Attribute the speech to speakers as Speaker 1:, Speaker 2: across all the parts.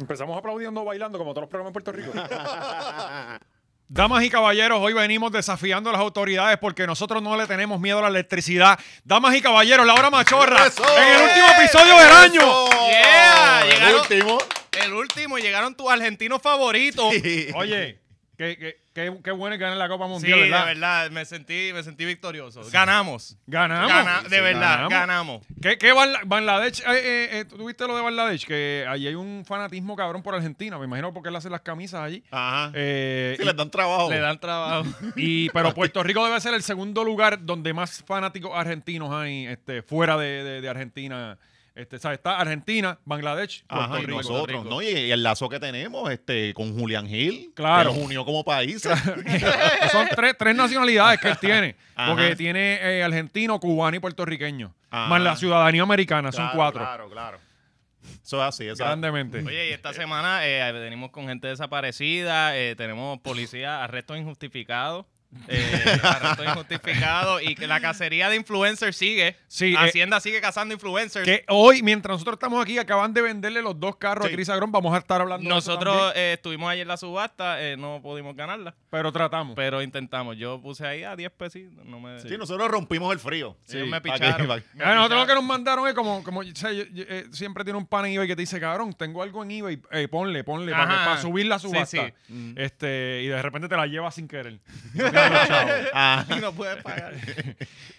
Speaker 1: Empezamos aplaudiendo, bailando, como todos los programas en Puerto Rico. Damas y caballeros, hoy venimos desafiando a las autoridades porque nosotros no le tenemos miedo a la electricidad. Damas y caballeros, la hora machorra
Speaker 2: ¡Eso!
Speaker 1: en el último episodio del año.
Speaker 3: Yeah,
Speaker 2: El
Speaker 3: llegaron-
Speaker 2: último.
Speaker 3: El último, llegaron tus argentinos favoritos. Sí,
Speaker 1: Oye, qué, qué, qué- qué bueno es ganar la Copa Mundial,
Speaker 3: de
Speaker 1: ¿verdad?
Speaker 3: verdad, me sentí, me sentí victorioso. Ganamos.
Speaker 1: Ganamos.
Speaker 3: Gana- de verdad,
Speaker 1: Ganamos.
Speaker 3: ganamos.
Speaker 1: ¿Qué, qué Bangla- Bangladesh? eh, eh, eh, ¿Tú viste lo de Bangladesh? Que allí hay un fanatismo cabrón por Argentina. Me imagino porque él hace las camisas allí.
Speaker 2: Ajá.
Speaker 1: Eh,
Speaker 2: Sí,
Speaker 1: y-
Speaker 2: les dan trabajo.
Speaker 3: Le dan trabajo.
Speaker 1: Y, pero Puerto Rico debe ser el segundo lugar donde más fanáticos argentinos hay este, fuera de, de- de Argentina. Este, o sea, Está Argentina, Bangladesh, Puerto
Speaker 2: Ajá, y
Speaker 1: Rico.
Speaker 2: nosotros, ¿no? Y, y el lazo que tenemos este, con Julián Gil,
Speaker 1: Claro.
Speaker 2: que nos unió como país.
Speaker 1: Son tres, tres nacionalidades que él tiene.
Speaker 2: Ajá.
Speaker 1: Porque tiene eh, argentino, cubano y puertorriqueño.
Speaker 2: Ajá.
Speaker 1: Más la ciudadanía americana, son
Speaker 2: Claro,
Speaker 1: cuatro.
Speaker 2: Claro, claro. Eso es así, eso es
Speaker 1: Grandemente.
Speaker 3: Oye, y esta semana eh, venimos con gente desaparecida, eh, tenemos policía, arrestos injustificados. eh, arrestos injustificados y que la cacería de influencers sigue.
Speaker 1: Sí, eh,
Speaker 3: Hacienda sigue cazando influencers.
Speaker 1: Que hoy, mientras nosotros estamos aquí, acaban de venderle los dos carros a
Speaker 2: Sí.
Speaker 1: Cris Agrón. Vamos a estar hablando de eso
Speaker 3: Nosotros
Speaker 1: también,
Speaker 3: eh, estuvimos ayer en la subasta, eh, no pudimos ganarla,
Speaker 1: pero tratamos.
Speaker 3: pero intentamos. Yo puse ahí a 10 pesitos, no me...
Speaker 2: Sí, nosotros rompimos el frío.
Speaker 3: Sí, me
Speaker 2: Pa' que-
Speaker 3: picharon.
Speaker 2: pa' que-
Speaker 3: Me
Speaker 1: Ah, nosotros lo
Speaker 3: picharon.
Speaker 1: que nos mandaron es como, como o sea, yo- yo, eh, siempre tiene un pan en eBay que te dice, cabrón, tengo algo en eBay, eh, ponle, ponle, para,
Speaker 3: Ajá.
Speaker 1: para subir la
Speaker 3: Sí,
Speaker 1: subasta.
Speaker 3: sí.
Speaker 1: Este, y de repente te la llevas sin querer. No tienes los chavos.
Speaker 2: Ah,
Speaker 3: Y no pude pagar.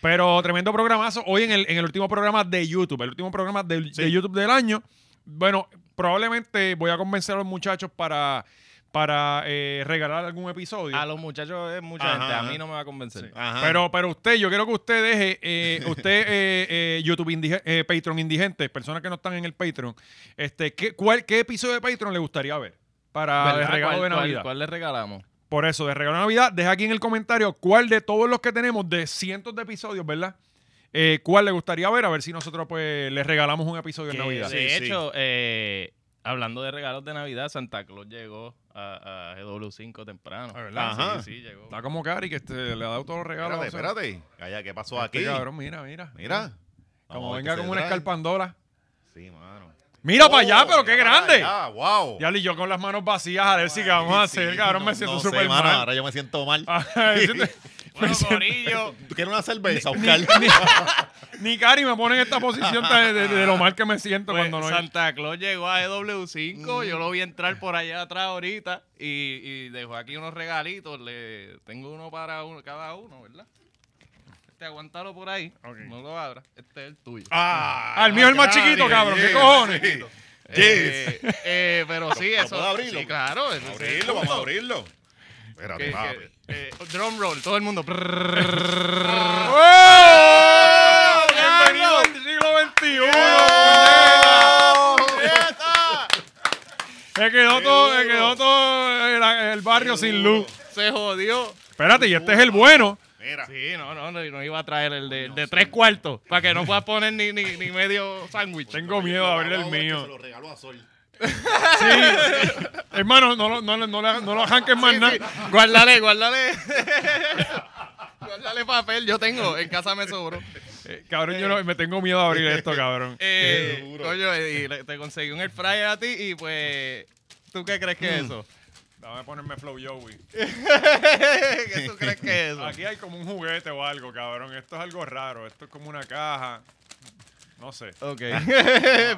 Speaker 1: Pero tremendo programazo. Hoy en el, en el último programa de YouTube, el último programa de, de YouTube del año. Bueno, probablemente voy a convencer a los muchachos para, para eh, regalar algún episodio.
Speaker 3: A los muchachos es mucha
Speaker 2: Ajá,
Speaker 3: gente, a
Speaker 2: ajá.
Speaker 3: mí no me va a convencer.
Speaker 2: ajá.
Speaker 1: Pero, pero usted, yo quiero que usted deje, eh, usted, eh, eh, YouTube indige- eh, Patreon indigente, personas que no están en el Patreon, este, ¿qué, cuál, qué episodio de Patreon le gustaría ver para
Speaker 3: ¿Verdad?
Speaker 1: el regalo
Speaker 3: ¿Cuál-
Speaker 1: de
Speaker 3: cuál-
Speaker 1: Navidad?
Speaker 3: ¿Cuál le regalamos?
Speaker 1: Por eso, de regalo de Navidad, deja aquí en el comentario cuál de todos los que tenemos, de cientos de episodios, ¿verdad? Eh, ¿Cuál le gustaría ver? A ver si nosotros pues le regalamos un episodio de
Speaker 3: Que,
Speaker 1: Navidad.
Speaker 3: De
Speaker 2: Sí, sí.
Speaker 3: hecho, eh, hablando de regalos de Navidad, Santa Claus llegó a, a GW5 temprano.
Speaker 2: Ah, ¿verdad? Ajá.
Speaker 3: Sí, sí, llegó.
Speaker 1: Está como Cari que este, le ha dado todos los regalos.
Speaker 2: espérate,
Speaker 1: o sea,
Speaker 2: espérate. Calla, ¿qué pasó
Speaker 1: este
Speaker 2: aquí?
Speaker 1: cabrón, mira, mira.
Speaker 2: Mira.
Speaker 1: Como
Speaker 2: Vamos a ver
Speaker 1: venga
Speaker 2: qué
Speaker 1: con
Speaker 2: se
Speaker 1: una
Speaker 2: trae.
Speaker 1: escalpandola.
Speaker 2: Sí, mano.
Speaker 1: Mira para
Speaker 2: Oh,
Speaker 1: allá, pero qué
Speaker 2: mira para
Speaker 1: grande.
Speaker 2: allá, wow.
Speaker 1: Ya y yo con las manos vacías, a ver si qué vamos a
Speaker 2: Sí,
Speaker 1: hacer, cabrón. Me
Speaker 2: no-
Speaker 1: siento Ah.
Speaker 2: no sé,
Speaker 1: súper
Speaker 2: mano,
Speaker 1: mal.
Speaker 2: Ahora yo me siento mal.
Speaker 1: Ay, siento-
Speaker 3: Bueno, Corillo,
Speaker 2: ¿Tú quieres una cerveza, Oscar?
Speaker 1: Ni Cari me pone en esta posición de, de- de lo mal que me siento
Speaker 3: pues,
Speaker 1: cuando no hay.
Speaker 3: Santa Claus llegó a GW5, yo lo vi entrar por allá atrás ahorita y, y dejó aquí unos regalitos. Le, tengo uno para uno, cada uno, ¿verdad? Este, aguántalo por ahí, no lo abras. Este es el tuyo.
Speaker 2: Ah,
Speaker 1: Al mío es el más
Speaker 2: grande,
Speaker 1: chiquito, cabrón. ¿Qué
Speaker 2: yeah,
Speaker 1: cojones?
Speaker 2: sí.
Speaker 3: Eh, eh, pero sí,
Speaker 2: ¿Lo
Speaker 3: eso.
Speaker 2: puedo abrirlo?
Speaker 3: Sí, claro. eso es
Speaker 2: Abrirlo, vamos a abrirlo. Espérate,
Speaker 3: Que-
Speaker 2: papi.
Speaker 3: que- eh, drum roll, todo el mundo.
Speaker 1: ¡Oh! Bienvenido al siglo XXI. Se quedó todo, se quedó todo el, el barrio sin luz.
Speaker 3: Se jodió.
Speaker 1: Espérate, y este es el bueno.
Speaker 2: Mira.
Speaker 3: Sí, no, no, no, no iba a traer el de, el de tres cuartos para que no pueda poner ni, ni, ni medio sándwich.
Speaker 1: Tengo miedo a verle el
Speaker 2: Vamos a ver que
Speaker 1: mío.
Speaker 2: Se lo regaló a Sol.
Speaker 1: Sí. Hermano, no, lo- no, le- no, le- no lo arranques más nada.
Speaker 3: Guárdale, guárdale. guárdale papel, yo tengo, en casa me sobró.
Speaker 1: Eh, Cabrón, yo no- me tengo miedo a abrir esto, cabrón.
Speaker 3: Eh,
Speaker 2: Qué duro.
Speaker 3: coño, y le- te conseguí un air fryer a ti y pues, ¿tú qué crees que es eso?
Speaker 1: Dame ponerme Flow Joey.
Speaker 3: ¿Qué tú crees que es eso?
Speaker 1: Aquí hay como un juguete o algo, cabrón. Esto es algo raro. Esto es como una caja. No sé.
Speaker 3: Ok.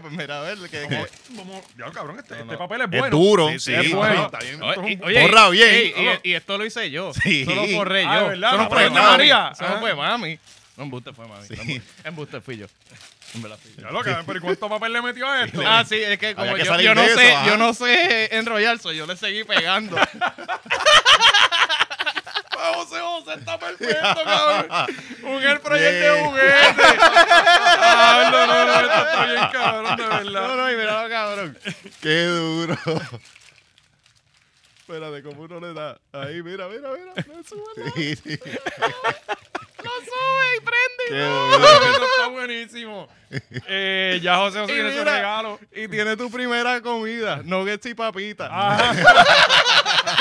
Speaker 3: pues mira, a ver, ¿qué,
Speaker 1: Como,
Speaker 3: qué?
Speaker 1: como- ya, cabrón, este,
Speaker 3: No,
Speaker 1: este
Speaker 3: no.
Speaker 1: papel es
Speaker 2: Es
Speaker 1: bueno.
Speaker 2: duro.
Speaker 1: Sí, sí,
Speaker 2: Sí,
Speaker 1: es bueno.
Speaker 2: está bien.
Speaker 1: Esto es un-
Speaker 3: Oye,
Speaker 2: Borra
Speaker 3: y-
Speaker 2: bien.
Speaker 3: y- y, y esto lo hice yo.
Speaker 2: Sí.
Speaker 3: Eso lo borré
Speaker 1: Ah,
Speaker 3: yo.
Speaker 1: ¿verdad?
Speaker 3: Eso
Speaker 1: Lo
Speaker 3: no fue
Speaker 1: borraste,
Speaker 3: mami.
Speaker 1: María.
Speaker 3: Eso no
Speaker 1: Ah.
Speaker 3: fue mami. pues, No, embuste fue mami. No, embuste- embuste fui yo. En verdad fui yo.
Speaker 1: Ya lo cabrón, pero ¿y cuánto papel le metió a esto?
Speaker 3: Ah, sí, es que
Speaker 2: Había
Speaker 3: como
Speaker 2: que
Speaker 3: yo,
Speaker 2: salir
Speaker 3: yo no
Speaker 2: de eso,
Speaker 3: sé,
Speaker 2: ajá.
Speaker 3: yo no sé enrollar, so yo le seguí pegando.
Speaker 1: José José está perfecto, cabrón. Un air fryer de
Speaker 2: Yeah.
Speaker 1: juguete. Ah, no, no, no, esto está bien, cabrón, de verdad.
Speaker 3: no, no, y mira, cabrón.
Speaker 2: Qué duro.
Speaker 3: Espérate, como uno le da. Ahí, mira, mira, mira. No sube,
Speaker 2: Sí, sí.
Speaker 3: no sube, y prende.
Speaker 2: Qué
Speaker 1: No,
Speaker 2: duro.
Speaker 1: Esto está buenísimo. Eh, ya José José
Speaker 3: Y
Speaker 1: tiene su
Speaker 3: mira.
Speaker 1: regalo.
Speaker 3: Y tiene tu primera comida, Ah, nuggets y papitas.
Speaker 1: Ajá.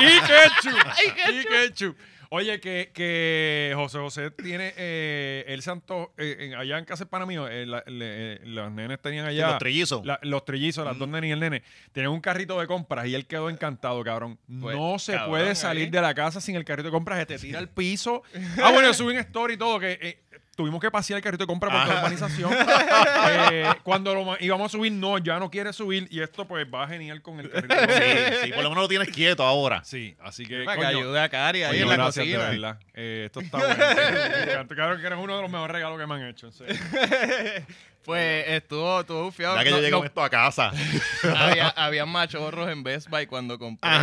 Speaker 1: y ketchup. y ketchup. Oye, que, que José José tiene eh, el santo eh, en- allá en casa del pana mío, eh, la- le- eh, los nenes tenían allá
Speaker 2: Los trillizos.
Speaker 1: la- los trillizos, las dos nenes y el nene, tenían un carrito de compras y él quedó encantado, cabrón.
Speaker 3: Pues,
Speaker 1: no se
Speaker 3: cabrón,
Speaker 1: puede
Speaker 3: ¿eh?
Speaker 1: salir de la casa sin el carrito de compras, se te tira al piso. Ah, bueno, yo subí un story y todo, que eh, tuvimos que pasear el carrito de compras por toda la
Speaker 2: Ajá.
Speaker 1: urbanización. Eh, cuando lo ma- íbamos a subir, no, ya no quiere subir y esto pues va genial con el carrito de compras.
Speaker 2: Sí, sí, por lo menos lo tienes quieto ahora.
Speaker 1: Sí, así que...
Speaker 3: Para que
Speaker 1: coño,
Speaker 3: ayude a Cari ahí
Speaker 1: Coño,
Speaker 3: en la
Speaker 1: gracias, de
Speaker 3: cocina.
Speaker 1: verdad. Eh, esto está bueno. Claro que eres uno de los mejores regalos que me han hecho. en serio.
Speaker 3: Pues estuvo, estuvo fiado.
Speaker 2: Ya que yo llegué con esto a casa.
Speaker 3: había, habían machorros en Best Buy cuando compré.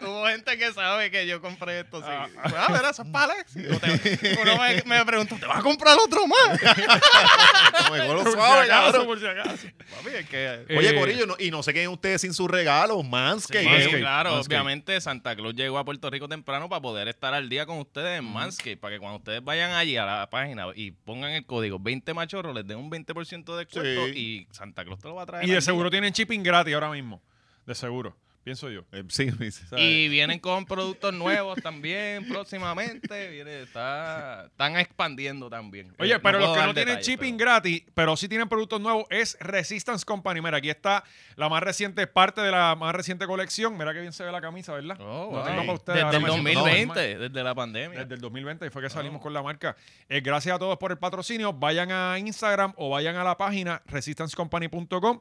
Speaker 3: Hubo gente que sabe que yo compré esto. Sí.
Speaker 1: Ah.
Speaker 3: Pues, a ver, eso es para Alex. O te- Uno me, me preguntó, ¿te vas a comprar otro más?
Speaker 2: Mejor lo
Speaker 1: Por si
Speaker 2: suave,
Speaker 1: acaso,
Speaker 2: cabrón.
Speaker 1: por si acaso.
Speaker 3: Papi, es que...
Speaker 2: Oye,
Speaker 1: Eh,
Speaker 2: Corillo, no- y no se queden ustedes sin sus regalos, Manscaped.
Speaker 3: Sí,
Speaker 1: Manscaped,
Speaker 3: claro,
Speaker 1: Manscaped.
Speaker 3: obviamente Santa Claus llegó a Puerto Rico temprano para poder estar al día con ustedes en
Speaker 1: Mm.
Speaker 3: Manscape, para que cuando ustedes vayan allí a la página y pongan el código 20 machorros, les den un 20% de descuento y Santa Claus te lo va a traer.
Speaker 1: Y de
Speaker 3: al
Speaker 1: seguro tienen shipping gratis ahora mismo. De seguro. Pienso yo.
Speaker 2: Eh, Sí, me dice.
Speaker 1: O sea,
Speaker 3: día. Y vienen con productos nuevos también próximamente, viene, está, están expandiendo también. Eh,
Speaker 1: Oye, pero
Speaker 3: puedo
Speaker 1: los que
Speaker 3: dar
Speaker 1: no tienen
Speaker 3: detalles,
Speaker 1: shipping
Speaker 3: pero-
Speaker 1: gratis, pero sí tienen productos nuevos, es Resistance Company. Mira, aquí está la más reciente, parte de la más reciente colección. Mira que bien se ve la camisa, ¿verdad? No
Speaker 3: Oh, wow.
Speaker 1: tengo para ustedes ahora
Speaker 3: Desde el
Speaker 1: mismo.
Speaker 3: 2020, desde la pandemia.
Speaker 1: Desde el 2020 y fue que salimos con la marca. Eh, gracias a todos por el patrocinio. Vayan a Instagram o vayan a la página resistancecompany.com.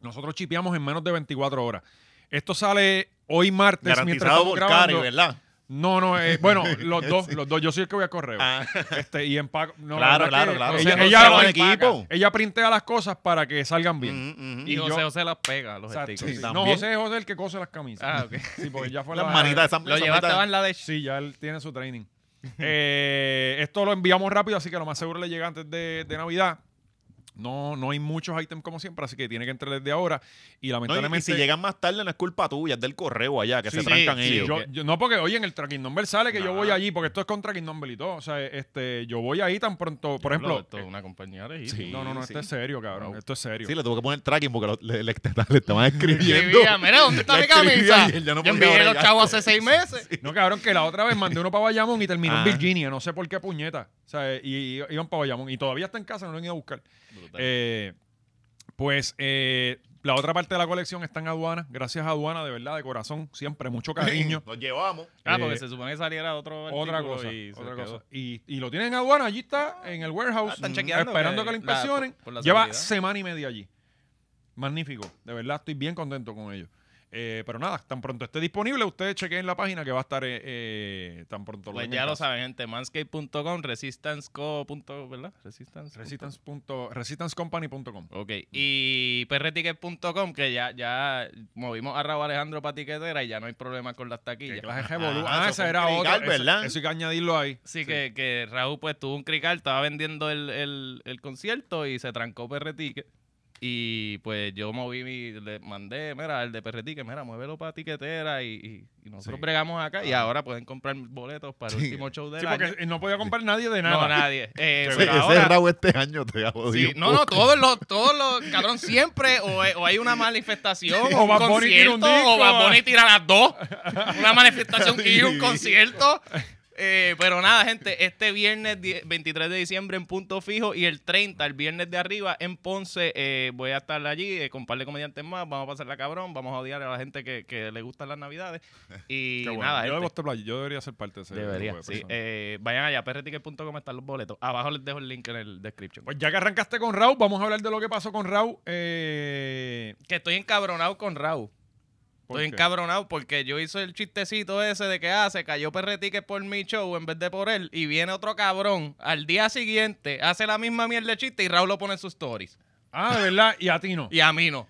Speaker 1: Nosotros chipeamos en menos de 24 horas. Esto sale hoy martes mientras
Speaker 2: Garantizado
Speaker 1: estamos
Speaker 2: por Cari,
Speaker 1: grabando.
Speaker 2: ¿verdad?
Speaker 1: no, no, eh, bueno, los dos, los dos. Yo soy el que voy a correr.
Speaker 2: Ah,
Speaker 1: Este, y empaco. no,
Speaker 2: Claro,
Speaker 1: la verdad
Speaker 2: claro,
Speaker 1: que
Speaker 2: claro.
Speaker 1: Ella,
Speaker 2: Se
Speaker 1: ella,
Speaker 2: conserva
Speaker 1: lo
Speaker 2: el
Speaker 1: empaca.
Speaker 2: equipo.
Speaker 1: Ella printea las cosas para que salgan bien.
Speaker 2: mm, mm.
Speaker 3: y
Speaker 1: y
Speaker 3: José
Speaker 1: yo-
Speaker 3: José las pega, los
Speaker 1: Exacto.
Speaker 3: stickers.
Speaker 1: Sí.
Speaker 2: también.
Speaker 1: No, José es José el que cose las camisas.
Speaker 3: Ah, ok.
Speaker 1: Sí, porque ya fue
Speaker 2: Las
Speaker 1: la
Speaker 2: manitas de San
Speaker 3: Lo llevaste a la de
Speaker 1: Sí, ya él tiene su training. Eh, esto lo enviamos rápido, así que lo más seguro le llega antes de, de Navidad. No, no hay muchos ítems como siempre, así que tiene que entrar desde ahora. Y
Speaker 2: No, y- y
Speaker 1: lamentablemente.
Speaker 2: si llegan más tarde, no es culpa tuya, es del correo allá, que
Speaker 1: Sí,
Speaker 2: se
Speaker 1: sí,
Speaker 2: trancan
Speaker 1: sí,
Speaker 2: ellos.
Speaker 1: yo- yo- no, porque oye, en el tracking number sale que yo voy
Speaker 3: Nah.
Speaker 1: allí, porque esto es con tracking number y todo. O sea, este, yo voy ahí tan pronto. Por
Speaker 3: Diablo,
Speaker 1: ejemplo. eh,
Speaker 3: esto es una compañía legítima.
Speaker 2: sí,
Speaker 1: no, no, no,
Speaker 2: sí.
Speaker 1: esto es serio, cabrón. Esto es serio.
Speaker 2: Sí, le tuve que poner tracking porque lo- le, le- le estaban escribiendo.
Speaker 3: Escribía, mira, ¿dónde está
Speaker 2: Le
Speaker 3: mi camisa?
Speaker 2: escribía y él ya no
Speaker 3: Yo envié
Speaker 2: podía
Speaker 3: los
Speaker 2: bregar.
Speaker 3: chavos hace seis meses.
Speaker 1: No, cabrón, que la otra vez mandé uno para Bayamón y terminó
Speaker 2: Ah.
Speaker 1: en Virginia. No sé por qué puñeta. O sea, y, y- iban para Bayamón. Y todavía está en casa, no lo han ido a buscar. Eh, pues eh, la otra parte de la colección está en aduana. Gracias a aduana, de verdad, de corazón, siempre, mucho cariño.
Speaker 2: Nos llevamos.
Speaker 3: ah,
Speaker 1: eh,
Speaker 3: porque se supone que saliera otro
Speaker 1: otra
Speaker 3: artículo
Speaker 1: cosa,
Speaker 3: y se
Speaker 1: otra
Speaker 3: quedó.
Speaker 1: cosa. Y, y lo tienen en aduana, allí está, en el warehouse,
Speaker 3: Ah, están
Speaker 1: mm,
Speaker 3: chequeando
Speaker 1: esperando que,
Speaker 3: que
Speaker 1: lo
Speaker 3: la-
Speaker 1: inspeccionen.
Speaker 3: por la
Speaker 1: Lleva
Speaker 3: seguridad.
Speaker 1: semana y media allí. Magnífico, de verdad, estoy bien contento con ellos. Eh, pero nada, tan pronto esté disponible, ustedes chequen la página que va a estar eh, eh, tan pronto.
Speaker 3: Pues
Speaker 1: ven
Speaker 3: ya
Speaker 1: en
Speaker 3: lo
Speaker 1: casa.
Speaker 3: saben, gente. Manscape.com, resistanceco. punto- ¿Verdad? Resistance.
Speaker 1: Resistance punto- resistancecompany.com.
Speaker 3: Ok. Y prticket.com, que ya, ya movimos a Raúl Alejandro para tiquetera y ya no hay problema con las
Speaker 1: Que
Speaker 3: taquillas.
Speaker 1: clase de revolú-
Speaker 2: Ah,
Speaker 1: Ah,
Speaker 2: eso
Speaker 1: ese
Speaker 2: fue
Speaker 1: era
Speaker 2: un
Speaker 1: otro.
Speaker 2: crical,
Speaker 1: ese-
Speaker 2: ¿verdad?
Speaker 1: eso hay que añadirlo ahí.
Speaker 3: Así que, que Raúl pues tuvo un crical, estaba vendiendo el, el- el concierto y se trancó PR Ticket. Y pues yo moví mi, le mandé, mira, el de PR Ticket, mira, muévelo para tiquetera y, y- y nosotros
Speaker 1: Sí. Ah.
Speaker 3: bregamos acá y ahora pueden comprar boletos para el último show del
Speaker 1: Sí,
Speaker 3: año.
Speaker 1: porque no podía comprar nadie de nada.
Speaker 3: No, nadie. Eh,
Speaker 2: Ese,
Speaker 3: pero
Speaker 2: ese
Speaker 3: ahora-
Speaker 2: rabo este año te ha jodido.
Speaker 3: sí, no, no, todos los, todos los, cabrón, siempre o, o hay una manifestación,
Speaker 1: O
Speaker 3: o un
Speaker 1: Bad Bunny tira
Speaker 3: concierto,
Speaker 1: un disco,
Speaker 3: o Bad Bunny
Speaker 1: ah.
Speaker 3: tira las dos, una manifestación y un concierto. Eh, pero nada, gente, este viernes die- 23 de diciembre en Punto Fijo y el 30, el viernes de arriba en Ponce, eh, voy a estar allí eh, con un par de comediantes más, vamos a pasarla cabrón, vamos a odiar a la gente que, que le gustan las navidades. Y
Speaker 1: Qué bueno.
Speaker 3: nada,
Speaker 1: yo,
Speaker 3: gente.
Speaker 1: debo estar play- yo debería ser parte de ese
Speaker 3: Debería,
Speaker 1: grupo de
Speaker 3: sí.
Speaker 1: personas.
Speaker 3: Eh, vayan allá, prticket.com están los boletos. Abajo les dejo el link en el description.
Speaker 1: Pues ya que arrancaste con Raúl, vamos a hablar de lo que pasó con Raúl. Eh,
Speaker 3: Que estoy encabronado con Raúl.
Speaker 1: ¿por
Speaker 3: Estoy
Speaker 1: qué?
Speaker 3: encabronado porque yo hice el chistecito ese de que ah, se cayó perretique por mi show en vez de por él. Y viene otro cabrón al día siguiente, hace la misma mierda de chiste y Raúl lo pone en sus stories.
Speaker 1: Ah, de verdad, y a ti no.
Speaker 3: Y a mí no.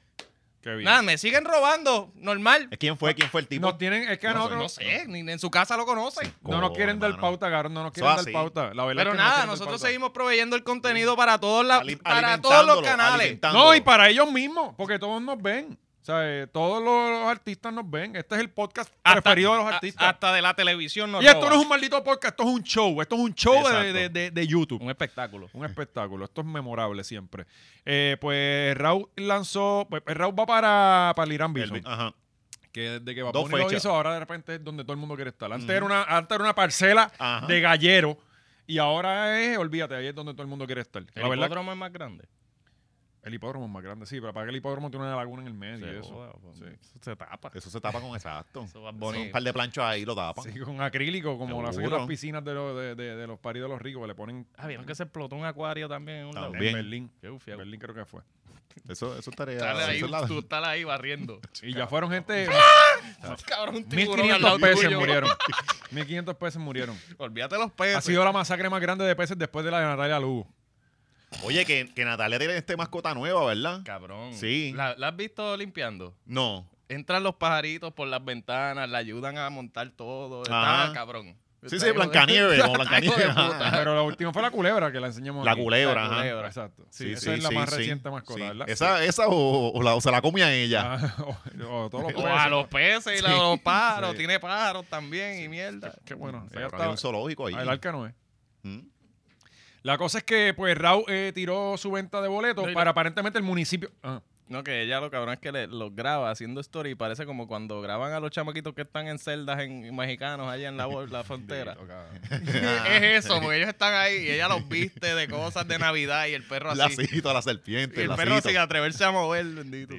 Speaker 1: Qué bien.
Speaker 3: Nada, me siguen robando, normal.
Speaker 2: ¿Quién fue? ¿Quién fue el tipo?
Speaker 1: Nos tienen, es que a
Speaker 3: No,
Speaker 1: nosotros
Speaker 3: no sé, ni en su casa lo conocen.
Speaker 1: no nos quieren dar
Speaker 2: Coño, mano.
Speaker 1: pauta, cabrón, no nos
Speaker 2: Eso
Speaker 1: quieren dar
Speaker 2: así.
Speaker 1: pauta. La verdad
Speaker 3: Pero
Speaker 1: es que no
Speaker 3: nada,
Speaker 1: nos quieren dar
Speaker 3: nosotros
Speaker 1: pauta.
Speaker 3: seguimos proveyendo el contenido para todos, la-
Speaker 2: Ali-
Speaker 3: para todos los
Speaker 2: alimentándolo,
Speaker 3: canales.
Speaker 2: alimentándolo.
Speaker 1: No, y para ellos mismos, porque todos nos ven. O sea, eh, todos los, los artistas nos ven. Este es el podcast
Speaker 3: Hasta-
Speaker 1: preferido de los
Speaker 3: a-
Speaker 1: artistas.
Speaker 3: Hasta de la televisión nos
Speaker 1: y esto
Speaker 3: roban.
Speaker 1: no es un maldito podcast, esto es un show. Esto es un show de,
Speaker 2: Exacto.
Speaker 1: de- de- de YouTube.
Speaker 3: un espectáculo.
Speaker 1: Un espectáculo. Esto es memorable siempre. Eh, pues Raúl lanzó. Pues, Raúl va pues, para, para el Irán
Speaker 2: El-
Speaker 1: Bison.
Speaker 2: Ajá.
Speaker 1: que desde que Bad
Speaker 2: Dos
Speaker 1: Bunny lo
Speaker 2: fechas.
Speaker 1: hizo, ahora de repente es donde todo el mundo quiere estar. Antes, era, una, antes era una parcela
Speaker 2: Ajá.
Speaker 1: de gallero y ahora es, olvídate, ahí es donde todo el mundo quiere estar.
Speaker 3: El
Speaker 1: La verdad,
Speaker 3: hipódromo es más grande.
Speaker 1: el hipódromo es más grande, sí, pero para que el hipódromo tiene una laguna en el medio.
Speaker 3: Se
Speaker 1: y eso.
Speaker 3: joda, pues.
Speaker 1: Sí, eso se tapa.
Speaker 2: Eso se tapa con exacto.
Speaker 3: Eso va
Speaker 2: Eso,
Speaker 3: bonito.
Speaker 2: un par de planchos ahí lo tapan.
Speaker 1: Sí, con acrílico, como lo hacen en
Speaker 2: Seguro.
Speaker 1: las piscinas de, los de, de- de los paris de los ricos, que le ponen
Speaker 3: Ah, vieron que se explotó un acuario también en un lado.
Speaker 1: en
Speaker 2: Bien.
Speaker 1: Berlín.
Speaker 3: Qué
Speaker 1: En
Speaker 3: bufiado.
Speaker 1: Berlín creo que fue.
Speaker 2: Eso, eso es tarea.
Speaker 3: Dale ahí,
Speaker 2: eso es la-
Speaker 3: tú estás ahí barriendo.
Speaker 1: Y ya fueron gente.
Speaker 3: Cabrón, un tiburón
Speaker 1: 1500
Speaker 3: al lado
Speaker 1: peces
Speaker 3: tuyo.
Speaker 1: murieron. 1500 peces murieron.
Speaker 3: Olvídate los
Speaker 1: Ha
Speaker 3: peces.
Speaker 1: sido la masacre más grande de peces después de la de Natalia Lugo.
Speaker 2: Oye, que, que Natalia tiene este mascota nueva, ¿verdad?
Speaker 3: Cabrón.
Speaker 2: Sí.
Speaker 3: ¿La, la has visto limpiando?
Speaker 2: No.
Speaker 3: Entran los pajaritos por las ventanas, la ayudan a montar todo.
Speaker 2: Ajá.
Speaker 3: Está cabrón.
Speaker 2: Sí,
Speaker 3: Está hijo
Speaker 2: sí,
Speaker 3: de-
Speaker 2: Blancanieves, como
Speaker 3: Está hijo de
Speaker 2: Blancanieves.
Speaker 3: puta.
Speaker 1: Pero la última fue la culebra que la enseñamos.
Speaker 2: La
Speaker 1: aquí.
Speaker 2: culebra,
Speaker 1: La
Speaker 2: ajá.
Speaker 1: culebra, exacto. Sí,
Speaker 2: Sí,
Speaker 1: esa
Speaker 2: sí,
Speaker 1: es la
Speaker 2: sí,
Speaker 1: más
Speaker 2: sí.
Speaker 1: reciente mascota,
Speaker 2: Sí.
Speaker 1: ¿verdad?
Speaker 2: Esa, esa o, o la- o se la come a ella.
Speaker 1: Ah, o, o todos los
Speaker 3: O a
Speaker 1: peces.
Speaker 3: Ah, los peces y la-
Speaker 2: Sí.
Speaker 3: los pájaros.
Speaker 1: Sí.
Speaker 3: Tiene pájaros también y mierda.
Speaker 1: Qué bueno.
Speaker 2: Se
Speaker 1: Ella
Speaker 2: habrá habido
Speaker 1: estaba,
Speaker 2: un zoológico ahí.
Speaker 1: Ah, el arca no es.
Speaker 2: Mm.
Speaker 1: La cosa es que, pues, Raúl eh, tiró su venta de boletos
Speaker 3: No, y
Speaker 1: para
Speaker 3: la-
Speaker 1: aparentemente el municipio. Ah,
Speaker 3: No, que ella lo cabrón es que le- los graba haciendo story y parece como cuando graban a los chamaquitos que están en celdas en mexicanos allá en la, bol- la frontera. es eso, porque ellos están ahí y ella los viste de cosas de Navidad y el perro así.
Speaker 2: Lacito a la
Speaker 3: Y
Speaker 2: serpiente.
Speaker 3: el
Speaker 2: lacito.
Speaker 3: perro sin atreverse a mover, bendito.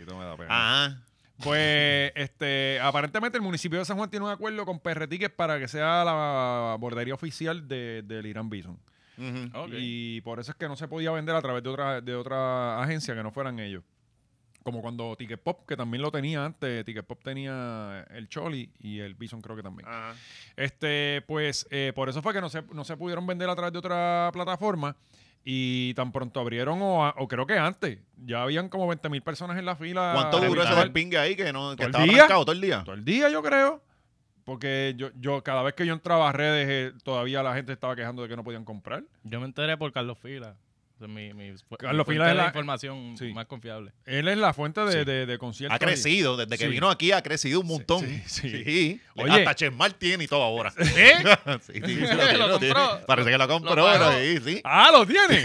Speaker 1: Ah,
Speaker 2: Ajá.
Speaker 1: Pues, este, aparentemente el municipio de San Juan tiene un acuerdo con Perretiques para que sea la bordería oficial de- del Irán Bison.
Speaker 2: Ujú.
Speaker 3: Ok.
Speaker 1: Y por eso es que no se podía vender a través de otra, de otra agencia que no fueran ellos. Como cuando Ticket Pop, que también lo tenía antes, Ticket Pop tenía el Choli y el Bison creo que
Speaker 3: Ah.
Speaker 1: también. Este, pues eh, por eso fue que no se, no se pudieron vender a través de otra plataforma y tan pronto abrieron o, a- o creo que antes, ya habían como 20 mil personas en la fila.
Speaker 2: ¿Cuánto
Speaker 1: para
Speaker 2: duró ese
Speaker 1: evitar-
Speaker 2: despingue ahí que, no, que
Speaker 1: Ah, ¿Todo el
Speaker 2: estaba
Speaker 1: día?
Speaker 2: arrancado todo el día?
Speaker 1: Todo el día yo creo. Porque yo, yo cada vez que yo entraba a redes eh, todavía la gente estaba quejando de que no podían comprar.
Speaker 3: Yo me enteré por Carlos Fila. Esa es Mi, mi fu-
Speaker 1: Carlos
Speaker 3: mi
Speaker 1: Fila
Speaker 3: fuente
Speaker 1: es
Speaker 3: de
Speaker 1: la-
Speaker 3: información
Speaker 1: sí.
Speaker 3: más confiable.
Speaker 1: Él es la fuente de,
Speaker 2: Sí.
Speaker 1: de- de conciertos.
Speaker 2: Ha crecido, desde que
Speaker 1: Sí.
Speaker 2: vino aquí ha crecido un montón.
Speaker 1: sí, sí. Oye.
Speaker 2: Oye. Hasta Chesmar tiene y todo ahora. Sí, sí, sí, lo tiene,
Speaker 3: Lo
Speaker 2: lo tiene.
Speaker 3: compró.
Speaker 2: Parece que lo
Speaker 3: Lo
Speaker 2: compró,
Speaker 3: pagó.
Speaker 2: pero sí, sí.
Speaker 1: ¡Ah, lo tiene!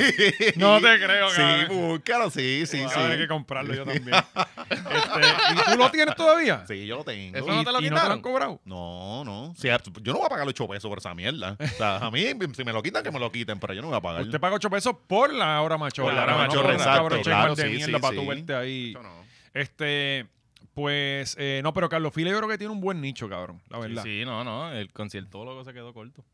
Speaker 1: no te creo,
Speaker 2: Sí,
Speaker 1: cabrón.
Speaker 2: búscalo, sí, sí,
Speaker 1: Voy a tener que
Speaker 2: sí.
Speaker 1: comprarlo yo también. Este, ¿Y tú lo tienes todavía?
Speaker 2: Sí, yo lo tengo.
Speaker 1: ¿Y,
Speaker 3: Eso no te lo
Speaker 1: y no te lo han
Speaker 3: quitaron?
Speaker 1: cobrado?
Speaker 2: No, no. O sea, yo no voy a pagar los 8 pesos por esa mierda. O sea, a mí, si me lo quitan, que me lo quiten, pero yo no voy a pagar.
Speaker 1: Usted paga 8 pesos por la hora machorra.
Speaker 2: Por la hora
Speaker 1: no
Speaker 2: machorra,
Speaker 1: por un
Speaker 2: exacto,
Speaker 1: cabrón checkmate
Speaker 2: claro,
Speaker 1: de
Speaker 2: sí,
Speaker 1: mierda
Speaker 2: sí,
Speaker 1: para tú
Speaker 2: sí.
Speaker 1: verte ahí.
Speaker 2: Esto no.
Speaker 1: Este, pues, eh, no, pero Carlos Fila yo creo que tiene un buen nicho, cabrón. La
Speaker 3: Sí,
Speaker 1: verdad.
Speaker 3: sí, no, no. El conciertólogo se quedó corto.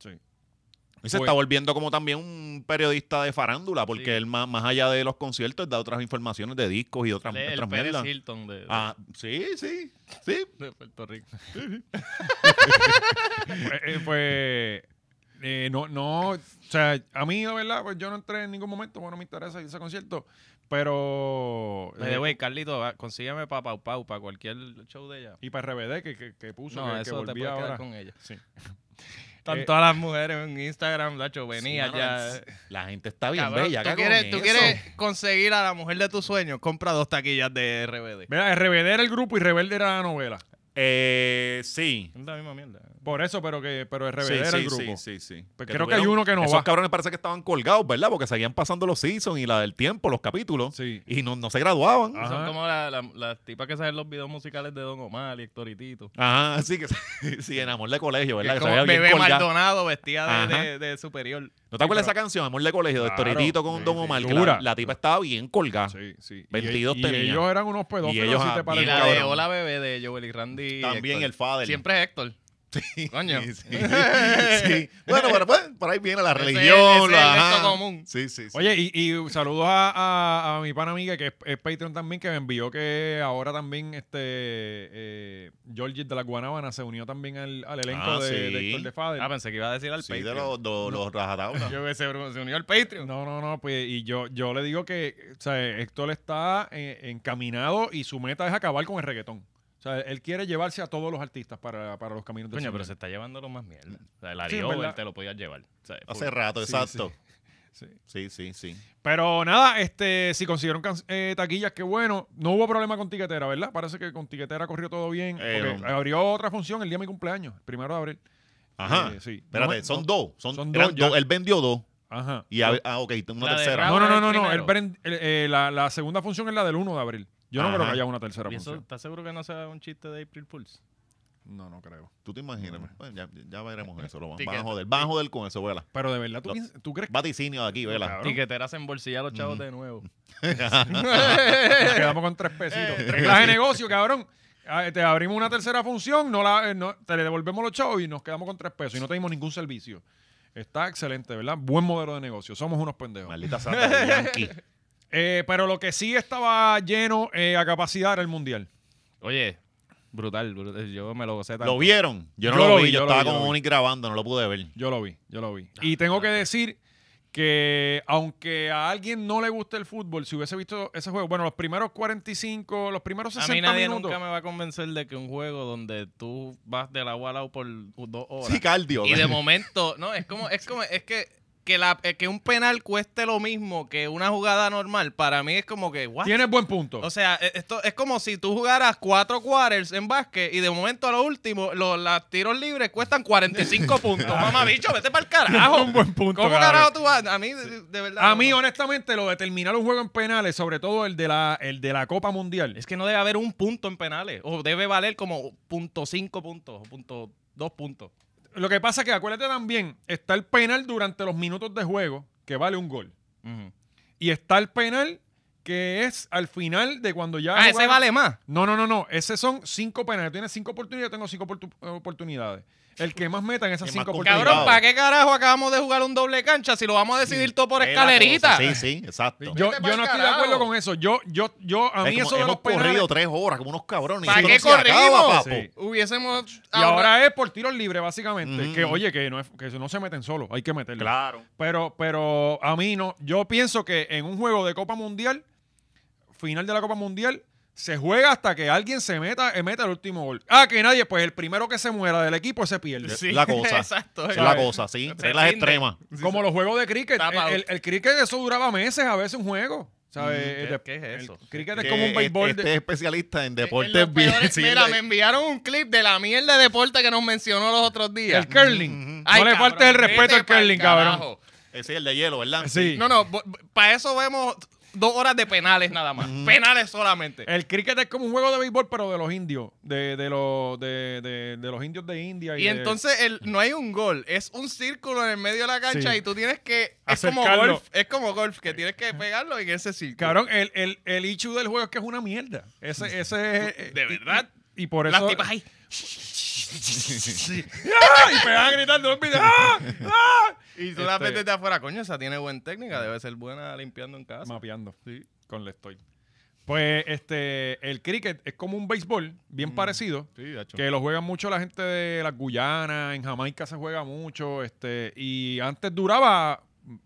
Speaker 2: Y se
Speaker 1: Pues-
Speaker 2: está volviendo como también un periodista de farándula, porque
Speaker 3: Sí.
Speaker 2: él más, más allá de los conciertos da otras informaciones de discos y de otras,
Speaker 3: Él es el
Speaker 2: otras
Speaker 3: Pérez
Speaker 2: mierdas.
Speaker 3: Hilton de, de-
Speaker 2: Ah, sí, sí, sí.
Speaker 3: de Puerto Rico.
Speaker 1: Eh, eh, pues eh, no, no, o sea, a mí la verdad, pues yo no entré en ningún momento, bueno, me interesa ese concierto, pero...
Speaker 3: Me
Speaker 1: eh,
Speaker 3: de wey, Carlito, va, consígueme para Pau Pau, para cualquier show de ella.
Speaker 1: y para RBD que, que, que puso,
Speaker 3: No,
Speaker 1: que, que
Speaker 3: eso te
Speaker 1: volvía
Speaker 3: puedes
Speaker 1: ahora.
Speaker 3: quedar con ella.
Speaker 1: Sí.
Speaker 3: Están
Speaker 1: Eh,
Speaker 3: todas las mujeres en Instagram, Lacho, venía
Speaker 2: Sí, mano,
Speaker 3: ya.
Speaker 2: La gente está bien
Speaker 3: Cabrón,
Speaker 2: bella.
Speaker 3: tú
Speaker 2: acá con
Speaker 3: quieres, tú
Speaker 2: eso.
Speaker 3: quieres conseguir a la mujer de tus sueños, compra dos taquillas de RBD.
Speaker 1: Mira, RBD era el grupo y Rebelde era la novela.
Speaker 2: Eh, sí.
Speaker 3: Es la misma mierda.
Speaker 1: Por eso, pero que pero RBD
Speaker 2: Sí,
Speaker 1: era el
Speaker 2: sí,
Speaker 1: grupo.
Speaker 2: sí, sí, sí.
Speaker 1: Pues creo que hay
Speaker 2: tuvieron-
Speaker 1: uno que no
Speaker 2: Esos
Speaker 1: va.
Speaker 2: cabrones parece que estaban colgados, ¿verdad? Porque seguían pasando los seasons y la del tiempo, los capítulos.
Speaker 1: Sí.
Speaker 2: Y no, no se graduaban.
Speaker 1: Ah. Ajá.
Speaker 3: Son como la- la- las tipas que salen los videos musicales de Don Omar y Héctor y Tito.
Speaker 2: Ajá, así que sí, en amor de colegio,
Speaker 3: Que
Speaker 2: ¿verdad?
Speaker 3: es
Speaker 2: Pues Que se
Speaker 3: como
Speaker 2: veía bien
Speaker 3: bebé
Speaker 2: colgado.
Speaker 3: Maldonado vestida de,
Speaker 2: Ajá.
Speaker 3: de- de superior.
Speaker 2: ¿No te acuerdas
Speaker 1: Sí,
Speaker 2: de esa canción, Amor de Colegio, de
Speaker 1: Claro.
Speaker 2: Torito con
Speaker 1: Sí,
Speaker 2: Don
Speaker 1: sí.
Speaker 2: Omar? que
Speaker 1: Dura.
Speaker 2: la, la tipa estaba bien colgada.
Speaker 1: Sí, sí. Y-
Speaker 2: 22
Speaker 1: y,
Speaker 2: tenía.
Speaker 1: ellos eran unos pedófilos.
Speaker 2: ellos
Speaker 1: si te
Speaker 2: a-
Speaker 1: paras
Speaker 3: Y
Speaker 2: bien
Speaker 1: el
Speaker 3: la de
Speaker 1: cabrón.
Speaker 2: cabrón.
Speaker 3: Hola Bebé de Joel y Randy. y
Speaker 2: También
Speaker 3: Héctor.
Speaker 2: el Fader.
Speaker 3: Siempre es Héctor. Sí. Coño.
Speaker 2: Sí, sí. Sí. Bueno, pero pues, por ahí viene la
Speaker 3: Ese es-
Speaker 2: religión.
Speaker 3: ese es
Speaker 2: la-
Speaker 3: el
Speaker 2: ajá.
Speaker 3: gesto común.
Speaker 2: Sí, sí, sí.
Speaker 1: Oye, y, y saludos a, a- a mi pana amiga que es, es Patreon también, que me envió que ahora también este eh, Georgie de la Guanábana se unió también al, al elenco
Speaker 2: Ah,
Speaker 1: de,
Speaker 2: sí.
Speaker 1: de Héctor de Fader.
Speaker 3: Ah, pensé que iba a decir al
Speaker 2: sí, de
Speaker 3: Patreon.
Speaker 2: los, los, los rajatablas.
Speaker 3: Yo que se, se unió al Patreon.
Speaker 1: No, no, no, pues y yo, yo le digo que o sea, Héctor está eh, encaminado y su meta es acabar con el reggaetón. O sea, él quiere llevarse a todos los artistas para, para los caminos del
Speaker 3: Coño, pero
Speaker 1: Señor.
Speaker 3: se está llevando lo más mierda. O sea, el
Speaker 1: Sí,
Speaker 3: Ariel
Speaker 1: ¿verdad?
Speaker 3: te lo podías llevar. O sea,
Speaker 2: Hace rato,
Speaker 1: Sí,
Speaker 2: exacto.
Speaker 1: Sí.
Speaker 2: Sí, sí, sí.
Speaker 1: Pero nada, este, si consiguieron can- eh, taquillas, qué bueno. No hubo problema con tiquetera, ¿verdad? Parece que con tiquetera corrió todo bien.
Speaker 2: Eh,
Speaker 1: porque
Speaker 2: no.
Speaker 1: abrió otra función el día de mi cumpleaños, el primero de abril.
Speaker 2: Ajá.
Speaker 1: Eh, sí.
Speaker 2: Espérate,
Speaker 1: No me-
Speaker 2: son
Speaker 1: no-
Speaker 2: dos. Son,
Speaker 1: son
Speaker 2: eran
Speaker 1: dos ya.
Speaker 2: dos. Él vendió dos.
Speaker 1: Ajá.
Speaker 2: Y hab- ah, ok, una
Speaker 3: La de
Speaker 2: tercera.
Speaker 3: Raúl.
Speaker 1: No, no, no,
Speaker 3: el
Speaker 1: no, no.
Speaker 3: primero.
Speaker 1: el brand- el- eh, la, la segunda función es la del 1 de abril. Yo no
Speaker 2: Ajá.
Speaker 1: creo que haya una tercera
Speaker 3: ¿Y eso,
Speaker 1: función.
Speaker 3: ¿Estás seguro que no sea un chiste de April Pulse?
Speaker 1: No, no creo.
Speaker 2: Tú te imaginas. Bueno, ya, ya veremos eso. Lo van, van a
Speaker 3: Ticket.
Speaker 2: joder. Van a joder con eso, vela.
Speaker 1: Pero de verdad, ¿tú,
Speaker 2: Lo-
Speaker 1: piensas- tú crees que
Speaker 2: Vaticinio de aquí, vela.
Speaker 1: Cabrón.
Speaker 3: Tiqueteras en bolsilla a los chavos de nuevo.
Speaker 1: nos quedamos con tres
Speaker 3: Eh.
Speaker 1: pesitos? Reglas de negocio, cabrón. Ah, Te abrimos una tercera función, no la, eh, no- te le devolvemos los chavos y nos quedamos con tres pesos y no te dimos ningún servicio. Está excelente, ¿verdad? Buen modelo de negocio. Somos unos pendejos.
Speaker 2: Maldita santa de Yankee.
Speaker 1: Eh, pero lo que sí estaba lleno eh, a capacidad era el mundial.
Speaker 3: Oye, brutal, brutal. Yo me lo gocé tanto.
Speaker 2: ¿Lo vieron? Yo no
Speaker 1: Yo
Speaker 2: lo,
Speaker 1: lo
Speaker 2: vi.
Speaker 1: vi,
Speaker 2: Yo
Speaker 1: yo lo
Speaker 2: estaba
Speaker 1: vi, yo
Speaker 2: con
Speaker 1: lo vi.
Speaker 2: Onyx grabando, no lo pude ver.
Speaker 1: Yo lo vi, yo lo
Speaker 3: Ah,
Speaker 1: vi. Y tengo que decir que aunque a alguien no le guste el fútbol, si hubiese visto ese juego, bueno, los primeros 45, los primeros
Speaker 3: A
Speaker 1: 60
Speaker 3: mí nadie
Speaker 1: minutos.
Speaker 3: nunca me va a convencer de que un juego donde tú vas de la a lado por dos horas.
Speaker 2: Sí, cardio.
Speaker 3: y de momento, no, es como, es como, es que, que, la, eh, que un penal cueste lo mismo que una jugada normal, para mí es como que, what?
Speaker 1: Tienes buen punto.
Speaker 3: O sea, eh, esto es como si tú jugaras cuatro quarters en básquet y de momento a lo último, los tiros libres cuestan 45 puntos. Mamá bicho, vete para el carajo.
Speaker 1: Un buen punto,
Speaker 3: ¿Cómo
Speaker 1: cabrón.
Speaker 3: carajo tú vas? A mí, de, de verdad.
Speaker 1: a
Speaker 3: no,
Speaker 1: mí,
Speaker 3: no.
Speaker 1: honestamente, lo de terminar un juego en penales, sobre todo el de la, el de la Copa Mundial.
Speaker 3: Es que no debe haber un punto en penales. O debe valer como punto cinco puntos o punto dos puntos.
Speaker 1: Lo que pasa es que acuérdate también, está el penal durante los minutos de juego, que vale un gol. Y está el penal que es al final de cuando ya.
Speaker 3: Ah, ese
Speaker 1: jugaron-
Speaker 3: vale más.
Speaker 1: No, no, no, no. Esos son cinco penales. Tienes cinco oportunidades, yo tengo cinco oportu- oportunidades. El que más meta en esas
Speaker 2: Es más
Speaker 1: cinco
Speaker 2: complicado.
Speaker 1: oportunidades.
Speaker 3: Cabrón, ¿para qué carajo acabamos de jugar un doble cancha si lo vamos a decidir todo por escalerita?
Speaker 2: Sí, sí, exacto.
Speaker 1: Yo,
Speaker 3: Vete
Speaker 1: yo
Speaker 3: pa'l
Speaker 1: no estoy de
Speaker 3: carajo.
Speaker 1: acuerdo con eso. Yo, yo, yo, a
Speaker 2: Es
Speaker 1: mí
Speaker 2: como-
Speaker 1: eso de
Speaker 2: hemos
Speaker 1: los penales.
Speaker 2: corrido tres horas como unos cabrones.
Speaker 3: ¿Para
Speaker 2: y
Speaker 3: qué
Speaker 2: eso no se acaba,
Speaker 3: corrimos?
Speaker 2: papo.
Speaker 1: Sí.
Speaker 3: Hubiésemos
Speaker 1: Y ahora es por tiros libres, básicamente.
Speaker 2: Ujú.
Speaker 1: Que oye, que no, es- que no se meten solos, hay que meterlo.
Speaker 2: Claro.
Speaker 1: Pero, pero a mí no. Yo pienso que en un juego de Copa Mundial, final de la Copa Mundial, se juega hasta que alguien se meta, eh, meta el último gol. Ah, que nadie, pues el primero que se muera del equipo se pierde.
Speaker 2: Sí. la cosa.
Speaker 3: Exacto.
Speaker 2: Es
Speaker 1: sea,
Speaker 2: la cosa, sí.
Speaker 3: se
Speaker 2: Reglas
Speaker 3: rinde.
Speaker 2: extremas.
Speaker 1: Como los juegos de cricket.
Speaker 3: Tapa
Speaker 1: El, el- el cricket, eso duraba meses a veces un juego. ¿sabes? Eh,
Speaker 3: Mm, ¿qué-
Speaker 1: De-
Speaker 3: qué es
Speaker 1: el
Speaker 3: eso?
Speaker 1: cricket
Speaker 2: Que
Speaker 1: es como un béisbol.
Speaker 2: Este
Speaker 1: de-
Speaker 2: es especialista en deportes
Speaker 3: En los
Speaker 2: bien.
Speaker 3: peores-
Speaker 2: sí,
Speaker 3: mira,
Speaker 2: le-
Speaker 3: me enviaron un clip de la mierda de deporte que nos mencionó los otros días.
Speaker 1: el curling. no le faltes el respeto al curling, cabrón.
Speaker 2: Eh, sí, el de hielo, ¿verdad?
Speaker 1: Sí.
Speaker 3: No, no, para eso vemos dos horas de penales nada más. Penales solamente.
Speaker 1: El cricket es como un juego de béisbol, pero de los indios. De, de, los, de, de- de los indios de India. Y,
Speaker 3: Y
Speaker 1: de-
Speaker 3: entonces el, no hay un gol, es un círculo en el medio de la cancha
Speaker 1: Sí.
Speaker 3: y tú tienes que... Es como,
Speaker 1: Acercarlo.
Speaker 3: golf, es como golf, que tienes que pegarlo en ese círculo.
Speaker 1: Cabrón, el, el, el issue del juego es que es una mierda. Ese, ese es-
Speaker 3: De verdad.
Speaker 1: Y, y por eso.
Speaker 3: Las tipas ahí.
Speaker 1: ¡Ah! Y pegaban gritando en el video. ¡Ah! ¡Ah!
Speaker 3: Y tú la
Speaker 1: Este-
Speaker 3: metes de afuera, coño, esa tiene buena técnica, debe ser buena limpiando en casa.
Speaker 1: Mapeando.
Speaker 3: Sí.
Speaker 1: Con le estoy. Pues este, el cricket es como un béisbol, bien parecido.
Speaker 3: Mm. Sí, hacho.
Speaker 1: Que lo juegan mucho la gente de las Guyanas, en Jamaica se juega mucho, este, y antes duraba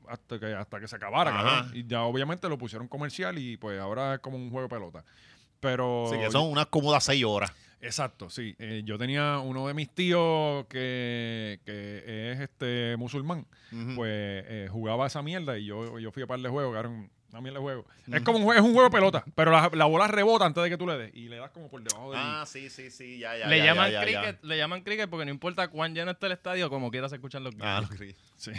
Speaker 1: hasta que, hasta que se acabara,
Speaker 2: Ajá.
Speaker 1: cabrón. Y ya obviamente lo pusieron comercial y pues ahora es como un juego de pelota. Pero.
Speaker 2: Sí, que son unas cómodas seis horas.
Speaker 1: Exacto, sí. Eh, yo tenía uno de mis tíos que, que es este musulmán,
Speaker 2: Ujú.
Speaker 1: pues eh, jugaba esa mierda y yo, yo fui a par de juegos, cabrón, una mierda de juego. Es como un, jue- es un juego de pelota, pero la, la bola rebota antes de que tú le des y le das como por debajo de...
Speaker 2: Ah, sí, sí, sí, ya, ya.
Speaker 3: le,
Speaker 2: ya,
Speaker 3: llaman
Speaker 2: ya, ya, ya.
Speaker 3: cricket, le llaman cricket porque no importa cuán lleno esté el estadio, como quieras escuchan los
Speaker 2: Ah,
Speaker 3: gritos.
Speaker 2: los cricket.
Speaker 1: Sí.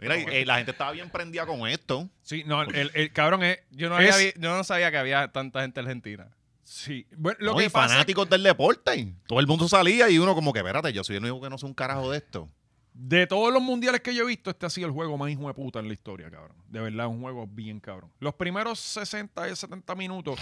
Speaker 2: Mira, eh, la gente estaba bien prendida con esto.
Speaker 1: Sí, no, el, el- el cabrón es...
Speaker 3: Yo, no
Speaker 1: es-
Speaker 3: había vi- yo no sabía que había tanta gente argentina.
Speaker 1: Sí. Bueno, lo
Speaker 2: Lo
Speaker 1: que pasa es que
Speaker 2: fanáticos del deporte. Todo el mundo salía y uno como que, espérate, yo soy el único que no sé un carajo de esto.
Speaker 1: de todos los mundiales que yo he visto, este ha sido el juego más hijo de puta en la historia, cabrón. De verdad, un juego bien cabrón. Los primeros 60 y 70 minutos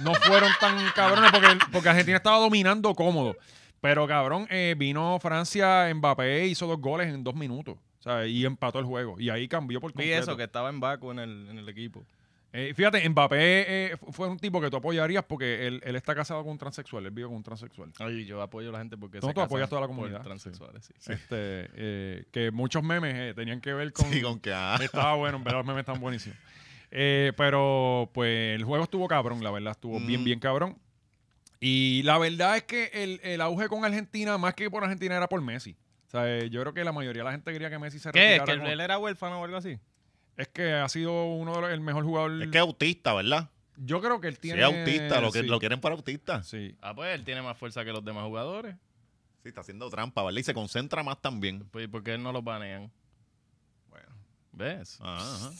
Speaker 1: no fueron tan cabrones porque, porque Argentina estaba dominando cómodo. Pero cabrón, eh, vino Francia, Mbappé hizo dos goles en dos minutos. ¿sabes? Y empató el juego. Y ahí cambió por
Speaker 3: Vi
Speaker 1: completo.
Speaker 3: eso, que estaba en Baco en el, en el equipo.
Speaker 1: Eh, fíjate, Mbappé eh, fu- fue un tipo que tú apoyarías porque él, él está casado con un transexual. Él vive con un transexual.
Speaker 3: Ay, yo apoyo a la gente porque
Speaker 1: No,
Speaker 3: se
Speaker 1: tú apoyas
Speaker 3: casan
Speaker 1: toda la
Speaker 3: por
Speaker 1: comunidad.
Speaker 3: transexuales, sí.
Speaker 1: Este, eh, que muchos memes eh, tenían que ver con,
Speaker 2: Sí, con que, ah,
Speaker 1: Estaba bueno, en verdad los memes están buenísimos. Eh, pero pues el juego estuvo cabrón, la verdad, estuvo bien,
Speaker 2: Mm.
Speaker 1: bien cabrón. Y la verdad es que el, el auge con Argentina, más que por Argentina, era por Messi. O sea, eh, yo creo que la mayoría de la gente quería que Messi se
Speaker 3: ¿Qué?
Speaker 1: retirara.
Speaker 3: ¿Que él,
Speaker 1: con-
Speaker 3: él era huérfano o algo así?
Speaker 1: Es que ha sido uno de los, el mejor jugador.
Speaker 2: es que es autista, ¿verdad?
Speaker 1: Yo creo que él
Speaker 2: Sí,
Speaker 1: tiene.
Speaker 2: es autista, lo, que,
Speaker 1: sí,
Speaker 2: lo quieren para autista. Sí,
Speaker 1: sí. Este
Speaker 3: Ah, pues él tiene más fuerza que los demás jugadores.
Speaker 2: está haciendo trampa, ¿verdad? Y se concentra más también.
Speaker 3: Pues, ¿y ¿por qué él no los banean? Bueno. ¿Ves?
Speaker 2: Ajá, ajá.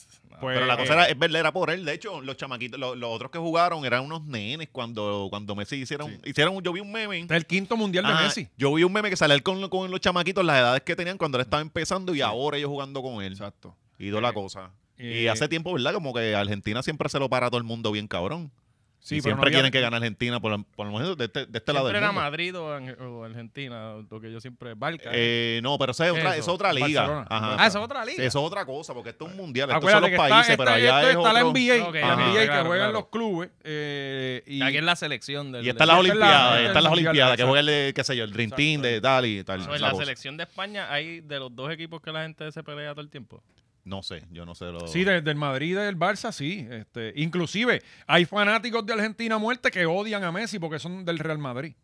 Speaker 1: Pues,
Speaker 2: Pero la
Speaker 1: eh,
Speaker 2: cosa era, es verdad, era por él. De hecho, los chamaquitos, los, los otros que jugaron eran unos nenes cuando, cuando Messi hicieron, hicieron, yo vi un meme.
Speaker 1: Este es el quinto mundial de
Speaker 2: Ajá,
Speaker 1: Messi.
Speaker 2: Yo vi un meme que salía él con, con los chamaquitos, las edades que tenían cuando él estaba empezando y ahora ellos jugando con él.
Speaker 1: Exacto.
Speaker 2: Y toda la cosa. y
Speaker 1: eh,
Speaker 2: hace tiempo, ¿verdad? Como que Argentina siempre se lo para a todo el mundo bien cabrón.
Speaker 1: Sí,
Speaker 2: Y
Speaker 1: pero no
Speaker 2: siempre
Speaker 1: había-
Speaker 2: quieren que gane Argentina, por, por lo menos de este, de este lado del
Speaker 3: Siempre era
Speaker 2: mundo.
Speaker 3: Madrid o, Ang- o Argentina, lo que yo siempre... Barca.
Speaker 2: Eh, no, pero esa es otra,
Speaker 3: Eso,
Speaker 2: es otra liga.
Speaker 1: Barcelona.
Speaker 2: Ajá.
Speaker 1: Ah, esa es otra liga.
Speaker 2: Eso es otra cosa, porque esto es un mundial. Estos son
Speaker 1: Acuérdate
Speaker 2: los
Speaker 1: que
Speaker 2: países,
Speaker 1: está,
Speaker 2: pero
Speaker 1: está-
Speaker 2: allá
Speaker 1: esto
Speaker 2: es
Speaker 1: está la
Speaker 2: otro-
Speaker 1: NBA,
Speaker 3: Ok,
Speaker 1: la
Speaker 2: ok,
Speaker 1: NBA que
Speaker 3: claro,
Speaker 1: juegan
Speaker 3: claro.
Speaker 1: los clubes. eh, y
Speaker 3: Aquí es la selección del...
Speaker 2: Y están las
Speaker 1: Esta es la-
Speaker 2: Olimpiadas,
Speaker 1: esta es
Speaker 2: están
Speaker 1: la
Speaker 2: las
Speaker 1: mundial,
Speaker 2: Olimpiadas, que
Speaker 1: exacto.
Speaker 2: juega el, qué sé yo, el Dream Team de tal y tal.
Speaker 3: So, en
Speaker 2: esa
Speaker 3: la
Speaker 2: cosa.
Speaker 3: selección de España hay de los dos equipos que la gente se pelea todo el tiempo.
Speaker 2: No sé, yo no sé lo...
Speaker 1: Sí, de- del Madrid y del Barça, sí. Este, inclusive, hay fanáticos de Argentina a muerte que odian a Messi porque son del Real Madrid.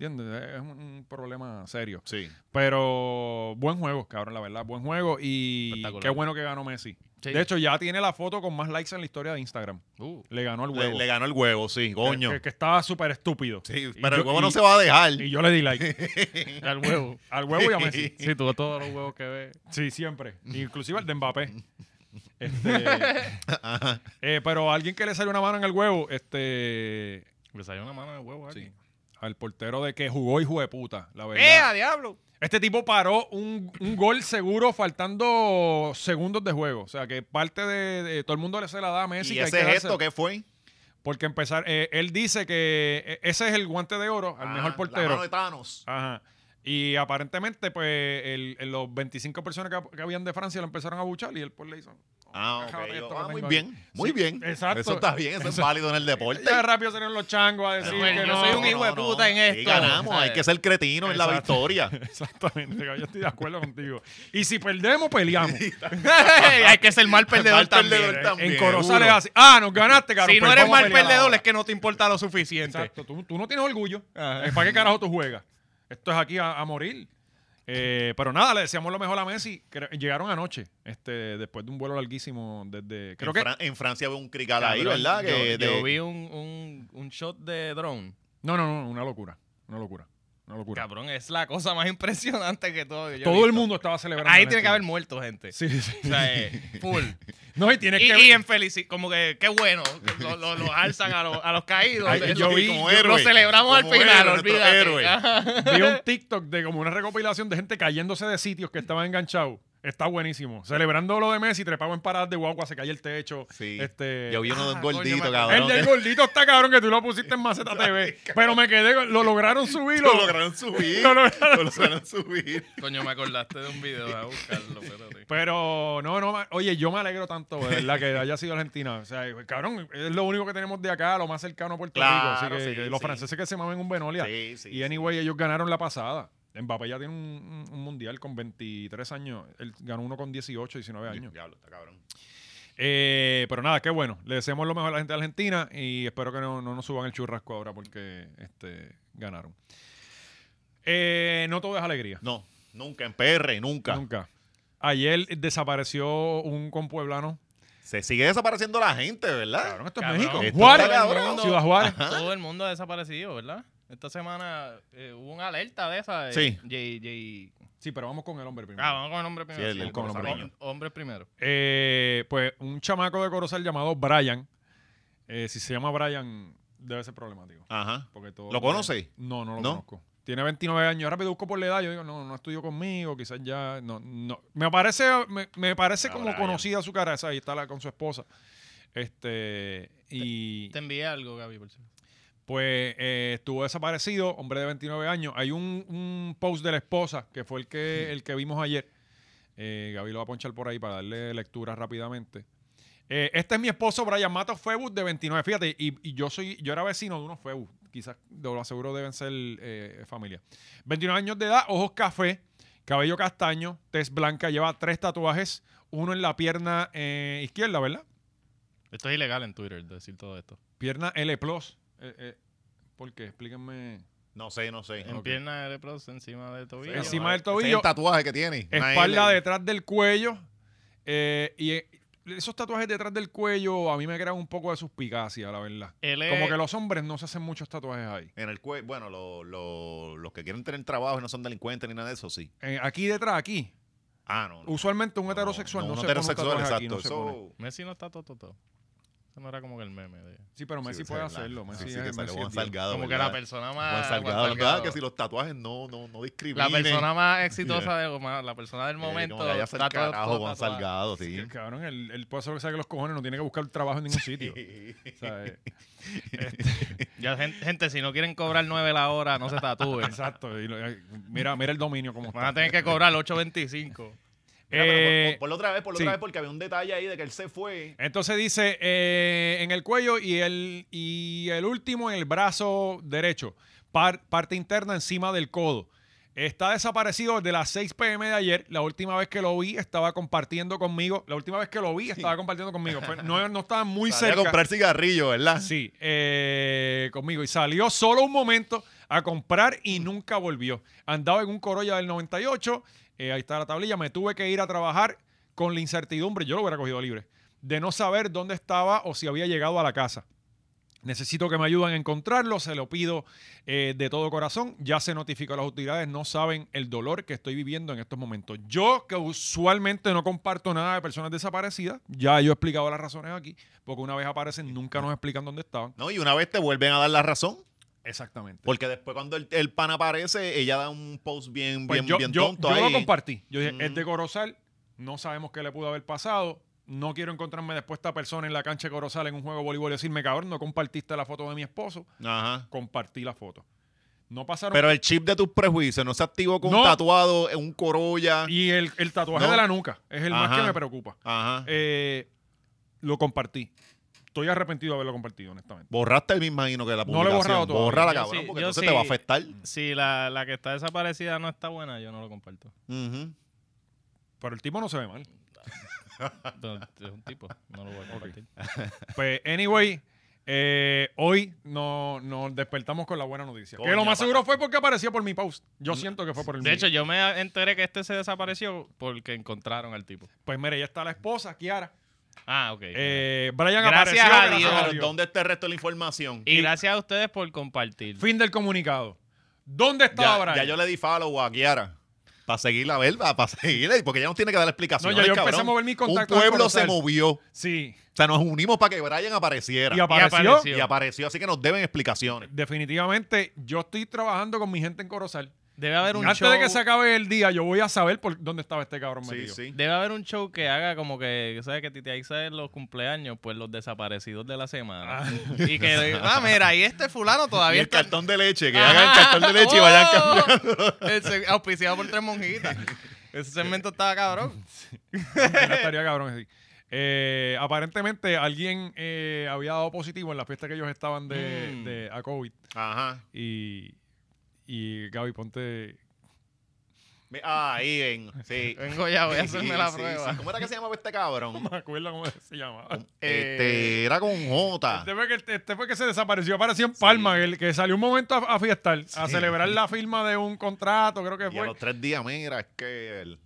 Speaker 1: ¿Entiendes? Es un, un problema serio.
Speaker 2: Sí.
Speaker 1: Pero buen juego, cabrón, la verdad. Buen juego y
Speaker 3: Espectacular.
Speaker 1: qué bueno que ganó Messi.
Speaker 3: Sí.
Speaker 1: De hecho, ya tiene la foto con más likes en la historia de Instagram.
Speaker 3: Uh,
Speaker 1: Le ganó el
Speaker 2: Le,
Speaker 1: huevo.
Speaker 2: le ganó el huevo, sí, coño.
Speaker 1: Que, que- que estaba súper estúpido.
Speaker 2: Sí,
Speaker 1: Y
Speaker 2: pero el
Speaker 1: yo-
Speaker 2: huevo no
Speaker 1: y-
Speaker 2: se va a dejar.
Speaker 1: Y yo le di like.
Speaker 3: al huevo.
Speaker 1: Al huevo y a Messi.
Speaker 3: Sí, tú todos los huevos que ves.
Speaker 1: Sí, siempre. Inclusive el de Mbappé. Este, eh, pero alguien que le salió una mano en el huevo, este
Speaker 3: Le salió una mano de huevo aquí.
Speaker 1: Sí. al portero de que jugó hijo de puta, la verdad.
Speaker 3: ¡Eh, a diablo!
Speaker 1: Este tipo paró un, un gol seguro faltando segundos de juego. O sea, que parte de, de- todo el mundo le se la da a Messi.
Speaker 2: ¿Y
Speaker 1: que hay
Speaker 2: ese
Speaker 1: que
Speaker 2: gesto
Speaker 1: dársela.
Speaker 2: qué fue?
Speaker 1: Porque empezar, eh, él dice que eh, ese es el guante de oro al
Speaker 2: Ah,
Speaker 1: mejor
Speaker 2: La
Speaker 1: portero.
Speaker 2: mano de Thanos.
Speaker 1: Ajá. Y aparentemente, pues, el- el- los 25 personas que, que habían de Francia lo empezaron a buchar y él pues le hizo.
Speaker 2: Ah, ok.
Speaker 1: Déjame esto
Speaker 2: Ah,
Speaker 1: que
Speaker 2: muy
Speaker 1: tengo
Speaker 2: bien, muy bien.
Speaker 1: exacto.
Speaker 2: Eso está bien, eso, es válido en el deporte.
Speaker 1: Ya rápido salieron los changos a decir
Speaker 3: Bueno,
Speaker 1: que
Speaker 3: yo
Speaker 1: no.
Speaker 3: soy un hijo de puta en
Speaker 2: Sí,
Speaker 3: esto.
Speaker 2: ganamos, hay que ser cretino en la
Speaker 1: Exacto.
Speaker 2: victoria.
Speaker 1: Exactamente, yo estoy de acuerdo contigo. Y si perdemos, peleamos.
Speaker 3: hay que ser mal perdedor
Speaker 2: Mal
Speaker 3: también. ¿eh?
Speaker 2: perdedor también,
Speaker 1: en Corozal es
Speaker 2: seguro.
Speaker 1: así. Ah, nos ganaste, cabrón.
Speaker 3: Si no
Speaker 1: pues
Speaker 3: eres
Speaker 1: vamos a
Speaker 3: mal
Speaker 1: pelear
Speaker 3: perdedor
Speaker 1: ahora.
Speaker 3: es que no te importa lo suficiente. Ah,
Speaker 1: Exacto, tú, tú no tienes orgullo.
Speaker 3: Ajá.
Speaker 1: Eh, ¿Para qué carajo tú juegas? Esto es aquí a, a morir. Eh, pero nada, le deseamos lo mejor a Messi. Cre- Llegaron anoche, este, después de un vuelo larguísimo desde... Creo
Speaker 2: en,
Speaker 1: que...
Speaker 2: Fran- en Francia veo un crical ahí,
Speaker 3: Cabrón,
Speaker 2: ¿verdad?
Speaker 3: yo-
Speaker 2: Que
Speaker 3: yo,
Speaker 2: de-
Speaker 3: vi un, un, un shot de drone.
Speaker 1: No, no, no, una locura. Una locura. Una locura.
Speaker 3: Cabrón, es la cosa más impresionante que todo. yo he
Speaker 1: Todo el
Speaker 3: visto.
Speaker 1: mundo estaba celebrando.
Speaker 3: Ahí
Speaker 1: a
Speaker 3: tiene
Speaker 1: Messi.
Speaker 3: que haber muerto, gente.
Speaker 1: Sí, sí.
Speaker 3: O sea, eh, full.
Speaker 1: No, y tienes
Speaker 3: y,
Speaker 1: que...
Speaker 3: y en felicidad, como que qué bueno, que lo, lo- lo alzan a, los- a los caídos. eh,
Speaker 1: Ay,
Speaker 3: Lo-
Speaker 1: yo vi-
Speaker 2: como
Speaker 1: yo-
Speaker 3: lo
Speaker 2: héroe,
Speaker 3: celebramos al
Speaker 2: como
Speaker 3: final,
Speaker 2: héroe, nuestro
Speaker 3: olvídate. Ah.
Speaker 2: héroe.
Speaker 3: Ajá.
Speaker 1: Vi un TikTok de como una recopilación de gente cayéndose de sitios que estaban enganchados. Está buenísimo. Celebrando lo de Messi, trepado en paradas de guagua, se cae el techo.
Speaker 2: Sí.
Speaker 1: Este,
Speaker 2: Yo vi uno de
Speaker 3: Ah,
Speaker 2: un
Speaker 3: coño,
Speaker 2: gordito,
Speaker 3: me-
Speaker 1: el
Speaker 2: cabrón.
Speaker 1: del
Speaker 2: que
Speaker 1: gordito está cabrón que tú lo pusiste en Maceta TV. Pero me quedé, con- lo lograron subir.
Speaker 2: Lo lograron subir.
Speaker 1: Lo
Speaker 2: Lo
Speaker 1: lograron-
Speaker 2: lograron subir.
Speaker 3: Coño, me acordaste de un video, voy a buscarlo, espérate.
Speaker 1: Pero no, no, ma- oye, yo me alegro tanto, de verdad, que haya sido Argentina. O sea, cabrón, es lo único que tenemos de acá, lo más cercano a Puerto
Speaker 2: Claro,
Speaker 1: Rico. Así que
Speaker 2: sí,
Speaker 1: los
Speaker 2: sí.
Speaker 1: franceses que se mamen un Benolia.
Speaker 2: Sí, sí,
Speaker 1: y anyway, ellos ganaron la pasada. Mbappé ya tiene un, un- un mundial con 23 años. Él ganó uno con 18, 19 años.
Speaker 2: Diablo, está cabrón.
Speaker 1: Eh, pero nada, qué bueno. Le deseamos lo mejor a la gente de Argentina y espero que no, no nos suban el churrasco ahora porque este, ganaron. Eh, no todo es alegría.
Speaker 2: No, nunca en PR, nunca.
Speaker 1: Nunca. Ayer desapareció un compueblano.
Speaker 2: Se sigue desapareciendo la gente, ¿verdad?
Speaker 1: Cabrón, esto es
Speaker 3: Cabrón.
Speaker 1: México.
Speaker 2: Esto
Speaker 1: Juárez,
Speaker 2: está cabrón.
Speaker 1: Ciudad Juárez.
Speaker 3: Todo el mundo ha desaparecido, ¿verdad? Esta semana eh, hubo una alerta de esa. de
Speaker 2: Sí.
Speaker 3: J- J-
Speaker 1: Sí, pero vamos con el hombre primero.
Speaker 3: Ah, vamos con el hombre primero.
Speaker 2: Sí, el- el
Speaker 1: con el hombre
Speaker 3: Hom- hombre primero.
Speaker 1: Eh, pues un chamaco de Corozal llamado Brian. Eh, si se llama Brian, debe ser problemático.
Speaker 2: Ajá.
Speaker 1: Porque todo
Speaker 2: ¿Lo conoce?
Speaker 1: No, no lo
Speaker 2: ¿No?
Speaker 1: conozco. Tiene 29 años. Yo rápido busco por la edad. Yo digo, no, no estudió conmigo. Quizás ya. No, no. Me parece, me, me parece
Speaker 2: Ah,
Speaker 1: como
Speaker 2: Brian.
Speaker 1: conocida su cara. Esa ahí está la, con su esposa. Este. Y
Speaker 3: Te envié algo, Gaby, por cierto.
Speaker 1: pues eh, estuvo desaparecido, hombre de 29 años. Hay un, un post de la esposa, que fue el que, el que vimos ayer. Eh, Gaby lo va a ponchar por ahí para darle lectura rápidamente. Eh, este es mi esposo, Brian Matos Febus, de 29. Fíjate, y, y yo soy, yo era vecino de unos Febus. Quizás, de lo aseguro, deben ser eh, familia. 29 años de edad, ojos café, cabello castaño, tez blanca, lleva tres tatuajes, uno en la pierna eh, izquierda, ¿verdad?
Speaker 3: Esto es ilegal en Twitter decir todo esto.
Speaker 1: Pierna L+. Plus. Eh, eh, ¿Por qué? Explíquenme.
Speaker 2: No sé, no sé.
Speaker 3: En
Speaker 1: Ok.
Speaker 3: pierna de pros encima del tobillo.
Speaker 1: Encima
Speaker 2: Ese
Speaker 1: del
Speaker 2: es
Speaker 1: tobillo.
Speaker 2: el tatuaje que tiene. Una
Speaker 1: espalda
Speaker 2: L.
Speaker 1: detrás del cuello. eh, y eh, esos tatuajes detrás del cuello a mí me crean un poco de suspicacia, la verdad.
Speaker 3: Él
Speaker 2: Eh.
Speaker 3: es-
Speaker 1: Como que los hombres no se hacen muchos tatuajes ahí.
Speaker 2: En el cuello. Bueno, lo- lo- los que quieren tener trabajo y no son delincuentes ni nada de eso, sí.
Speaker 1: Eh, aquí detrás, aquí.
Speaker 2: Ah, no. no.
Speaker 1: Usualmente un heterosexual no,
Speaker 2: un
Speaker 1: se
Speaker 2: heterosexual,
Speaker 1: pone un tatuaje aquí,
Speaker 2: exacto.
Speaker 1: no se
Speaker 2: eso-
Speaker 1: pone.
Speaker 3: Messi no está todo, todo. Eso no era como que el meme de.
Speaker 1: Sí, pero Messi
Speaker 2: sí,
Speaker 1: puede
Speaker 2: esa es la-
Speaker 1: hacerlo.
Speaker 2: sí,
Speaker 1: Messi
Speaker 2: sí,
Speaker 1: es-
Speaker 2: que salió
Speaker 1: Messi
Speaker 2: Juan
Speaker 1: es Dios.
Speaker 2: Salgado.
Speaker 3: Como que
Speaker 2: ¿verdad?
Speaker 3: la persona más.
Speaker 2: Juan Salgado,
Speaker 3: Juan
Speaker 2: la verdad
Speaker 3: Salgado.
Speaker 2: que si los tatuajes no, no, no
Speaker 3: La
Speaker 2: discriminan.
Speaker 3: persona más exitosa de, o más- la persona del
Speaker 2: Eh,
Speaker 3: momento.
Speaker 2: como que vaya a ser
Speaker 3: está todo-
Speaker 2: carajo,
Speaker 3: todo
Speaker 2: Juan
Speaker 3: tatuado.
Speaker 2: Salgado, sí.
Speaker 1: Que, Cabrón, él, él puede hacer lo que saque los cojones, no tiene que buscar trabajo en ningún sitio. eh, ¿sabes?
Speaker 3: Ya, gen- gente, si no quieren cobrar 9 la hora, no se tatúen.
Speaker 1: Exacto. y lo- eh, mira, mira el dominio como
Speaker 3: Van a tener que cobrar 8.25.
Speaker 2: Mira, pero
Speaker 1: Eh,
Speaker 2: pon- ponlo otra vez, por otra
Speaker 1: sí.
Speaker 2: vez, porque había un detalle ahí de que él se fue.
Speaker 1: Entonces dice eh, en el cuello y el, y el último en el brazo derecho, par- parte interna encima del codo. Está desaparecido desde las 6 pm de ayer. La última vez que lo vi estaba compartiendo conmigo. La última vez que lo vi estaba compartiendo conmigo. Fue- no, no estaba muy
Speaker 2: Salía a
Speaker 1: cerca.
Speaker 2: comprar cigarrillos, ¿verdad?
Speaker 1: Sí, eh, conmigo. Y salió solo un momento a comprar y nunca volvió. Andaba en un Corolla del 98. eh, ahí está la tablilla. Me tuve que ir a trabajar con la incertidumbre. Yo lo hubiera cogido libre. De no saber dónde estaba o si había llegado a la casa. Necesito que me ayuden a encontrarlo, se lo pido eh, de todo corazón. Ya se notificó a las autoridades, no saben el dolor que estoy viviendo en estos momentos. Yo, que usualmente no comparto nada de personas desaparecidas, ya yo he explicado las razones aquí, porque una vez aparecen nunca nos explican dónde estaban.
Speaker 2: No, y una vez te vuelven a dar la razón,
Speaker 1: Exactamente.
Speaker 2: porque después cuando el, el pan aparece, ella da un post bien,
Speaker 1: Pues
Speaker 2: bien,
Speaker 1: yo,
Speaker 2: bien
Speaker 1: yo-
Speaker 2: tonto
Speaker 1: yo
Speaker 2: ahí.
Speaker 1: lo compartí. Yo dije,
Speaker 2: Ujú.
Speaker 1: es de Corozal, no sabemos qué le pudo haber pasado. No quiero encontrarme después esta persona en la cancha de Corozal en un juego de voleibol y decirme, cabrón, no compartiste la foto de mi esposo.
Speaker 2: Ajá.
Speaker 1: Compartí la foto. No pasaron
Speaker 2: Pero el chip de tus prejuicios no se activó con
Speaker 1: No.
Speaker 2: un tatuado, en un corolla.
Speaker 1: Y el, el tatuaje
Speaker 2: No.
Speaker 1: de la nuca es el más que
Speaker 2: Ajá.
Speaker 1: me preocupa.
Speaker 2: Ajá.
Speaker 1: Eh, lo compartí. Estoy arrepentido de haberlo compartido, honestamente.
Speaker 2: Borraste el mismo imagino que
Speaker 1: No lo
Speaker 2: la
Speaker 1: he
Speaker 2: publicación.
Speaker 1: borrado todavía.
Speaker 2: Bórrala,
Speaker 3: Yo
Speaker 2: cabrón,
Speaker 3: sí-
Speaker 2: porque
Speaker 3: yo
Speaker 2: entonces
Speaker 3: sí.
Speaker 2: te va a afectar.
Speaker 3: Si la, la que está desaparecida no está buena, yo no lo comparto.
Speaker 2: Ujú.
Speaker 1: Pero el tipo no se ve mal.
Speaker 3: No, Es un tipo, no lo voy a compartir.
Speaker 1: Pues, anyway, eh, hoy no, nos despertamos con la buena noticia. que
Speaker 2: Coño,
Speaker 1: lo más
Speaker 2: pa-
Speaker 1: seguro fue porque apareció por mi post. Yo siento que fue por el
Speaker 3: De
Speaker 1: mío.
Speaker 3: hecho, yo me enteré que este se desapareció porque encontraron al tipo.
Speaker 1: Pues mire, ya está la esposa, Kiara.
Speaker 3: Ah, ok.
Speaker 1: Eh, Brian apareció.
Speaker 3: Gracias a
Speaker 1: gracias
Speaker 3: Dios.
Speaker 1: a
Speaker 2: Pero, ¿Dónde está el resto de la información?
Speaker 3: y gracias a ustedes por compartir.
Speaker 1: Fin del comunicado. ¿Dónde estaba
Speaker 2: Ya,
Speaker 1: Brian?
Speaker 2: ya yo le di follow a Kiara. Para seguirla, ¿verdad? Para seguirla. y Porque ya nos tiene que dar explicaciones,
Speaker 1: No, ya yo
Speaker 2: cabrón.
Speaker 1: empecé a mover mis contactos
Speaker 2: Un
Speaker 1: al
Speaker 2: pueblo se
Speaker 1: Corozal.
Speaker 2: movió. O
Speaker 1: Sí.
Speaker 2: sea, nos unimos para que Brian apareciera.
Speaker 1: Y apareció.
Speaker 3: apareció.
Speaker 2: Y apareció, así que nos deben explicaciones.
Speaker 1: Definitivamente, yo estoy trabajando con mi gente en Corozal.
Speaker 3: Debe haber un
Speaker 1: Antes
Speaker 3: show.
Speaker 1: de que se acabe el día, yo voy a saber por dónde estaba este cabrón metido.
Speaker 3: Debe haber un show que haga como que, ¿sabes? Que Titi Aiza en los cumpleaños, pues los desaparecidos de la semana.
Speaker 1: Ah.
Speaker 3: Y que, ah, mira, y este fulano
Speaker 2: Y
Speaker 3: todavía
Speaker 2: el
Speaker 3: está...
Speaker 2: cartón de leche, que
Speaker 3: Ajá.
Speaker 2: hagan cartón de leche y vayan
Speaker 3: ¡Oh!
Speaker 2: cambiando.
Speaker 3: Ese- Auspiciado por tres monjitas. Ese segmento estaba cabrón.
Speaker 1: Mira, estaría cabrón así. Eh, aparentemente alguien eh, había dado positivo en la fiesta que ellos estaban de,
Speaker 3: Mm.
Speaker 1: de- a COVID
Speaker 2: Ajá.
Speaker 1: y, y Gaby Ponte
Speaker 2: Mi- ah, Ahí ven. Sí.
Speaker 3: Vengo ya, voy a hacerme la
Speaker 2: Sí, sí,
Speaker 3: prueba.
Speaker 2: sí. ¿Cómo era que se llamaba este cabrón?
Speaker 1: no me acuerdo cómo se llamaba.
Speaker 2: Este, era con J.
Speaker 1: Eh, Este fue, que, este fue que se desapareció, apareció en Palma, el que salió un momento a, a fiestar, a celebrar la firma de un contrato, creo que
Speaker 2: Y a
Speaker 1: fue.
Speaker 2: los tres días, mira, es que el.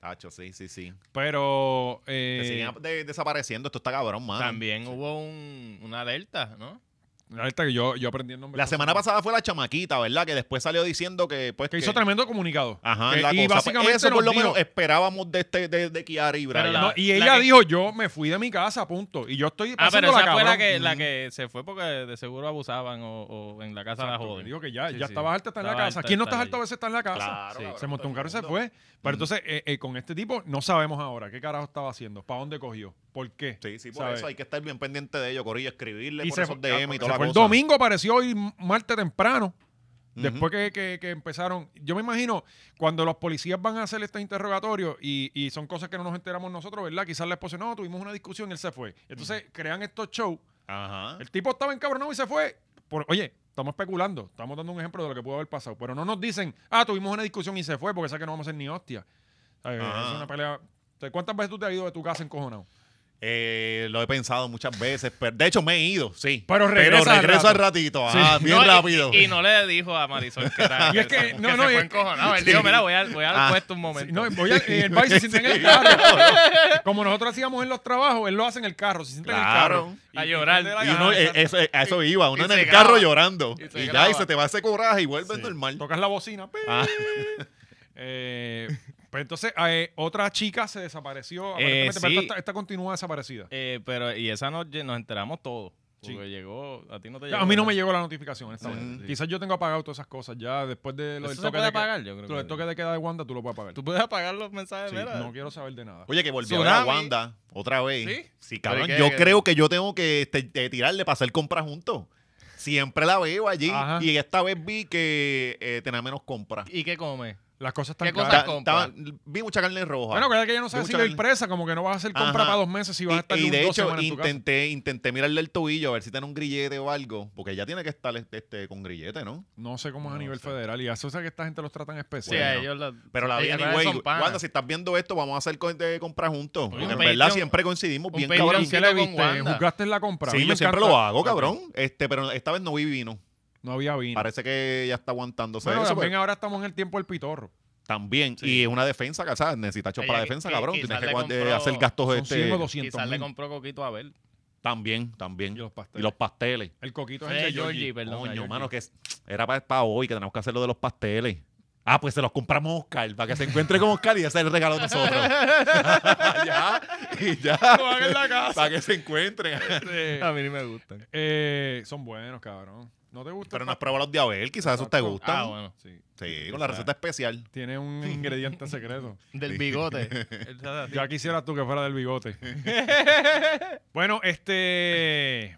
Speaker 2: Tacho, sí, sí, sí.
Speaker 1: Pero
Speaker 2: Que
Speaker 1: eh,
Speaker 2: siguen de- desapareciendo, esto está cabrón, mano.
Speaker 3: También hubo un, una alerta, ¿no?
Speaker 1: la neta que yo, yo aprendí el nombre.
Speaker 2: La semana pasada fue la chamaquita, ¿verdad? Que después salió diciendo que, pues.
Speaker 1: que hizo tremendo comunicado.
Speaker 2: Ajá,
Speaker 1: Que-
Speaker 2: la
Speaker 1: y
Speaker 2: cosa. pues,
Speaker 1: básicamente
Speaker 2: Eso por
Speaker 1: nos
Speaker 2: lo
Speaker 1: dijo-
Speaker 2: menos esperábamos de, este, de, de Kiara y Brian.
Speaker 3: la-
Speaker 1: No, y
Speaker 3: la
Speaker 1: ella
Speaker 3: que-
Speaker 1: dijo, yo me fui de mi casa, punto. Y yo estoy
Speaker 3: Ah, pero
Speaker 1: pasando
Speaker 3: esa
Speaker 1: la
Speaker 3: fue la
Speaker 1: cabrón.
Speaker 3: que, la
Speaker 2: Ujú.
Speaker 3: que se fue porque de seguro abusaban o, o en la casa la
Speaker 1: Exacto,
Speaker 3: joden.
Speaker 1: Dijo que ya,
Speaker 3: Sí,
Speaker 1: ya
Speaker 3: sí.
Speaker 1: estabas alta, está en la
Speaker 3: Estaba
Speaker 1: casa.
Speaker 3: harta
Speaker 1: ¿Quién no
Speaker 3: de
Speaker 1: estás
Speaker 3: estar
Speaker 1: alta a
Speaker 3: ahí.
Speaker 1: veces está en la casa?
Speaker 2: Claro, cabrón,
Speaker 1: se montó
Speaker 2: todo
Speaker 1: un carro y
Speaker 2: el
Speaker 1: se
Speaker 2: mundo.
Speaker 1: fue. Pero
Speaker 2: Mm.
Speaker 1: entonces, eh, eh, con este tipo, no sabemos ahora qué carajo estaba haciendo, para dónde cogió, por qué.
Speaker 2: Sí, sí, por
Speaker 1: ¿sabes?
Speaker 2: eso hay que estar bien pendiente de ello, Corillo, escribirle
Speaker 1: Y
Speaker 2: por
Speaker 1: se
Speaker 2: esos
Speaker 1: fue-
Speaker 2: DM y
Speaker 1: se
Speaker 2: toda la
Speaker 1: fue
Speaker 2: cosa.
Speaker 1: El domingo apareció hoy m- martes temprano.
Speaker 2: Ujú.
Speaker 1: Después que, que- que empezaron, yo me imagino cuando los policías van a hacer este interrogatorio y, y son cosas que no nos enteramos nosotros, ¿verdad? Quizás la esposa, no, tuvimos una discusión y él se fue. Entonces crean estos shows
Speaker 2: Ajá.
Speaker 1: El tipo estaba encabronado y se fue. Por, oye, estamos especulando, estamos dando un ejemplo de lo que pudo haber pasado, pero no nos dicen, ah, tuvimos una discusión y se fue porque sabe que no vamos a hacer ni hostia. ¿Sabes?
Speaker 2: Ajá.
Speaker 1: Es una pelea. O sea, ¿Cuántas veces tú te has ido de tu casa encojonado?
Speaker 2: Eh, lo he pensado muchas veces. Pero, de hecho, me he ido, sí.
Speaker 1: Pero regresa al
Speaker 2: regreso
Speaker 1: rato.
Speaker 2: al ratito. Ajá,
Speaker 1: Sí.
Speaker 2: bien
Speaker 3: Ah, No, y-
Speaker 2: rápido.
Speaker 3: Y, no le dijo a Marisol que estaba.
Speaker 1: Y es que- no,
Speaker 3: Ah, se
Speaker 1: no, y-
Speaker 3: fue encojonado. Él dijo, mira, voy a, voy a
Speaker 2: Ah,
Speaker 3: puesto un momento.
Speaker 1: No, voy al- en el baile se sienten en el carro. Como nosotros hacíamos en los trabajos, él lo hace en el carro, se siente
Speaker 2: Claro.
Speaker 1: en el carro.
Speaker 3: A llorar.
Speaker 1: de la
Speaker 2: Y
Speaker 1: gana,
Speaker 2: uno, eh,
Speaker 1: exacto.
Speaker 2: eso- eh, a eso iba, uno
Speaker 3: y
Speaker 2: en
Speaker 3: se
Speaker 2: el
Speaker 3: graba.
Speaker 2: carro llorando.
Speaker 3: Y
Speaker 2: Y,
Speaker 3: se
Speaker 2: ya,
Speaker 3: graba.
Speaker 2: y se te va ese coraje y vuelve
Speaker 1: Sí.
Speaker 3: Ah.
Speaker 2: normal.
Speaker 1: Tocas la bocina. pi.
Speaker 2: Ah,
Speaker 1: Eh, Pero entonces, eh, otra chica se desapareció.
Speaker 3: Eh,
Speaker 1: aparentemente, pero
Speaker 3: sí.
Speaker 1: esta, esta continúa desaparecida.
Speaker 3: Eh, pero, y esa noche nos enteramos todos.
Speaker 1: Sí.
Speaker 3: Porque llegó, a ti no te
Speaker 1: Ya,
Speaker 3: llegó.
Speaker 1: a mí no
Speaker 3: ¿verdad?
Speaker 1: me llegó la notificación, honestamente.
Speaker 2: Sí.
Speaker 3: Sí.
Speaker 1: Quizás yo tengo apagado todas esas cosas ya después de lo del toque
Speaker 3: Eso se puede
Speaker 1: de queda.
Speaker 3: apagar, yo creo.
Speaker 1: Lo del
Speaker 3: que-
Speaker 1: toque de queda de Wanda, tú lo puedes apagar.
Speaker 3: Tú puedes apagar los mensajes,
Speaker 1: Sí,
Speaker 3: ¿verdad?
Speaker 1: no quiero saber de nada.
Speaker 2: Oye, que volvió a ver a
Speaker 3: Tsunami.
Speaker 2: Wanda otra vez.
Speaker 3: ¿Sí?
Speaker 2: Sí, cabrón.
Speaker 3: Pero ¿y qué-
Speaker 2: Yo
Speaker 3: qué-
Speaker 2: creo que yo tengo que este, eh, tirarle para hacer compras juntos. Siempre la veo allí.
Speaker 1: Ajá.
Speaker 2: Y esta vez vi que eh, tenía menos compras.
Speaker 3: ¿Y qué come?
Speaker 1: Las cosas están
Speaker 3: ¿Qué cosa?
Speaker 1: caras.
Speaker 2: Ta-
Speaker 3: compras?
Speaker 2: estaba- vi mucha carne roja.
Speaker 1: Bueno, acuérdate que ya no
Speaker 2: Yo
Speaker 1: sabes si
Speaker 2: muchas
Speaker 1: lo ir presa, como que no vas a hacer compra
Speaker 2: Ajá.
Speaker 1: para dos meses si vas a estar
Speaker 2: y, y
Speaker 1: un
Speaker 2: de
Speaker 1: dos
Speaker 2: hecho,
Speaker 1: semanas en tu casa.
Speaker 2: intenté, intenté mirarle el tobillo a ver si tiene un grillete o algo. Porque ella tiene que estar este, con grillete, ¿no?
Speaker 1: No sé cómo es a
Speaker 3: No
Speaker 1: nivel
Speaker 3: sé.
Speaker 1: federal y eso es que esta gente los tratan
Speaker 3: Sí,
Speaker 1: especial.
Speaker 3: a
Speaker 2: Bueno.
Speaker 3: ellos la-
Speaker 2: Pero la vida,
Speaker 3: ellos
Speaker 2: anyway,
Speaker 3: son panas.
Speaker 2: Wanda, si estás viendo esto, vamos a hacer co- de compras juntos. Porque en
Speaker 3: un
Speaker 2: verdad
Speaker 3: Patreon-
Speaker 2: siempre coincidimos
Speaker 3: un
Speaker 2: bien
Speaker 3: Patreon
Speaker 2: cabrón.
Speaker 1: ¿Y
Speaker 2: Sí,
Speaker 1: qué
Speaker 3: Yo
Speaker 1: le
Speaker 3: con
Speaker 1: viste?
Speaker 3: Wanda.
Speaker 1: ¿Juzgaste en la compra? A mí
Speaker 2: yo
Speaker 1: me
Speaker 2: siempre
Speaker 1: encanta-
Speaker 2: lo hago, cabrón. Este, pero esta vez no vi vino.
Speaker 1: No había vino.
Speaker 2: Parece que ya está aguantándose
Speaker 1: Bueno,
Speaker 2: eso.
Speaker 1: también
Speaker 2: pero-
Speaker 1: ahora estamos en el tiempo del pitorro.
Speaker 2: También.
Speaker 3: Sí.
Speaker 2: Y es una defensa, ca- ¿sabes? Necesitas chopar la
Speaker 3: Ella-
Speaker 2: defensa,
Speaker 3: que-
Speaker 2: cabrón.
Speaker 3: quizás
Speaker 2: Tienes que
Speaker 3: le
Speaker 2: guard- eh,
Speaker 3: compró-
Speaker 2: hacer gastos
Speaker 1: Son 100 o
Speaker 2: este.
Speaker 1: 200
Speaker 3: Quizás le
Speaker 1: mil.
Speaker 3: compró coquito a ver.
Speaker 2: También, también.
Speaker 1: Y los pasteles.
Speaker 2: Y los pasteles.
Speaker 1: El coquito es
Speaker 3: Fue
Speaker 1: el de
Speaker 3: de Georgie,
Speaker 1: Georgie.
Speaker 3: perdón. a
Speaker 2: Coño,
Speaker 3: Georgie.
Speaker 2: mano, que es- era para, hoy, que tenemos que hacer lo de los pasteles. Ah, pues se los compramos a Oscar, para que se encuentre con Oscar y ese es el regalo de nosotros. ya, y ya. Para que se encuentren.
Speaker 1: Este,
Speaker 3: A mí ni me gustan.
Speaker 1: eh, son buenos, cabrón. ¿No te gusta?
Speaker 2: Pero no has probado los de Abel, quizás esos te
Speaker 1: Exacto.
Speaker 2: gustan.
Speaker 3: Ah, bueno.
Speaker 1: Sí.
Speaker 2: Sí, con la receta especial.
Speaker 1: Tiene un ingrediente secreto.
Speaker 3: Del bigote. Él se hace así.
Speaker 1: Ya quisieras tú que fuera del bigote. bueno, este.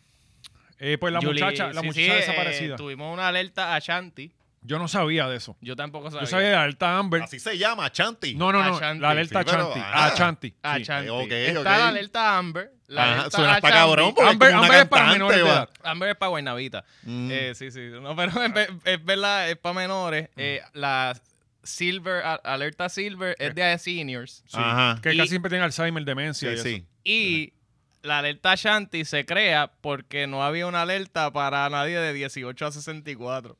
Speaker 1: eh, pues la
Speaker 3: Julie-
Speaker 1: muchacha, la
Speaker 3: sí,
Speaker 1: muchacha
Speaker 3: sí, eh,
Speaker 1: desaparecida.
Speaker 3: tuvimos una alerta a Shanti.
Speaker 1: Yo no sabía de eso.
Speaker 3: Yo tampoco sabía.
Speaker 1: Yo sabía de Alta Amber.
Speaker 2: Así se llama, Chanti.
Speaker 1: Pues, No, no, no.
Speaker 3: Ashanti.
Speaker 1: La alerta
Speaker 2: Ah, Sí, pero-
Speaker 1: Chanti.
Speaker 2: ah.
Speaker 1: Chanti.
Speaker 3: A Shanti.
Speaker 2: ok,
Speaker 3: Está
Speaker 2: ok.
Speaker 3: la alerta Amber. La
Speaker 2: Ajá,
Speaker 3: alerta
Speaker 2: suena
Speaker 3: a
Speaker 2: hasta
Speaker 3: Shanti. Ah,
Speaker 2: cabrón, pues. porque
Speaker 1: Amber,
Speaker 2: es como una
Speaker 1: Amber es para
Speaker 2: cantante,
Speaker 1: menores de
Speaker 2: va.
Speaker 1: edad.
Speaker 3: Amber es para Guaynavita.
Speaker 2: Mm.
Speaker 3: Eh, sí, sí. No, pero es, ver- es verdad, es para menores. Eh, la Silver, a- alerta Silver es de seniors.
Speaker 1: Sí,
Speaker 2: Ajá.
Speaker 1: Que
Speaker 3: Y-
Speaker 1: casi siempre tiene Alzheimer, demencia.
Speaker 2: Sí,
Speaker 1: y eso.
Speaker 2: sí.
Speaker 3: Y la alerta Shanti se crea porque no había una alerta para nadie de 18 a 64.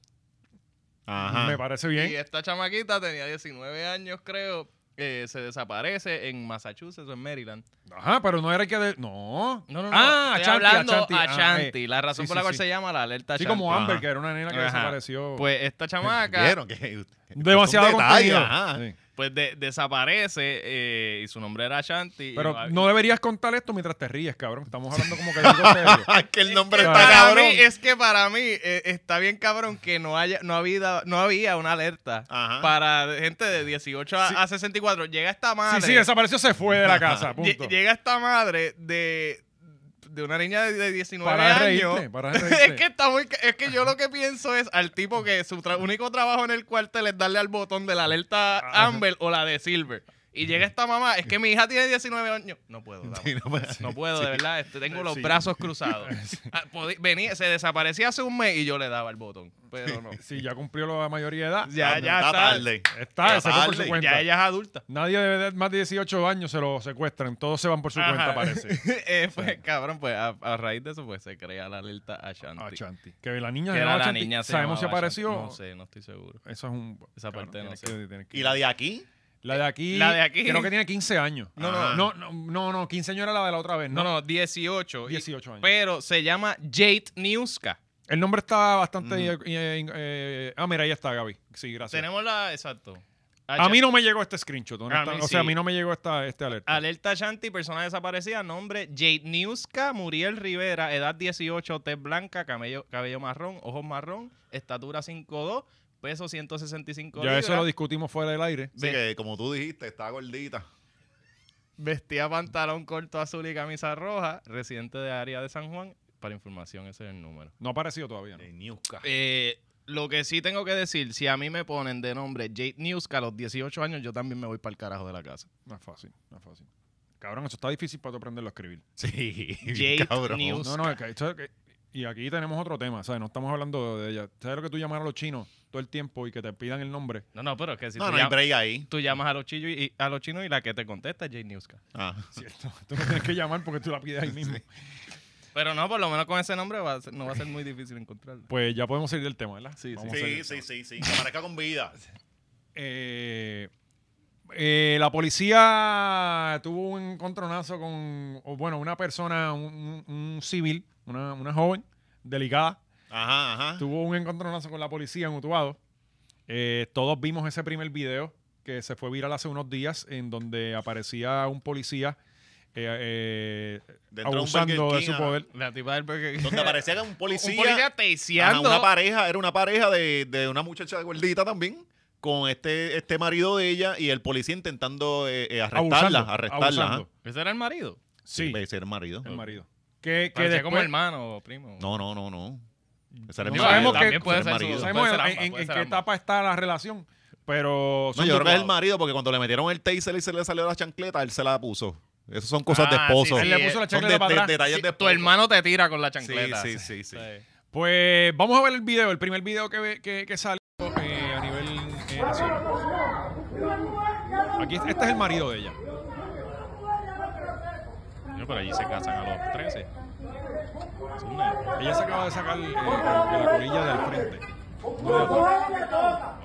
Speaker 1: Me
Speaker 2: Ajá. eh.
Speaker 1: parece
Speaker 3: Y
Speaker 1: bien.
Speaker 3: esta chamaquita tenía 19 años, creo. eh, se desaparece en Massachusetts o en Maryland.
Speaker 1: Ajá, pero no era que. de- No.
Speaker 3: No, no, no.
Speaker 1: Ah,
Speaker 3: estoy
Speaker 1: Chanti,
Speaker 3: hablando
Speaker 1: Chanti.
Speaker 3: a
Speaker 1: Ah,
Speaker 3: Chanti.
Speaker 1: eh.
Speaker 3: la razón
Speaker 1: sí,
Speaker 3: por la
Speaker 1: sí,
Speaker 3: cual
Speaker 1: sí.
Speaker 3: se llama la alerta
Speaker 1: Sí,
Speaker 3: Chanti.
Speaker 1: como Amber,
Speaker 2: Ajá.
Speaker 1: que era una nena que
Speaker 3: Ajá.
Speaker 1: desapareció.
Speaker 3: Pues esta chamaca
Speaker 2: Vieron que.
Speaker 1: Demasiado
Speaker 2: es un detalle,
Speaker 1: contenido.
Speaker 2: pues, ajá.
Speaker 1: Sí.
Speaker 3: pues de- desaparece eh, y su nombre era Shanti. y
Speaker 1: Pero
Speaker 3: había-
Speaker 1: no deberías contar esto mientras te ríes, cabrón. Estamos hablando como que de algo serio.
Speaker 2: Ay, que el nombre
Speaker 1: Es que
Speaker 2: está
Speaker 3: para
Speaker 2: cabrón.
Speaker 3: mí, es que para mí eh, está bien cabrón que no haya no había, no había una alerta
Speaker 2: Ajá.
Speaker 3: para gente de 18 a, a 64. Llega esta
Speaker 1: Sí,
Speaker 3: madre.
Speaker 1: sí, desapareció, se fue de la casa.
Speaker 3: lle-
Speaker 1: Punto.
Speaker 3: Llega esta madre de, de una niña de, de 19
Speaker 1: Para de
Speaker 3: años.
Speaker 1: reírte, para de
Speaker 3: es
Speaker 1: reírte.
Speaker 3: que está muy ca- es que yo lo que pienso es al tipo que su tra- único trabajo en el cuartel es darle al botón de la alerta
Speaker 1: Ajá.
Speaker 3: Amber o la de Silver. Y llega esta mamá, es que mi hija tiene 19 años. No puedo, dama.
Speaker 2: Sí, no puede-
Speaker 3: No puedo, de verdad. este, tengo los
Speaker 1: Sí.
Speaker 3: brazos cruzados. Ah, podí- venía, se desaparecía hace un mes y yo le daba el botón. Pero no.
Speaker 1: Sí, ya cumplió la mayoría de edad.
Speaker 3: Ya, ya
Speaker 2: Está
Speaker 3: está.
Speaker 2: tarde.
Speaker 1: Está,
Speaker 2: Ya
Speaker 1: se fue por su
Speaker 2: tarde.
Speaker 1: cuenta.
Speaker 3: Ya ella es adulta.
Speaker 1: Nadie de edad más de 18 años se lo secuestran. Todos se van por su cuenta,
Speaker 3: Ajá.
Speaker 1: parece.
Speaker 3: Eh, pues, cabrón, pues a, a raíz de eso pues se crea la alerta a Shanti.
Speaker 1: Ah, Chanti. Que la niña
Speaker 3: Que
Speaker 1: se
Speaker 3: era
Speaker 1: llamaba
Speaker 3: la
Speaker 1: Chanti.
Speaker 3: niña se
Speaker 1: Sabemos si
Speaker 3: llamaba
Speaker 1: apareció.
Speaker 3: Shanti. No sé, no estoy seguro.
Speaker 1: Eso es un.
Speaker 3: Esa parte no
Speaker 1: tienes
Speaker 3: sé.
Speaker 1: que- tienes que-
Speaker 2: ¿Y la de aquí?
Speaker 1: La de aquí.
Speaker 3: La de aquí.
Speaker 1: Creo que tiene 15 años.
Speaker 2: No, no.
Speaker 1: Ah. no. No, no, no, 15 años era la de la otra vez.
Speaker 3: No,
Speaker 1: No,
Speaker 3: no, 18. y-
Speaker 1: 18 años.
Speaker 3: Pero se llama Jade Niuska.
Speaker 1: El nombre está bastante.
Speaker 2: Mm.
Speaker 1: eh, eh, ah, mira, ahí está, Gaby. Sí, gracias.
Speaker 3: Tenemos la. Exacto.
Speaker 1: A mí no me llegó este screenshot. honesta-
Speaker 3: mí
Speaker 1: O sea, a
Speaker 3: sí.
Speaker 1: mí no me llegó esta, este alerta.
Speaker 3: Alerta Shanti, persona desaparecida, nombre Jade Niuska, Muriel Rivera, edad 18, tez blanca, cabello, cabello marrón, ojos marrón, estatura 5'2, peso 165
Speaker 1: ya
Speaker 3: libras,
Speaker 1: eso lo discutimos fuera del aire.
Speaker 2: Sí,
Speaker 3: Ve-
Speaker 2: que como tú dijiste, está gordita.
Speaker 3: vestía pantalón corto azul y camisa roja, residente de área de San Juan. Para información, ese es el número.
Speaker 1: No ha aparecido todavía. ¿no?
Speaker 2: De Niuska.
Speaker 3: Eh, lo que sí tengo que decir, si a mí me ponen de nombre Jade Niuska a los 18 años, yo también me voy para el carajo de la casa.
Speaker 1: No es fácil, no es fácil. Cabrón, eso está difícil para tú aprenderlo a escribir.
Speaker 2: Sí,
Speaker 3: Jade
Speaker 2: cabrón.
Speaker 3: News.
Speaker 1: No, no, es que esto es que- y aquí tenemos otro tema, ¿sabes? No estamos hablando de ella. ¿Sabes lo que tú llamas a los chinos todo el tiempo y que te pidan el nombre?
Speaker 3: No, no, pero es que si
Speaker 2: No,
Speaker 3: tú,
Speaker 2: no hay
Speaker 3: llam-
Speaker 2: break ahí.
Speaker 3: tú llamas a los, chillos y, a los chinos y la que te contesta es Jade Niuska.
Speaker 2: Ah.
Speaker 1: Cierto. Tú no tienes que llamar porque tú la pides ahí mismo.
Speaker 3: Pero no, por lo menos con ese nombre va a ser- no va a ser muy difícil encontrarlo.
Speaker 1: Pues ya podemos salir del tema, ¿verdad?
Speaker 3: Sí, sí.
Speaker 1: Vamos a salir
Speaker 2: Sí,
Speaker 1: del
Speaker 2: sí,
Speaker 1: tema.
Speaker 2: sí, sí. Que aparezca con vida.
Speaker 1: Eh, eh, la policía tuvo un encontronazo con, o bueno, una persona, un, un- un civil, una, una joven delicada,
Speaker 2: Ajá, ajá.
Speaker 1: tuvo un encontronazo con la policía en Utuado. Eh, todos vimos ese primer video que se fue viral hace unos días en donde aparecía un policía eh, eh,
Speaker 2: Dentro de un
Speaker 1: abusando
Speaker 2: Burger
Speaker 1: de
Speaker 2: King,
Speaker 1: su
Speaker 2: ajá.
Speaker 1: poder.
Speaker 3: La tipa del Burger King.
Speaker 2: Donde aparecía un policía.
Speaker 3: Un policía
Speaker 2: Ajá,
Speaker 3: teiseando.
Speaker 2: una pareja, era una pareja de, de una muchacha gordita también, con este, este marido de ella y el policía intentando eh, eh, arrestarla,
Speaker 1: Abusando,
Speaker 2: arrestarla.
Speaker 1: abusando.
Speaker 2: ajá.
Speaker 3: ¿Ese era el marido?
Speaker 1: Sí,
Speaker 2: Debe ser el marido.
Speaker 1: el marido. Que, que
Speaker 3: Parecía como
Speaker 1: después,
Speaker 3: hermano o primo.
Speaker 2: No, no, no, no. Ese era
Speaker 1: No
Speaker 2: el
Speaker 1: sabemos
Speaker 2: marido.
Speaker 1: qué-
Speaker 2: Ese era el
Speaker 3: puede ser
Speaker 2: marido.
Speaker 3: su-
Speaker 1: sabemos
Speaker 3: puede ser
Speaker 1: en-
Speaker 3: ambas,
Speaker 1: en,
Speaker 3: puede
Speaker 1: en
Speaker 3: ser
Speaker 1: qué
Speaker 3: ambas.
Speaker 1: etapa está la relación, pero...
Speaker 2: No,
Speaker 1: Pues son
Speaker 2: yo creo que es el
Speaker 1: turbados.
Speaker 2: marido porque cuando le metieron el taser y se le salió la chancleta, él se la puso. Esas son cosas de
Speaker 3: Ah,
Speaker 2: esposo.
Speaker 3: sí,
Speaker 1: Él
Speaker 3: sí,
Speaker 1: le puso la
Speaker 2: Son
Speaker 1: chancleta
Speaker 2: de-
Speaker 1: para
Speaker 2: de-
Speaker 1: atrás.
Speaker 2: detalles
Speaker 3: Sí,
Speaker 2: de
Speaker 3: tu
Speaker 2: esposo.
Speaker 3: hermano te tira con la chancleta.
Speaker 2: Sí, sí, sí. sí.
Speaker 1: Pues vamos a ver el video, el primer video que, ve- que, que sale eh, a nivel eh, nacional. Aquí este es el marido de ella.
Speaker 3: No, pero allí se casan a los 13.
Speaker 1: Ella se acaba de sacar eh, como que la colilla del frente.
Speaker 3: Bueno,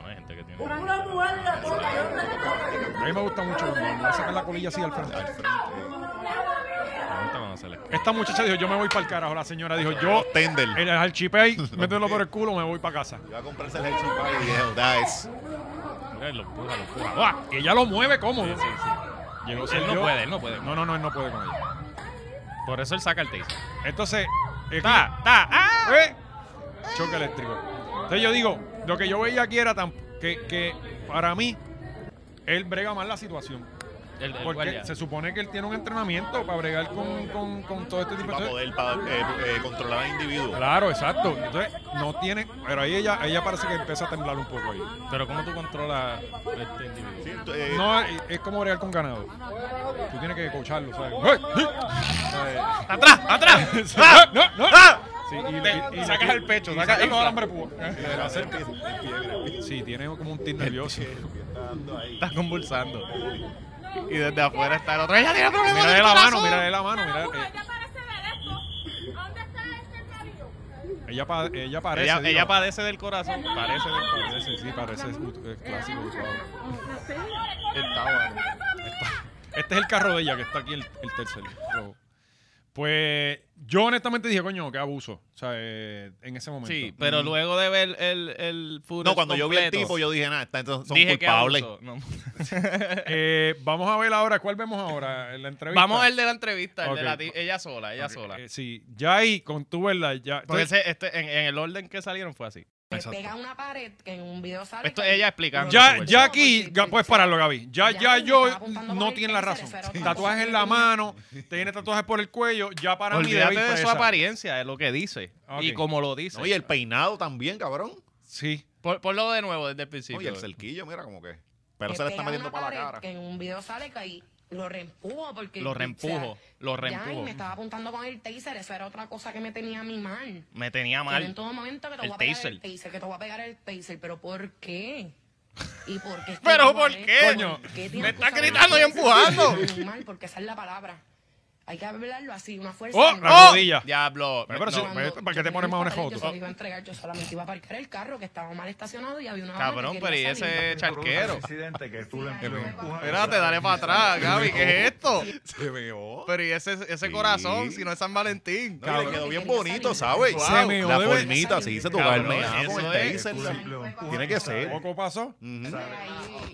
Speaker 3: hay gente que tiene.
Speaker 1: A mí me gusta mucho cuando le sacan la colilla así al frente. Esta muchacha dijo, yo me voy para el carajo. La señora dijo, yo
Speaker 2: Tender.
Speaker 1: el archipay, mételo por el culo, me voy para casa.
Speaker 2: Iba a comprarse el Hershey Pie y dijo, "Da, es-
Speaker 3: Lo empuja, lo empuja.
Speaker 1: ¡Buah! Y ella lo mueve cómodo. Llegó,
Speaker 3: Él no
Speaker 1: sirvió.
Speaker 3: puede, él no puede.
Speaker 1: No, no, no, él no puede con ella.
Speaker 3: Por eso él saca el taser.
Speaker 1: Entonces, aquí-
Speaker 3: ¡Ta! ¡Ta! ¡Ah!
Speaker 1: ¡Eh! Choque eléctrico. Entonces yo digo, lo que yo veía aquí era tan, que, que para mí, él brega más la situación.
Speaker 3: El, el
Speaker 1: Porque
Speaker 3: guardia.
Speaker 1: se supone que él tiene un entrenamiento para bregar con, con- con todo este tipo de
Speaker 2: Para
Speaker 1: cosas.
Speaker 2: poder pa- eh, eh, controlar al individuo.
Speaker 1: Claro, exacto. Entonces, no tiene. Pero ahí ella, ella parece que empieza a temblar un poco ahí.
Speaker 3: Pero ¿cómo tú controlas este individuo?
Speaker 2: Sí, tú, eh,
Speaker 1: No, es, es como bregar con ganado. Tú tienes que cocharlo, ¿sabes? ¡Eh! ¿Sabes?
Speaker 3: ¡Atrás! ¡Atrás!
Speaker 1: ¡No, no! Sí, y, y- y-
Speaker 3: Ah. Sacas el pecho,
Speaker 1: y
Speaker 3: sacas-
Speaker 1: sacas
Speaker 3: y-
Speaker 1: alambre púa.
Speaker 2: le acerca y se- el pie, el pie
Speaker 1: Sí, tiene como un tic nervioso.
Speaker 2: está dando ahí.
Speaker 3: Está convulsando. Y desde afuera está el otro. ¡Ella tiene otro
Speaker 1: Mira de la mano, mira de la mano, mira. eh,
Speaker 4: ¿Dónde está este marido?
Speaker 1: Ella, pa- ella parece.
Speaker 3: Ella,
Speaker 1: digo,
Speaker 3: ella padece del corazón. Parece del corazón.
Speaker 1: parece, sí, parece ut- eh, clásico usado.
Speaker 3: Está bueno.
Speaker 1: Este es el carro de ella, que está aquí el, el tercero. Pero, Pues yo honestamente dije, coño, qué abuso. O sea, eh, en ese momento.
Speaker 3: Sí, pero luego de ver el, el footage
Speaker 2: No, cuando yo vi el
Speaker 3: completo,
Speaker 2: tipo, yo dije, nada, esta- estos son
Speaker 3: dije que
Speaker 2: culpables.
Speaker 3: abuso. No.
Speaker 1: Eh, vamos a ver ahora, ¿cuál vemos ahora? En la entrevista.
Speaker 3: Vamos al de la entrevista, el de
Speaker 1: Ok.
Speaker 3: la ti- ella sola, ella sola.
Speaker 1: Eh, sí, ya ahí, con tu verdad, ya.
Speaker 3: Porque
Speaker 1: entonces,
Speaker 3: ese- este, en, en el orden que salieron fue así.
Speaker 5: Le pega una pared que en un video sale.
Speaker 3: Esto
Speaker 5: que-
Speaker 3: ella explicando.
Speaker 1: ya,
Speaker 3: su
Speaker 1: ya pues,
Speaker 3: versión.
Speaker 1: aquí, ga- puedes pararlo, Gaby. Ya,
Speaker 5: Ya,
Speaker 1: ya
Speaker 5: me
Speaker 1: yo
Speaker 5: estaba apuntando
Speaker 1: no
Speaker 5: con
Speaker 1: tiene
Speaker 5: el
Speaker 1: la
Speaker 5: taser,
Speaker 1: razón.
Speaker 5: eso era
Speaker 1: Tatuajes en la mano, tiene tatuajes por el cuello, ya para mí.
Speaker 3: Olvídate
Speaker 1: debe ir
Speaker 3: de su
Speaker 1: presa.
Speaker 3: apariencia, de lo que dice.
Speaker 1: Ok.
Speaker 3: Y como lo dice.
Speaker 2: No, y el peinado también, cabrón.
Speaker 1: Sí.
Speaker 3: Por- ponlo de nuevo desde el principio.
Speaker 2: Oye, el cerquillo, mira como que.
Speaker 5: le
Speaker 2: Pero se le está
Speaker 5: pega
Speaker 2: metiendo
Speaker 5: una
Speaker 2: para
Speaker 5: pared
Speaker 2: la cara.
Speaker 5: Que en un video sale que ahí lo reempujo porque.
Speaker 3: Lo
Speaker 5: o sea,
Speaker 3: reempujo, lo
Speaker 5: ya, y
Speaker 3: reempujo.
Speaker 5: me estaba apuntando con el taser, eso era otra cosa que me tenía a mí mal.
Speaker 3: Me tenía
Speaker 5: Pero
Speaker 3: mal.
Speaker 5: En todo momento que te
Speaker 3: El
Speaker 5: voy a pegar
Speaker 3: taser.
Speaker 5: el taser, que te voy a pegar el taser, pero ¿por qué? ¿Y por qué? este
Speaker 3: Pero
Speaker 5: estoy
Speaker 3: ¿por
Speaker 5: mal?
Speaker 3: qué? Coño,
Speaker 5: qué
Speaker 3: me
Speaker 5: tienes
Speaker 3: está
Speaker 5: que usar
Speaker 3: gritando y
Speaker 5: el taser?
Speaker 3: empujando.
Speaker 5: Mal, porque esa es la palabra. Hay que hablarlo así, una fuerza.
Speaker 1: ¡Oh!
Speaker 5: de-
Speaker 1: La rodilla.
Speaker 3: Diablo.
Speaker 1: Pero, pero
Speaker 3: No,
Speaker 1: sí,
Speaker 5: Cuando
Speaker 1: pero, ¿para qué
Speaker 5: yo
Speaker 1: te pones más
Speaker 5: tenía un papel, Yo se
Speaker 1: onejoto?
Speaker 5: lo iba a entregar, yo solamente iba a parquear el carro que estaba mal estacionado y había una. dama
Speaker 3: Cabrón,
Speaker 5: Ah, que
Speaker 3: pero y
Speaker 5: quería salir.
Speaker 3: ese charquero.
Speaker 6: accidente que tú le empujas.
Speaker 3: Espérate, dale para atrás, Gaby, ¿qué es esto?
Speaker 2: Se meó.
Speaker 3: Pero y ese, ese
Speaker 2: Sí.
Speaker 3: corazón, si no es San Valentín.
Speaker 2: No, y le
Speaker 5: Cabrón.
Speaker 2: quedó bien bonito, ¿sabes?
Speaker 3: Wow.
Speaker 1: Se meó
Speaker 2: La
Speaker 1: de-
Speaker 2: formita, sí, se tocó el
Speaker 3: Cabrón,
Speaker 2: meado con
Speaker 3: eso
Speaker 2: el
Speaker 3: es.
Speaker 2: taser. Tiene que ser. Mm.
Speaker 1: Poco pasó.
Speaker 2: Ujú.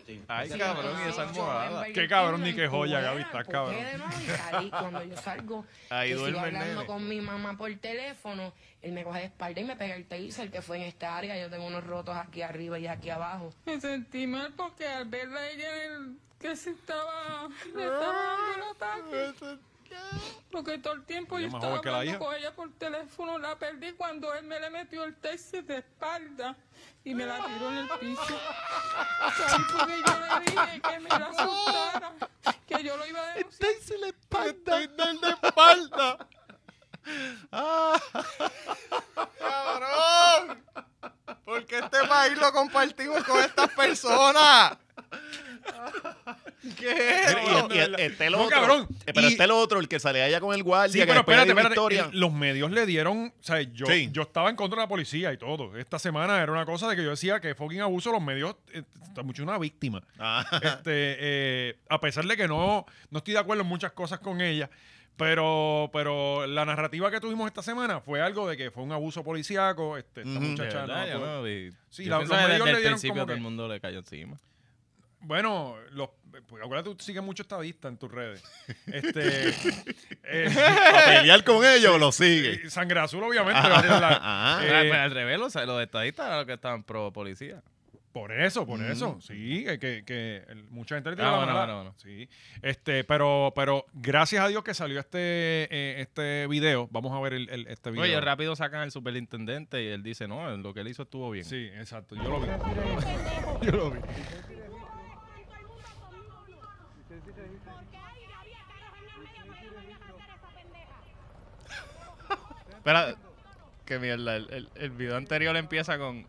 Speaker 5: Ahí-
Speaker 3: Ay,
Speaker 5: Sí,
Speaker 3: cabrón, y
Speaker 5: entonces
Speaker 3: esa
Speaker 5: yo
Speaker 3: almohada.
Speaker 5: en
Speaker 1: Qué cabrón, ni
Speaker 5: Burger King
Speaker 1: qué joya,
Speaker 5: la
Speaker 1: Gaby,
Speaker 5: empujé,
Speaker 1: estás cabrón.
Speaker 5: empujé de nuevo y salí. Cuando yo salgo,
Speaker 3: Ahí
Speaker 5: que
Speaker 3: duerme
Speaker 5: sigo
Speaker 3: el
Speaker 5: hablando
Speaker 3: nene.
Speaker 5: con mi mamá por teléfono, él me coge de espalda y me pega el taser que fue en esta área. Yo tengo unos rotos aquí arriba y aquí abajo.
Speaker 4: Me sentí mal porque al verla ella que se estaba, le estaba dando el ataque. Porque todo el tiempo
Speaker 1: Ella
Speaker 4: yo
Speaker 1: más
Speaker 4: estaba
Speaker 1: joven que la
Speaker 4: hablando
Speaker 1: hija.
Speaker 4: con ella por teléfono, la perdí cuando él me le metió el taser de espalda y me la tiró en el piso. Salí porque yo le dije que me la soltara, que yo lo iba a denunciar.
Speaker 2: Tender de espalda. Ah,
Speaker 3: ¡Cabrón! Porque este país lo compartimos con estas personas? ¿Qué es
Speaker 2: y-
Speaker 3: esto?
Speaker 2: y- y este el
Speaker 1: No,
Speaker 2: otro.
Speaker 1: cabrón.
Speaker 2: Eh, Pero
Speaker 1: Y-
Speaker 2: este el otro, el que sale allá con el
Speaker 1: Sí,
Speaker 2: guardia, que
Speaker 1: pero
Speaker 2: después
Speaker 1: espérate,
Speaker 2: de la
Speaker 1: espérate.
Speaker 2: historia.
Speaker 1: Los medios le dieron. O sea, yo,
Speaker 2: Sí.
Speaker 1: yo estaba en contra de la policía y todo. Esta semana era una cosa de que yo decía que fucking abuso, los medios. eh, Está mucho una víctima.
Speaker 2: Ah,
Speaker 1: Este, eh, a pesar de que no, no estoy de acuerdo en muchas cosas con ella. Pero, pero la narrativa que tuvimos esta semana fue algo de que fue un abuso policíaco. Este, esta
Speaker 2: Ujú.
Speaker 1: muchacha no
Speaker 3: De verdad,
Speaker 1: pudo-
Speaker 3: yo no vi.
Speaker 1: Sí,
Speaker 3: Yo
Speaker 1: la-
Speaker 3: pienso
Speaker 1: los
Speaker 3: que
Speaker 1: medios
Speaker 3: desde
Speaker 1: le
Speaker 3: el
Speaker 1: dieron
Speaker 3: principio
Speaker 1: como
Speaker 3: todo el
Speaker 1: que-
Speaker 3: mundo le cayó encima.
Speaker 1: Bueno, los, pues, acuérdate, tú sigues mucho estadista en tus redes. Este, eh,
Speaker 2: Para pelear con ellos, lo sigue.
Speaker 1: eh, Sangre Azul, obviamente. va a ser la-
Speaker 2: Ah,
Speaker 1: eh,
Speaker 3: Ah, pero al revés, los, los estadistas eran los que estaban pro policía.
Speaker 1: Por eso, por eso. Sí, que, que, que el- mucha gente le tira
Speaker 3: Ah,
Speaker 1: la
Speaker 3: bueno,
Speaker 1: mala.
Speaker 3: bueno, bueno.
Speaker 1: Sí. Este, pero, pero gracias a Dios que salió este, eh, este video. Vamos a ver el, el- este video.
Speaker 3: Oye, rápido sacan al superintendente y él dice, no, lo que él hizo estuvo bien.
Speaker 1: Sí, exacto. Yo lo vi.
Speaker 3: yo lo vi. Espera, que mierda, el, el- el video anterior empieza con...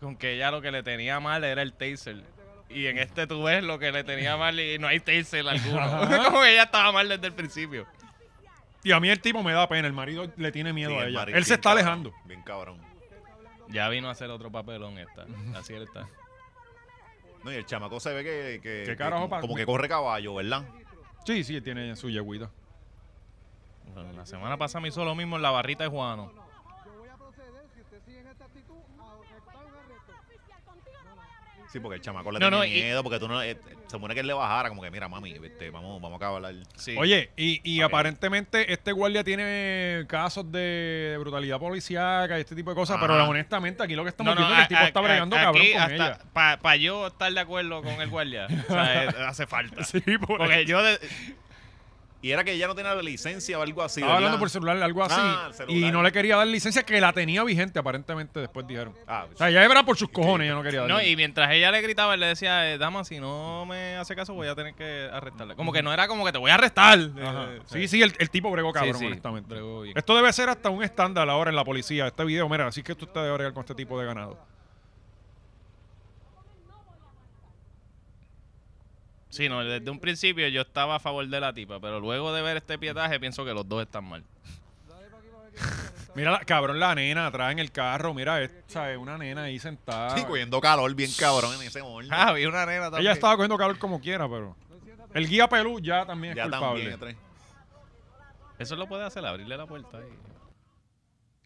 Speaker 3: Con que ella lo que le tenía mal era el taser. Y en este tú ves lo que le tenía mal y no hay taser alguno. Como que ella estaba mal desde el principio.
Speaker 1: Y a mí el tipo me da pena. El marido le tiene miedo
Speaker 2: Sí,
Speaker 1: a
Speaker 2: el
Speaker 1: ella.
Speaker 2: Mari,
Speaker 1: Él se
Speaker 2: bien
Speaker 1: está
Speaker 2: cabrón,
Speaker 1: alejando.
Speaker 2: Bien cabrón.
Speaker 3: Ya vino a hacer otro papelón esta. Así él está.
Speaker 2: No, y el chamaco se ve que, que,
Speaker 1: ¿Qué
Speaker 2: que
Speaker 1: carajo
Speaker 2: como,
Speaker 1: pa-
Speaker 2: como que corre caballo, ¿verdad?
Speaker 1: Sí, sí, él tiene su yegüita.
Speaker 3: Bueno, la semana pasada me hizo lo mismo en la barrita de Juano.
Speaker 2: Sí, porque el chamaco le
Speaker 3: No,
Speaker 2: tenía
Speaker 3: no, y-
Speaker 2: miedo, porque tú no, eh, se supone que él le bajara, como que mira, mami, este, vamos, vamos a acabar.
Speaker 3: Sí.
Speaker 1: Oye, y, y aparentemente este guardia tiene casos de, de brutalidad policíaca y este tipo de cosas,
Speaker 2: Ajá.
Speaker 1: pero la- honestamente aquí lo que estamos
Speaker 3: No, no,
Speaker 1: viendo es que el
Speaker 3: a-
Speaker 1: tipo
Speaker 3: a-
Speaker 1: está
Speaker 3: a-
Speaker 1: bregando
Speaker 3: aquí
Speaker 1: cabrón con ella.
Speaker 3: hasta Para yo estar de acuerdo con el guardia, o sea, eh, hace falta.
Speaker 1: Sí, por
Speaker 3: Porque yo. de-
Speaker 2: Y era que ella no tenía la licencia o algo así.
Speaker 1: Estaba
Speaker 2: ¿verdad?
Speaker 1: hablando por celular, algo así.
Speaker 2: Ah, celular.
Speaker 1: Y no le quería dar licencia, que la tenía vigente, aparentemente, después dijeron.
Speaker 2: Ah,
Speaker 1: O sea, ya era por sus cojones, ya no quería darle.
Speaker 3: No, y mientras ella le gritaba, él le decía, eh, dama, si no me hace caso, voy a tener que arrestarla. Como que no era como que te voy a arrestar.
Speaker 1: Ajá.
Speaker 3: Eh,
Speaker 1: Sí, sí, el, el tipo bregó cabrón,
Speaker 3: sí,
Speaker 1: honestamente.
Speaker 3: bregó bien.
Speaker 1: Esto debe ser hasta un estándar ahora en la policía, este video. Mira, así que tú te debes bregar con este tipo de ganado.
Speaker 3: Sí, no, desde un principio yo estaba a favor de la tipa, pero luego de ver este pietaje pienso que los dos están mal.
Speaker 1: Mira, la- cabrón, la nena atrás en el carro. Mira, esta es una nena ahí sentada.
Speaker 2: Sí, cogiendo calor bien cabrón en ese momento.
Speaker 3: Ah, vi una nena también.
Speaker 1: Ella estaba cogiendo calor como quiera, pero... El guía Pelú ya también es
Speaker 2: ya
Speaker 1: culpable.
Speaker 2: también. tres.
Speaker 3: Eso lo puede hacer, abrirle la puerta. ahí.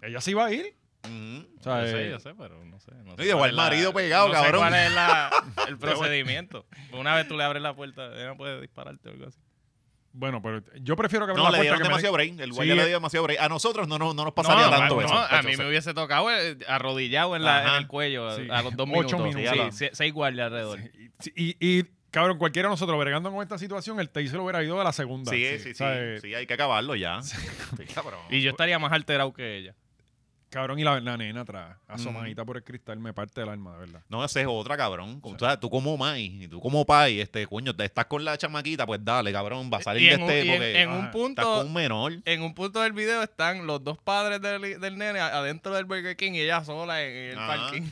Speaker 1: Ella se iba a ir.
Speaker 2: Ujú.
Speaker 1: O sea,
Speaker 3: Yo
Speaker 1: eh,
Speaker 3: sé, yo sé, pero no sé. No sé
Speaker 2: dejó
Speaker 3: cuál
Speaker 2: al
Speaker 3: es la-
Speaker 2: marido pegado,
Speaker 3: no
Speaker 2: cabrón.
Speaker 3: Sé ¿Cuál es la- el procedimiento? Una vez tú le abres la puerta, ella no puede dispararte o algo así.
Speaker 1: Bueno, pero yo prefiero que abra
Speaker 2: No,
Speaker 1: la
Speaker 2: le
Speaker 1: puerta
Speaker 2: dieron
Speaker 1: que me
Speaker 2: demasiado break. El guardia
Speaker 1: Sí,
Speaker 2: le
Speaker 1: eh.
Speaker 2: dio demasiado break. A nosotros no, no, no nos pasaría
Speaker 3: No,
Speaker 2: tanto
Speaker 3: no,
Speaker 2: eso.
Speaker 3: a mí
Speaker 2: muchacho,
Speaker 3: me
Speaker 2: o sea,
Speaker 3: hubiese tocado eh, arrodillado en, la- en
Speaker 2: Ajá.
Speaker 3: el cuello a-
Speaker 1: Sí.
Speaker 3: a los dos
Speaker 1: Ocho
Speaker 3: minutos.
Speaker 1: minutos.
Speaker 3: Sí,
Speaker 2: Ala.
Speaker 3: se- seis guardias alrededor.
Speaker 1: Sí, Y, y, cabrón, cualquiera de nosotros bregando con esta situación, el taser hubiera ido de la segunda. eh,
Speaker 2: Sí, sí, sí,
Speaker 1: ¿sabes?
Speaker 2: sí, hay que acabarlo ya. Sí, cabrón.
Speaker 3: Y yo estaría más alterado que ella.
Speaker 1: Cabrón, y la, la nena atrás, asomadita por el cristal, me parte del alma, de verdad.
Speaker 2: No, esa es otra, cabrón. Como, tú sabes, tú como mai, y tú como pai, este, coño, te estás con la chamaquita, pues dale, cabrón, va a salir
Speaker 3: Y
Speaker 2: de
Speaker 3: en un,
Speaker 2: este
Speaker 3: y en-
Speaker 2: porque
Speaker 3: en un
Speaker 1: ajá,
Speaker 2: estás con
Speaker 3: punto...
Speaker 2: un menor.
Speaker 3: En un punto del video están los dos padres del, del nene adentro del Burger King y ella sola en, en el
Speaker 2: Ajá.
Speaker 3: parking.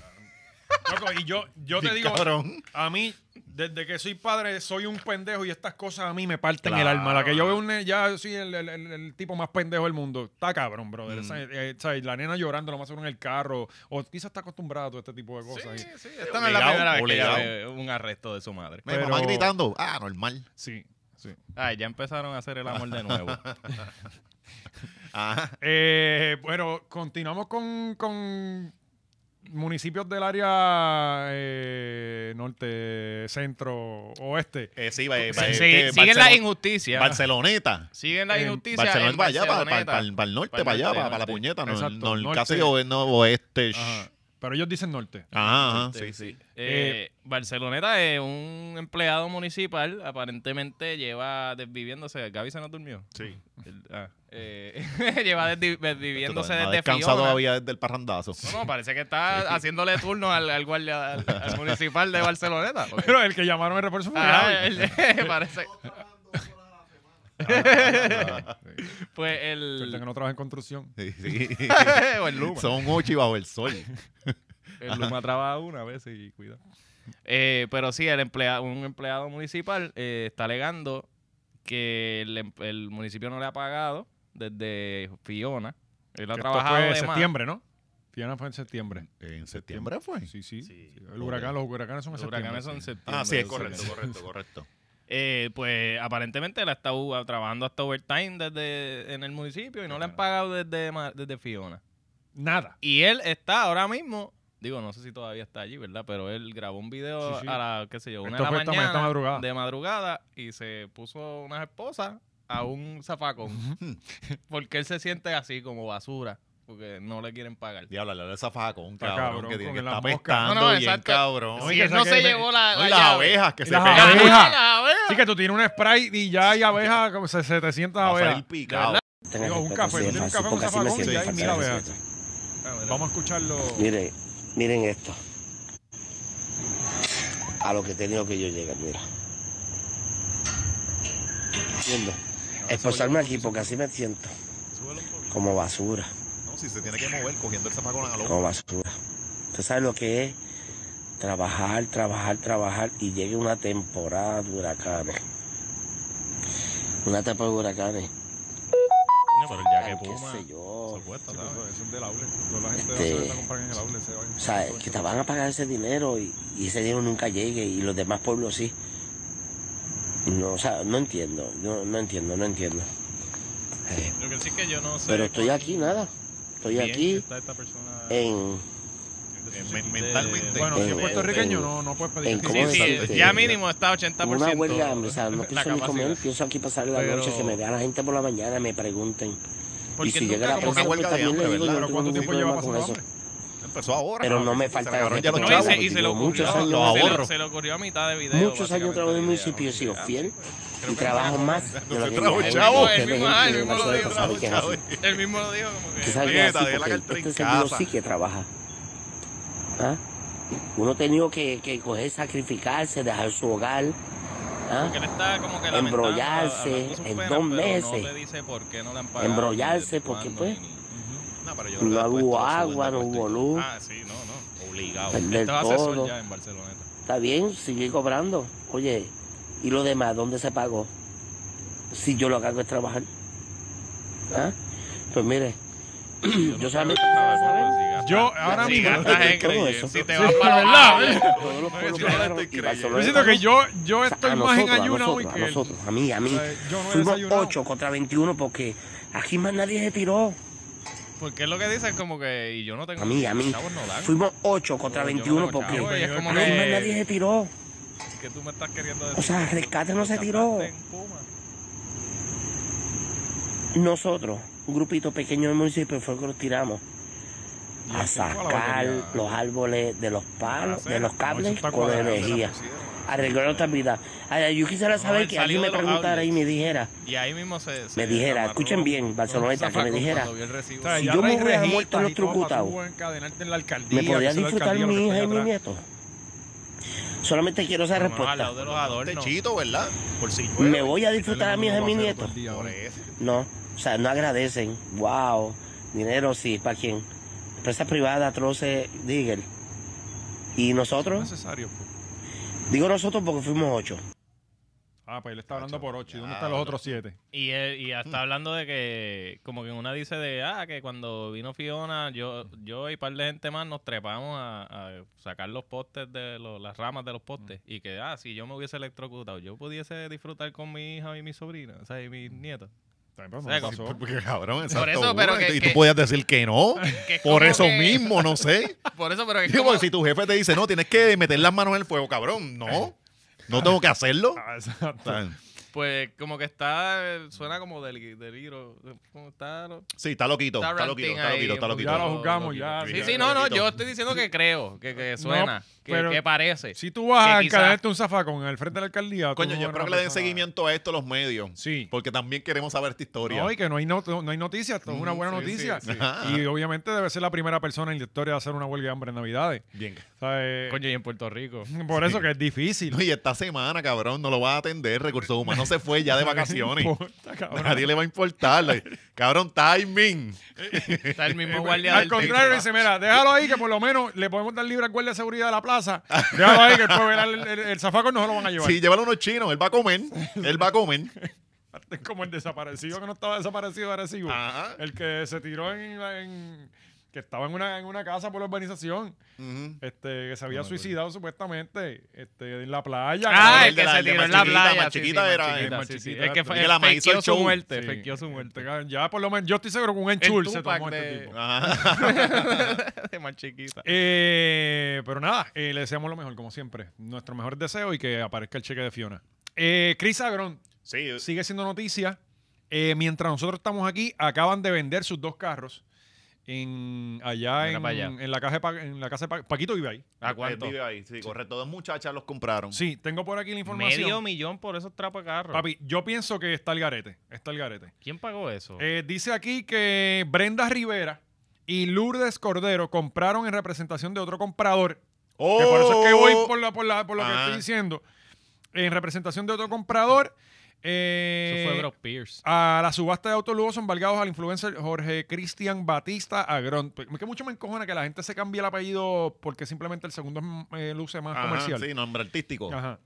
Speaker 1: Loco, y yo, yo te
Speaker 2: Sí,
Speaker 1: digo,
Speaker 2: cabrón.
Speaker 1: a mí, desde que soy padre, soy un pendejo y estas cosas a mí me parten
Speaker 2: Claro.
Speaker 1: el alma. La que yo veo, un ne- ya yo soy el, el- el- el tipo más pendejo del mundo. Está cabrón, brother.
Speaker 2: Mm.
Speaker 1: Esa- eh, ¿sabes? La nena llorando, lo más seguro en el carro. O quizás está acostumbrada a todo este tipo de cosas.
Speaker 3: Sí,
Speaker 1: y-
Speaker 3: sí, esta no es la
Speaker 2: Obligado,
Speaker 3: primera vez que ella ve
Speaker 2: obligado.
Speaker 3: un arresto de su madre.
Speaker 2: Mi
Speaker 1: Pero-
Speaker 2: mamá gritando, ah, normal.
Speaker 1: sí, sí.
Speaker 3: Ay, ya empezaron a hacer el amor de nuevo.
Speaker 2: Ajá.
Speaker 1: Eh, bueno, continuamos con, con municipios del área eh, norte, centro, oeste.
Speaker 2: Eh, sí, va, va,
Speaker 3: Sí,
Speaker 2: este,
Speaker 3: siguen las
Speaker 2: Barcelona-
Speaker 3: injusticias.
Speaker 2: Barceloneta.
Speaker 3: siguen las
Speaker 1: en
Speaker 3: injusticias.
Speaker 2: Barcelona
Speaker 3: en
Speaker 2: para allá, para, para,
Speaker 3: Barceloneta.
Speaker 2: para, el norte, para,
Speaker 3: Para el
Speaker 2: allá,
Speaker 3: norte,
Speaker 2: para, para la
Speaker 3: norte.
Speaker 2: puñeta, no,
Speaker 1: Exacto,
Speaker 2: no,
Speaker 1: norte.
Speaker 2: casi o- no, oeste. shh.
Speaker 1: Ajá. Pero ellos dicen norte.
Speaker 2: Ajá, ajá,
Speaker 3: Sí,
Speaker 2: sí, sí.
Speaker 3: Eh, Barceloneta es un empleado municipal, aparentemente lleva desviviéndose. Gaby se nos durmió.
Speaker 2: Sí.
Speaker 3: El- ah, eh, lleva desdi- desviviéndose
Speaker 2: no ha
Speaker 3: desde
Speaker 2: descansado
Speaker 3: Fiona.
Speaker 2: todavía desde el parrandazo.
Speaker 3: No, no, parece que está haciéndole turno al, al guardia al, al municipal de Barceloneta. porque-
Speaker 1: Pero el que llamaron el refuerzo fue
Speaker 3: Ah,
Speaker 1: Gaby.
Speaker 3: el- parece. Pues
Speaker 1: Suerte que
Speaker 3: el.
Speaker 1: no trabaja en construcción.
Speaker 2: Sí, sí.
Speaker 3: o el Luma.
Speaker 2: Son ocho y bajo el sol.
Speaker 3: El Luma trabaja una vez y cuida. Eh, pero sí, el emplea- un empleado municipal eh, está alegando que el, em- el municipio no le ha pagado desde Fiona. Él ha
Speaker 1: Que esto
Speaker 3: trabajado
Speaker 1: fue
Speaker 3: de
Speaker 1: en
Speaker 3: más.
Speaker 1: septiembre, ¿no? Fiona fue en septiembre.
Speaker 2: ¿En septiembre fue?
Speaker 1: Sí, sí.
Speaker 3: Sí.
Speaker 1: Sí, El huracán, los huracanes son en
Speaker 3: Los
Speaker 1: septiembre.
Speaker 3: huracanes son en
Speaker 1: sí.
Speaker 3: septiembre.
Speaker 2: Ah, sí, es
Speaker 3: sí,
Speaker 2: correcto,
Speaker 3: sí.
Speaker 2: correcto, correcto.
Speaker 3: Eh, pues aparentemente la está u- trabajando hasta overtime desde en el municipio y no le han pagado desde, ma- desde Fiona.
Speaker 1: Nada.
Speaker 3: Y él está ahora mismo Digo, no sé si todavía está allí, ¿verdad? Pero él grabó un video
Speaker 1: Sí, sí.
Speaker 3: a la, qué sé yo, una
Speaker 1: Esto
Speaker 3: de
Speaker 1: fue
Speaker 3: la
Speaker 1: esta ma-
Speaker 3: mañana,
Speaker 1: esta madrugada.
Speaker 3: de madrugada, y se puso unas esposas a un zafacón. porque él se siente así, como basura, porque no le quieren pagar.
Speaker 2: Diablo, le da esa faja con un
Speaker 1: Está
Speaker 2: cabrón,
Speaker 1: cabrón,
Speaker 2: que tiene que
Speaker 1: con la
Speaker 2: estar
Speaker 1: mosca.
Speaker 2: apestando
Speaker 3: No, no,
Speaker 2: bien
Speaker 3: exacto.
Speaker 2: cabrón.
Speaker 1: Sí,
Speaker 3: Si él
Speaker 1: esa
Speaker 3: no
Speaker 1: que
Speaker 3: se
Speaker 1: me-
Speaker 3: llevó la,
Speaker 2: No,
Speaker 3: la
Speaker 2: Ah, y las
Speaker 3: llave.
Speaker 2: abejas que
Speaker 1: Y
Speaker 2: se
Speaker 1: las
Speaker 2: pegan.
Speaker 1: abejas.
Speaker 3: ¡Ah, la abeja!
Speaker 1: Sí, que tú tienes un spray y ya hay abejas, como se- 700
Speaker 2: Va a salir
Speaker 1: abejas.
Speaker 2: picado.
Speaker 3: ¿Verdad?
Speaker 7: Tenga
Speaker 1: Digo, un
Speaker 7: respeto,
Speaker 1: café,
Speaker 7: sí,
Speaker 1: tú tienes un
Speaker 7: Francis,
Speaker 1: café, un
Speaker 7: porque así me
Speaker 1: zafacón,
Speaker 7: siento
Speaker 1: y ahí
Speaker 7: falta
Speaker 1: mira
Speaker 7: de
Speaker 1: abejas.
Speaker 7: respeto.
Speaker 3: Ah, mira.
Speaker 1: Vamos a escucharlo.
Speaker 7: Mire, miren esto. A lo que he tenido que yo llegar, mira. ¿Entiendo? Expulsarme aquí porque así me siento.
Speaker 2: Súbelo un poquito.
Speaker 7: Como basura,
Speaker 2: No, si se tiene que mover cogiendo el zapacón a la
Speaker 7: como basura. Usted sabe lo que es trabajar, trabajar, trabajar y llegue una temporada de huracanes. Una temporada de huracanes.
Speaker 2: Pero el jaque
Speaker 7: qué
Speaker 2: puma.
Speaker 7: sé yo.
Speaker 2: se cuesta,
Speaker 1: Sí,
Speaker 2: ¿sabes?
Speaker 1: pero Eso es del aule. Toda la gente
Speaker 7: Este-
Speaker 1: de Azuela la compran en el aule. se van.
Speaker 7: O sea, que te van a pagar ese dinero y, y ese dinero nunca llegue y los demás pueblos sí. No, o sea, no entiendo, yo no entiendo, no entiendo. Eh,
Speaker 3: Lo que sí es que yo no sé.
Speaker 7: pero estoy
Speaker 3: cuán
Speaker 7: aquí, nada. Estoy
Speaker 3: bien
Speaker 7: aquí Eh,
Speaker 3: Está esta persona de
Speaker 7: en...
Speaker 2: Eh,
Speaker 3: su-
Speaker 2: men-
Speaker 3: de-
Speaker 2: mentalmente.
Speaker 1: Bueno, si es
Speaker 7: en-
Speaker 1: puertorriqueño,
Speaker 7: en-
Speaker 1: no, no puedes pedir
Speaker 7: en
Speaker 1: que
Speaker 7: cómo
Speaker 3: Sí,
Speaker 1: sea-
Speaker 7: es-
Speaker 3: sí,
Speaker 7: Exacto.
Speaker 3: ya mínimo está 80%.
Speaker 7: una huelga, o sea, no pienso ni comer, pienso aquí pasar la
Speaker 3: Pero-
Speaker 7: noche, que me vea la gente por la mañana, me pregunten.
Speaker 3: Porque
Speaker 7: y si
Speaker 3: nunca
Speaker 7: llega la
Speaker 3: como
Speaker 2: una
Speaker 7: persona, pues
Speaker 2: huelga de
Speaker 7: también le
Speaker 2: hambre, ¿verdad?
Speaker 7: digo, yo no
Speaker 1: Pero
Speaker 7: tengo
Speaker 1: ¿cuánto
Speaker 7: ningún
Speaker 1: tiempo lleva
Speaker 7: problema con
Speaker 1: pasando
Speaker 7: eso.
Speaker 1: hambre?
Speaker 2: Empezó ahora.
Speaker 7: Pero no me
Speaker 2: Se
Speaker 7: falta
Speaker 2: sacaron ya los
Speaker 7: respeto.
Speaker 3: No, y
Speaker 2: chavos.
Speaker 3: se, y se le
Speaker 7: Digo,
Speaker 3: ocurrió,
Speaker 7: muchos
Speaker 3: se
Speaker 7: años-
Speaker 3: le-
Speaker 2: Los ahorros.
Speaker 3: se le ocurrió a mitad de video.
Speaker 7: Muchos años trabajando en el municipio, he
Speaker 3: básicamente,
Speaker 7: sido
Speaker 3: la idea.
Speaker 7: fiel y
Speaker 3: que
Speaker 7: trabajo
Speaker 3: no
Speaker 7: más de lo que
Speaker 2: Trabajo,
Speaker 7: me
Speaker 2: chavo,
Speaker 7: pagan.
Speaker 3: el mismo- ah, el mismo lo digo,
Speaker 7: Sabe que es así.
Speaker 3: Él mismo lo dijo como
Speaker 7: ¿Tú
Speaker 3: que...
Speaker 7: sabes que
Speaker 2: Oye,
Speaker 7: es así?
Speaker 2: Tadeo, la
Speaker 7: Porque
Speaker 2: cartera
Speaker 7: este
Speaker 2: en
Speaker 7: sentido
Speaker 2: casa.
Speaker 7: sí que trabaja. ¿Ah? Uno ha tenido que, que coger, sacrificarse, dejar su hogar. ¿ah?
Speaker 3: Que él está como que lamentando,
Speaker 7: Embrollarse
Speaker 3: hablando sus
Speaker 7: en
Speaker 3: penas,
Speaker 7: dos
Speaker 3: pero
Speaker 7: meses.
Speaker 3: No le dice por qué no le han pagado.
Speaker 7: Embrollarse
Speaker 3: ni desde
Speaker 7: porque,
Speaker 3: cuándo,
Speaker 7: pues,
Speaker 3: ni-
Speaker 2: No, pero yo creo que
Speaker 7: No
Speaker 2: después
Speaker 7: hubo
Speaker 2: todo
Speaker 7: agua,
Speaker 2: suben
Speaker 7: no
Speaker 2: de puesto
Speaker 7: hubo
Speaker 2: y
Speaker 7: luz,
Speaker 3: Ah, sí, no, no. Este
Speaker 2: todo. Obligado.
Speaker 7: perder
Speaker 3: Estaba asesor
Speaker 7: todo.
Speaker 3: ya en Barcelona. este.
Speaker 7: Está bien, sigue cobrando. Oye, ¿y lo demás? ¿Dónde se pagó? Si yo lo que hago es trabajar. ¿Ah? Pues mire, yo solamente...
Speaker 1: Yo, ahora
Speaker 3: Sí,
Speaker 1: mismo.
Speaker 7: gastas
Speaker 3: gastas en
Speaker 7: en
Speaker 3: creyente.
Speaker 7: creyentes.
Speaker 3: Si te
Speaker 1: Sí,
Speaker 3: vas para los
Speaker 1: ¿verdad?
Speaker 3: lados,
Speaker 7: Todos los pueblos
Speaker 2: yo no le
Speaker 7: pagaron
Speaker 2: estoy
Speaker 7: y
Speaker 2: creyendo.
Speaker 7: Barcelona
Speaker 1: Yo siento que
Speaker 7: ganó.
Speaker 1: yo, yo
Speaker 3: Pues
Speaker 7: O sea,
Speaker 1: estoy
Speaker 7: a
Speaker 1: más en
Speaker 7: nosotros,
Speaker 1: ayuno
Speaker 7: a
Speaker 1: hoy
Speaker 7: nosotros,
Speaker 1: que
Speaker 7: a
Speaker 1: él.
Speaker 7: nosotros, a mí, a mí.
Speaker 1: Eh, Yo no he
Speaker 7: Fuimos
Speaker 1: desayunado.
Speaker 7: 8 contra 21 porque aquí más nadie se tiró.
Speaker 3: Porque es lo que dicen como que... Y yo no tengo...
Speaker 7: A mí, a mí.
Speaker 3: Chavos no dan.
Speaker 7: Fuimos 8 contra
Speaker 3: Yo no
Speaker 7: 21
Speaker 3: tengo
Speaker 7: porque
Speaker 3: chavos, y es como
Speaker 7: aquí más
Speaker 3: que-
Speaker 7: nadie se tiró.
Speaker 3: ¿Qué tú me estás queriendo decir?
Speaker 7: O sea, rescate no se
Speaker 3: Los
Speaker 7: tiró.
Speaker 3: cantantes en Puma.
Speaker 7: Nosotros, un grupito pequeño del municipio, fue que los tiramos a sacar los árboles de los palos, de los cables
Speaker 1: está
Speaker 7: con
Speaker 1: cuadrado,
Speaker 7: energía. Arregló nuestra vida. Ay, yo quisiera
Speaker 3: No, él
Speaker 7: saber que
Speaker 3: salió
Speaker 7: alguien me
Speaker 3: de los
Speaker 7: preguntara y
Speaker 3: outlets.
Speaker 7: me dijera,
Speaker 3: Y ahí mismo se... se
Speaker 7: me dijera,
Speaker 3: amarró
Speaker 7: escuchen bien, Barceloneta, que me
Speaker 3: zafacón
Speaker 7: dijera,
Speaker 3: cuando vio el recibo.
Speaker 1: O sea,
Speaker 7: Si
Speaker 1: ya
Speaker 7: yo me
Speaker 1: traes
Speaker 7: hubiera
Speaker 1: rejitas
Speaker 7: muerto en los
Speaker 1: y todo para tú
Speaker 7: trucutao,
Speaker 1: encadenarte en la alcaldía,
Speaker 7: me podía
Speaker 1: que sea la
Speaker 7: disfrutar
Speaker 1: alcaldía lo
Speaker 7: mi
Speaker 1: que
Speaker 7: hija y
Speaker 1: esté
Speaker 7: mi
Speaker 1: atrás.
Speaker 7: nieto. Solamente quiero esa
Speaker 3: Por lo menos al
Speaker 7: respuesta.
Speaker 3: lado de los
Speaker 2: Este
Speaker 3: adornos.
Speaker 2: chito, ¿verdad? Por si llueve.
Speaker 7: ¿Me voy a disfrutar a mi hija y mi nieto?
Speaker 2: Por eso.
Speaker 7: No, o sea, no agradecen. Wow, dinero sí, ¿para quién? Empresa privada, troce, Digger. ¿Y
Speaker 1: No es
Speaker 7: nosotros?
Speaker 1: necesario, pues.
Speaker 7: Digo nosotros porque fuimos ocho.
Speaker 1: Ah, pues él está hablando por 8. ¿Y dónde
Speaker 2: Ya,
Speaker 1: están los
Speaker 2: bro.
Speaker 1: otros 7?
Speaker 3: Y, él- y hasta hablando de que, como que una dice de, ah, que cuando vino Fiona, yo, yo y un par de gente más nos trepamos a, a sacar los postes de los- las ramas de los postes.
Speaker 2: Mm.
Speaker 3: Y que, ah, si yo me hubiese electrocutado, yo pudiese disfrutar con mi hija y mi sobrina, o sea, y mis nietos.
Speaker 1: También
Speaker 3: O sea,
Speaker 1: pasó.
Speaker 3: que-
Speaker 1: pasó.
Speaker 2: Porque cabrón, exacto.
Speaker 3: eso,
Speaker 2: uno,
Speaker 3: pero que-
Speaker 2: y
Speaker 3: que-
Speaker 2: tú podías decir que no.
Speaker 3: que es
Speaker 2: por
Speaker 3: como
Speaker 2: eso
Speaker 3: que-
Speaker 2: mismo, no sé.
Speaker 3: Por eso, pero es
Speaker 2: Digo, si tu jefe te dice, no, tienes que meter las manos en el fuego, cabrón. No, no tengo que hacerlo.
Speaker 1: Ah,
Speaker 2: O
Speaker 1: exacto.
Speaker 2: sea,
Speaker 3: pues como que está, eh, suena como del, deliro, como está... lo-
Speaker 2: Sí, está loquito,
Speaker 3: Está
Speaker 2: está loquito, está
Speaker 3: ranting
Speaker 2: loquito, está
Speaker 3: ahí,
Speaker 2: loquito.
Speaker 1: Ya lo juzgamos, ya.
Speaker 3: Sí,
Speaker 1: ya,
Speaker 3: sí,
Speaker 1: ya,
Speaker 3: no, no,
Speaker 2: loquito.
Speaker 3: yo estoy diciendo que creo, que, que suena, que,
Speaker 1: pero-
Speaker 3: que parece.
Speaker 1: Si tú vas
Speaker 3: Que
Speaker 1: a
Speaker 3: quizá-
Speaker 1: encadenarte un zafacón en el frente de la alcaldía. tú
Speaker 2: Coño,
Speaker 1: no
Speaker 2: yo
Speaker 1: eres
Speaker 2: espero
Speaker 1: una
Speaker 2: que le den
Speaker 1: persona-
Speaker 2: seguimiento a esto los medios.
Speaker 1: Sí.
Speaker 2: Porque también queremos saber esta historia.
Speaker 1: No, y que no hay, not- no hay noticias, esto es una
Speaker 3: Mm,
Speaker 1: buena
Speaker 3: sí,
Speaker 1: noticia.
Speaker 3: sí, sí.
Speaker 2: Ajá.
Speaker 1: Y obviamente debe ser la primera persona en la historia de hacer una huelga de hambre en Navidades.
Speaker 2: Bien.
Speaker 1: O sea, eh,
Speaker 3: Coño, y en Puerto Rico.
Speaker 1: por eso que es difícil.
Speaker 2: No, y esta semana, cabrón, no lo va a atender. Recursos Humanos se fue ya de vacaciones.
Speaker 1: No importa, cabrón.
Speaker 2: Nadie le va a importar. Cabrón, timing.
Speaker 3: Está el mismo guardia
Speaker 1: Al
Speaker 3: del
Speaker 1: contrario,
Speaker 3: techo.
Speaker 1: dice, mira, déjalo ahí que por lo menos le podemos dar libre al guardia de seguridad de la plaza. Déjalo ahí que él puede velar el, el, el zafacón, no se lo van a llevar.
Speaker 2: Sí, llévalo a unos chinos. Él va a comer. Él va a comer.
Speaker 1: Es como el desaparecido que no estaba desaparecido, ahora sí, güey.
Speaker 2: Ajá.
Speaker 1: El que se tiró en, en, que estaba en una, en una casa por la urbanización,
Speaker 2: Ujú.
Speaker 1: este, que se había
Speaker 2: No me acuerdo.
Speaker 1: suicidado supuestamente, este, en la playa.
Speaker 3: Ah,
Speaker 1: cabrón.
Speaker 3: el que
Speaker 2: de la-
Speaker 3: se
Speaker 2: el de
Speaker 3: tiró
Speaker 2: más
Speaker 3: en la
Speaker 2: chiquita,
Speaker 3: playa.
Speaker 2: más
Speaker 3: sí, sí,
Speaker 2: chiquita
Speaker 3: más
Speaker 2: era,
Speaker 3: chiquita,
Speaker 1: el más
Speaker 3: sí, sí.
Speaker 1: chiquita.
Speaker 3: El que fue-
Speaker 2: El que la maíz hizo el
Speaker 3: fakeó su
Speaker 2: show.
Speaker 3: muerte.
Speaker 1: Sí.
Speaker 3: fakeó su muerte.
Speaker 1: Este, cabrón, ya por lo menos, yo estoy seguro que un enchul se
Speaker 3: Tupac
Speaker 1: tomó este
Speaker 3: de-
Speaker 1: tipo.
Speaker 2: Ajá.
Speaker 3: de más chiquita.
Speaker 1: Eh, pero nada, eh, le deseamos lo mejor, como siempre. Nuestro mejor deseo y que aparezca el cheque de Fiona. Eh, Chris Agrón
Speaker 2: Sí,
Speaker 1: sigue siendo noticia. Eh, mientras nosotros estamos aquí, acaban de vender sus dos carros en, allá,
Speaker 3: Mira
Speaker 1: en,
Speaker 3: pa' allá. Ah,
Speaker 1: en la casa de Pa- en la casa de Pa- Paquito vive ahí.
Speaker 3: ¿A cuánto?
Speaker 2: Eh, vive ahí, sí, correcto. Dos muchachas los compraron.
Speaker 1: Sí, tengo por aquí la
Speaker 3: Medio
Speaker 1: información.
Speaker 3: millón por esos trapos de carro.
Speaker 1: Papi, yo pienso que está el garete. Está el garete.
Speaker 3: ¿Quién pagó eso?
Speaker 1: Eh, dice aquí que Brenda Rivera y Lourdes Cordero compraron en representación de otro comprador
Speaker 2: ¡Oh!
Speaker 1: Que por eso es que voy por, la, por, la- por lo que
Speaker 2: Ah.
Speaker 3: Oh.
Speaker 1: estoy diciendo. En representación de otro comprador. eh,
Speaker 3: eso fue Brock Pierce.
Speaker 1: a la subasta de autos lujosos embargados al influencer Jorge Cristian Batista Agrón. Pues, Que mucho me encojona que la gente se cambie el apellido porque simplemente el segundo mm, eh, luce más
Speaker 2: Ajá,
Speaker 1: comercial.
Speaker 2: Sí, nombre artístico.
Speaker 1: Ajá.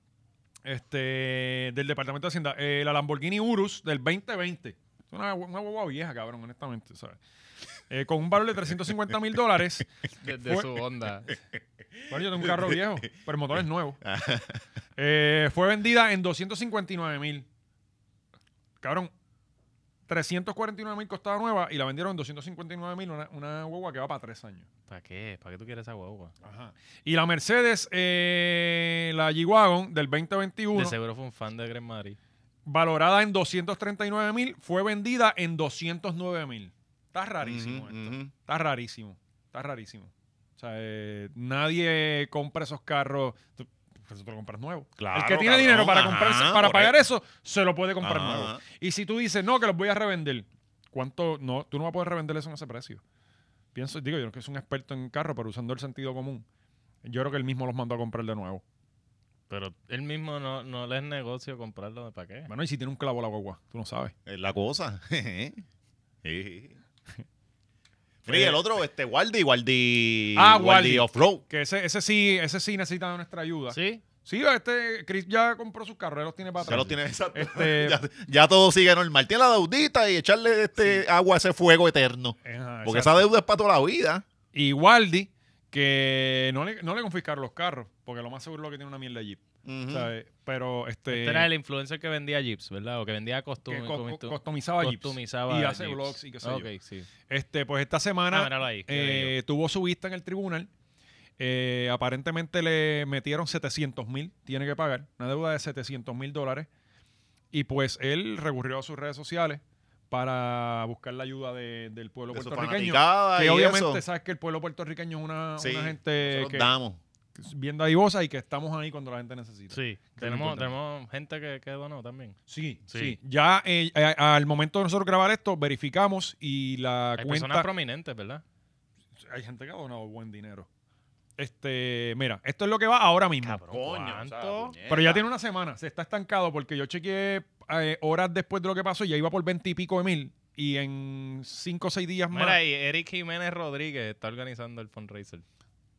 Speaker 1: Este, del Departamento de Hacienda. Eh, la Lamborghini Urus del 2020. Es una, una guagua vieja, cabrón, honestamente, ¿sabes? Eh, con un valor de 350 mil dólares.
Speaker 3: Desde
Speaker 1: fue-
Speaker 3: su onda.
Speaker 1: Bueno, yo tengo un carro viejo, pero el motor es nuevo.
Speaker 2: Ah.
Speaker 1: Eh, fue vendida en 259 mil. Cabrón, 349 mil costaba nueva y la vendieron en 259 mil, una, una guagua que va para tres años.
Speaker 3: ¿Para qué? ¿Para qué tú quieres esa guagua?
Speaker 1: Y la Mercedes, eh, la G-Wagon del 2021,
Speaker 3: De seguro fue un fan de Greg Mari.
Speaker 1: valorada en 239 mil, fue vendida en 209 mil. Está rarísimo
Speaker 2: Ujú,
Speaker 1: esto.
Speaker 2: ujú.
Speaker 1: Está rarísimo. Está rarísimo. O sea, eh, nadie compra esos carros. Tú, pues, tú lo compras nuevo.
Speaker 2: Claro,
Speaker 1: El que tiene
Speaker 2: cabrón,
Speaker 1: dinero para,
Speaker 2: ajá,
Speaker 1: comprarse, para
Speaker 2: por
Speaker 1: pagar
Speaker 2: ahí.
Speaker 1: eso, se lo puede comprar
Speaker 2: Ajá.
Speaker 1: nuevo. Y si tú dices, no, que los voy a revender, ¿cuánto? No, tú no vas a poder revender eso en ese precio. Pienso, digo, yo que soy un experto en carro, pero usando el sentido común, yo creo que él mismo los mandó a comprar de nuevo.
Speaker 3: Pero él mismo no, no le es negocio comprarlo de para qué.
Speaker 1: Bueno, y si tiene un clavo la guagua, tú no sabes.
Speaker 2: Es la cosa. Jeje. Jeje. Mira, y el otro, este, Waldi, Waldi.
Speaker 1: Eh, Ah, Waldi.
Speaker 2: Off-Road.
Speaker 1: Que ese, ese sí, ese sí necesita nuestra ayuda. Sí,
Speaker 3: ¿Sí?
Speaker 1: este Chris ya compró sus carros, él los tiene para
Speaker 2: Ya
Speaker 1: atrás.
Speaker 2: lo tiene exacto.
Speaker 1: Este-
Speaker 2: ya, ya todo sigue normal. Tiene la deudita y echarle este agua a ese fuego eterno.
Speaker 1: Ajá,
Speaker 2: Porque
Speaker 1: exacto.
Speaker 2: esa deuda es para toda la vida.
Speaker 1: y Waldi, que no le, no le confiscaron los carros, porque lo más seguro es lo que tiene una mierda de Jeep.
Speaker 2: Ujú.
Speaker 1: ¿sabes? Pero este.
Speaker 3: Mm. Este era el influencer que vendía jeeps, ¿verdad? O que vendía
Speaker 1: que
Speaker 3: costumes.
Speaker 1: co- co- customizaba Jeeps.
Speaker 3: customizaba
Speaker 1: Y hace
Speaker 3: jeeps.
Speaker 1: vlogs y qué sé
Speaker 3: Ok,
Speaker 1: yo.
Speaker 3: sí.
Speaker 1: Este, pues esta
Speaker 3: Ah,
Speaker 1: semana
Speaker 3: míralo ahí. qué
Speaker 1: eh,
Speaker 3: bello.
Speaker 1: tuvo su vista en el tribunal. Eh, aparentemente le metieron 700 mil, tiene que pagar, una deuda de 700 mil dólares. Y pues él recurrió a sus redes sociales para buscar la ayuda de- del pueblo
Speaker 2: De su
Speaker 1: puertorriqueño.
Speaker 2: fanaticada
Speaker 1: Que
Speaker 2: y
Speaker 1: obviamente
Speaker 2: eso.
Speaker 1: sabes que el pueblo puertorriqueño es una,
Speaker 2: Sí,
Speaker 1: una gente
Speaker 2: Nosotros
Speaker 1: que,
Speaker 2: damos.
Speaker 1: viendo ahí voz y que estamos ahí cuando la gente necesita.
Speaker 3: Sí, tenemos, tenemos gente que, que donó también.
Speaker 1: Sí, sí.
Speaker 3: Sí.
Speaker 1: Ya eh, eh, al momento de nosotros grabar esto, verificamos y la
Speaker 3: Hay personas
Speaker 1: cuenta.
Speaker 3: prominentes, ¿verdad?
Speaker 1: Hay gente que ha donado buen dinero. Este, mira, esto es lo que va ahora mismo.
Speaker 2: Coño, o sea,
Speaker 3: ¿cuánto?
Speaker 2: puñeta.
Speaker 1: Pero ya tiene una semana, se está estancado porque yo chequeé eh, horas después de lo que pasó y ya iba por 20 y pico de mil. Y en 5 o 6 días más.
Speaker 3: Mira, y Eric Jiménez Rodríguez está organizando el fundraiser.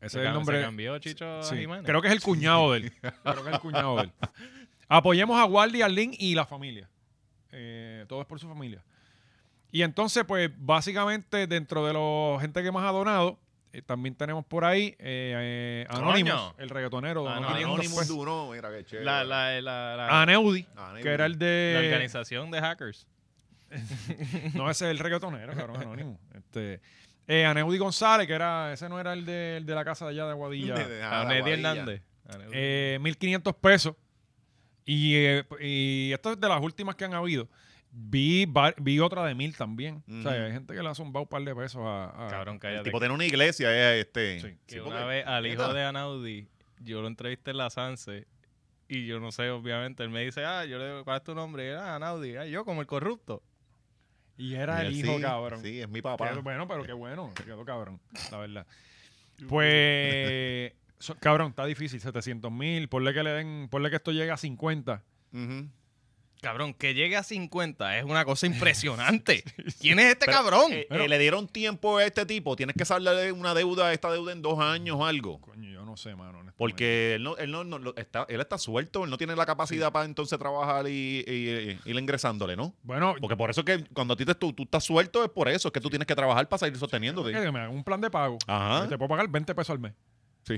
Speaker 1: ese
Speaker 3: Se
Speaker 1: es el
Speaker 3: cam- Se
Speaker 1: nombre.
Speaker 3: cambió Chicho
Speaker 1: Sí,
Speaker 3: a Jiménez.
Speaker 1: Creo que es el cuñado de él. Creo que es el cuñado de él. Apoyemos a Waldi, Arlene y la familia. Eh, todo es por su familia. Y entonces, pues, básicamente, dentro de la gente que más ha donado, eh, también tenemos por ahí eh, eh, Anonymous,
Speaker 3: Coño. Ah,
Speaker 1: el reggaetonero. donó
Speaker 3: Anonymous.
Speaker 1: 500
Speaker 2: Anonymous
Speaker 1: pesos.
Speaker 2: Duro, mira qué chévere.
Speaker 3: la, la, la, la,
Speaker 1: Aneudi,
Speaker 2: Anonymous.
Speaker 1: que era el de...
Speaker 3: la organización de hackers.
Speaker 1: No, ese es el reggaetonero, cabrón, Anonymous. Este, eh, Aneudi González, que era... Ese no era el de, el de la casa de allá de Aguadilla.
Speaker 2: De- de-
Speaker 3: A
Speaker 2: Aguadilla.
Speaker 3: Hernández. Anedi.
Speaker 1: eh, 1.500 pesos. Y, eh, y esto es de las últimas que han habido. Vi, va- vi otra de 1.000 también. O sea,
Speaker 2: Ujú.
Speaker 1: hay gente que le ha zumbado un par de pesos a... a-
Speaker 3: Cabrón,
Speaker 2: El
Speaker 3: cállate.
Speaker 2: tipo tiene una iglesia, eh, este.
Speaker 1: Sí.
Speaker 3: que
Speaker 2: Sí,
Speaker 3: una
Speaker 2: porque-
Speaker 3: vez al hijo
Speaker 2: neta.
Speaker 3: de Anaudi, yo lo entrevisté en la Sanse y yo no sé, obviamente, él me dice, ah, yo le digo, ¿cuál es tu nombre? Y él, ah, Anaudi, ah, yo como el corrupto.
Speaker 1: Y era el
Speaker 2: Sí,
Speaker 1: hijo, cabrón.
Speaker 2: Sí, es mi
Speaker 1: Quedó
Speaker 2: papá.
Speaker 1: bueno, pero qué bueno. Quedó cabrón, la verdad. Pues... so- cabrón, está difícil. 700 mil. Ponle que le den... Ponle que esto llegue a 50.
Speaker 2: Ujú.
Speaker 3: Cabrón, que llegue a 50 es una cosa impresionante. ¿Quién es este
Speaker 2: Pero,
Speaker 3: cabrón?
Speaker 2: eh, eh, le dieron tiempo a este tipo. Tienes que saldarle una deuda, esta deuda en dos años o algo.
Speaker 1: Coño, yo no sé, mano. honestamente.
Speaker 2: Porque él, no, él, no, no- lo- está, él está suelto, él no tiene la capacidad para entonces trabajar y, y- y- ir ingresándole, ¿no?
Speaker 1: Bueno,
Speaker 2: Porque por eso que cuando a ti te, tú, tú estás suelto es por eso, es que tú tienes que trabajar para seguir sosteniéndote.
Speaker 1: que me hagan un plan de pago.
Speaker 2: Ajá.
Speaker 1: Que Te puedo pagar 20 pesos al mes.
Speaker 2: Sí.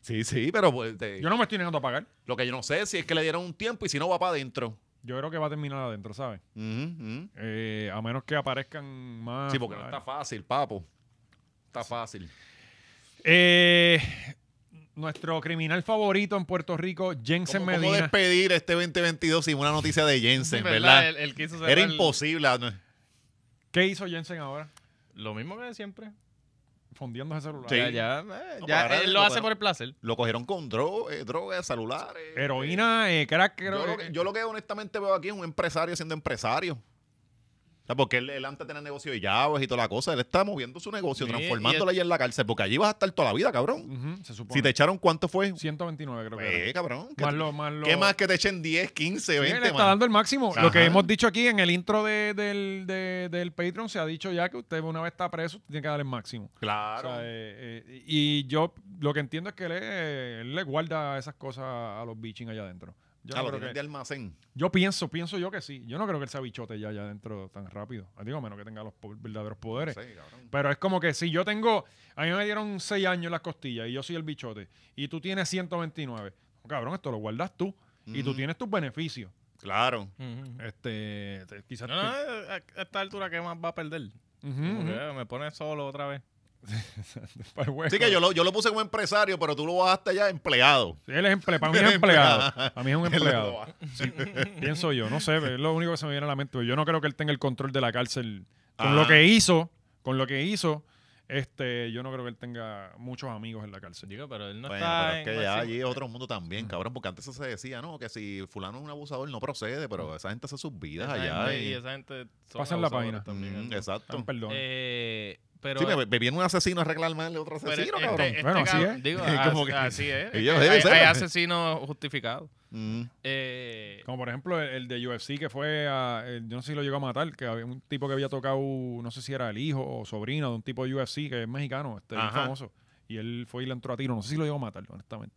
Speaker 2: Sí, sí, pero pues, te-
Speaker 1: Yo no me estoy negando a pagar.
Speaker 2: lo que yo no sé es si es que le dieron un tiempo y si no va para adentro.
Speaker 1: Yo creo que va a terminar adentro, ¿sabes?
Speaker 2: Ujú, ujú.
Speaker 1: Eh, a menos que aparezcan más.
Speaker 2: Sí, porque no está fácil, papo. Está fácil.
Speaker 1: Eh, nuestro criminal favorito en Puerto Rico, Jensen
Speaker 2: ¿Cómo, cómo
Speaker 1: Medina.
Speaker 2: despedir este 2022 sin una noticia de Jensen,
Speaker 3: ¿Verdad?
Speaker 2: verdad?
Speaker 3: El- el que hizo cerrar
Speaker 2: Era
Speaker 3: el-
Speaker 2: imposible. ah, ¿no?
Speaker 1: ¿Qué hizo Jensen ahora?
Speaker 3: Lo mismo que siempre.
Speaker 1: Fondiendo ese celular.
Speaker 2: Sí.
Speaker 3: Ya, ya, eh,
Speaker 2: No,
Speaker 3: ya,
Speaker 2: pero ahora
Speaker 3: él
Speaker 2: es
Speaker 3: lo
Speaker 2: lo
Speaker 3: hace
Speaker 2: bueno.
Speaker 3: por el placer.
Speaker 2: Lo cogieron con dro- eh, drogas, celulares. este,
Speaker 1: Heroína, eh, crack, creo
Speaker 2: Yo lo, que, yo lo que honestamente veo aquí es un empresario siendo empresario. O sea, porque él, él antes tenía negocio de llaves y toda la cosa. Él está moviendo su negocio,
Speaker 3: Sí,
Speaker 2: transformándola allá en la cárcel. Porque allí vas a estar toda la vida, cabrón.
Speaker 1: Ujú, se supone.
Speaker 2: Si te echaron, ¿cuánto fue?
Speaker 1: 129 Mm, creo que
Speaker 2: Eh,
Speaker 1: era.
Speaker 2: cabrón. ¿Qué,
Speaker 1: Más lo- más lo-
Speaker 2: qué más que te echen 10, 15,
Speaker 1: Sí,
Speaker 2: 20,
Speaker 1: le está
Speaker 2: man?
Speaker 1: dando el máximo.
Speaker 2: Ajá.
Speaker 1: Lo que hemos dicho aquí en el intro de- del, de- del Patreon se ha dicho ya que usted una vez está preso, tiene que dar el máximo. O
Speaker 2: Claro.
Speaker 1: sea, eh, eh, y yo lo que entiendo es que él, eh, él le guarda esas cosas a los biching allá adentro. Yo,
Speaker 2: Ah,
Speaker 1: no
Speaker 2: lo
Speaker 1: creo que-
Speaker 2: tienen de almacén.
Speaker 1: yo pienso, pienso yo que sí. Yo no creo que él sea bichote ya allá adentro tan rápido. Ah, Digo, a menos que tenga los po- verdaderos
Speaker 2: No
Speaker 1: poderes.
Speaker 2: sé, cabrón.
Speaker 1: Pero es como que si yo tengo, a mí me dieron 6 años en las costillas y yo soy el bichote y tú tienes 129. Cabrón, esto lo guardas tú y tú
Speaker 2: Ujú.
Speaker 1: tienes tus beneficios.
Speaker 2: Claro.
Speaker 1: Este, te- quizás
Speaker 3: No, no, eh, a, a esta altura, ¿qué más va a perder?
Speaker 1: tú- Ujú, Pues
Speaker 3: Como
Speaker 1: ujú.
Speaker 3: que, eh, Me pone solo otra vez.
Speaker 1: Para el juego.
Speaker 2: Así que yo lo, yo lo puse como empresario, pero tú lo bajaste ya empleado.
Speaker 1: Sí, él es emple- para mí es un empleado. Para mí es un
Speaker 2: Él lo
Speaker 1: empleado.
Speaker 2: baja.
Speaker 1: Pienso yo, no sé, es lo único que se me viene a la mente. Yo no creo que él tenga el control de la cárcel. Con
Speaker 2: Ah.
Speaker 1: lo que hizo, con lo que hizo, este, yo no creo que él tenga muchos amigos en la cárcel.
Speaker 3: Digo, pero él no
Speaker 2: Bueno,
Speaker 3: está.
Speaker 2: pero es
Speaker 3: en
Speaker 2: que
Speaker 3: Wall
Speaker 2: ya
Speaker 3: Street.
Speaker 2: allí es otro mundo también, cabrón, porque antes se decía, ¿no? Que si fulano es un abusador no procede, pero esa gente hace sus vidas
Speaker 3: Esa
Speaker 2: allá.
Speaker 3: gente-
Speaker 2: y-
Speaker 3: y esa gente son
Speaker 1: Pasen la
Speaker 3: abusadores
Speaker 1: página.
Speaker 3: también,
Speaker 2: Mm,
Speaker 3: ¿no?
Speaker 2: exacto.
Speaker 1: Tan Ah, perdón.
Speaker 3: Eh, pero
Speaker 2: Sí, me, me viene un asesino a reclamarle a otro
Speaker 3: pero
Speaker 2: asesino,
Speaker 3: este-
Speaker 2: cabrón.
Speaker 3: este
Speaker 1: Bueno, así
Speaker 3: cabrón-
Speaker 1: es.
Speaker 3: Digo,
Speaker 2: Como
Speaker 3: as-
Speaker 2: que-
Speaker 3: así es.
Speaker 2: Ellos
Speaker 3: Hay-
Speaker 2: deben
Speaker 3: hay,
Speaker 2: ser.
Speaker 3: asesinos justificados.
Speaker 2: Mm.
Speaker 3: Eh,
Speaker 1: Como por ejemplo el, el de UFC que fue a, el- yo no sé si lo llegó a matar, que había un tipo que había tocado, no sé si era el hijo o sobrino de un tipo de UFC que es mexicano, este bien
Speaker 2: Ajá.
Speaker 1: famoso. Y él fue y le entró a tiro, no sé si lo llegó a matar, honestamente.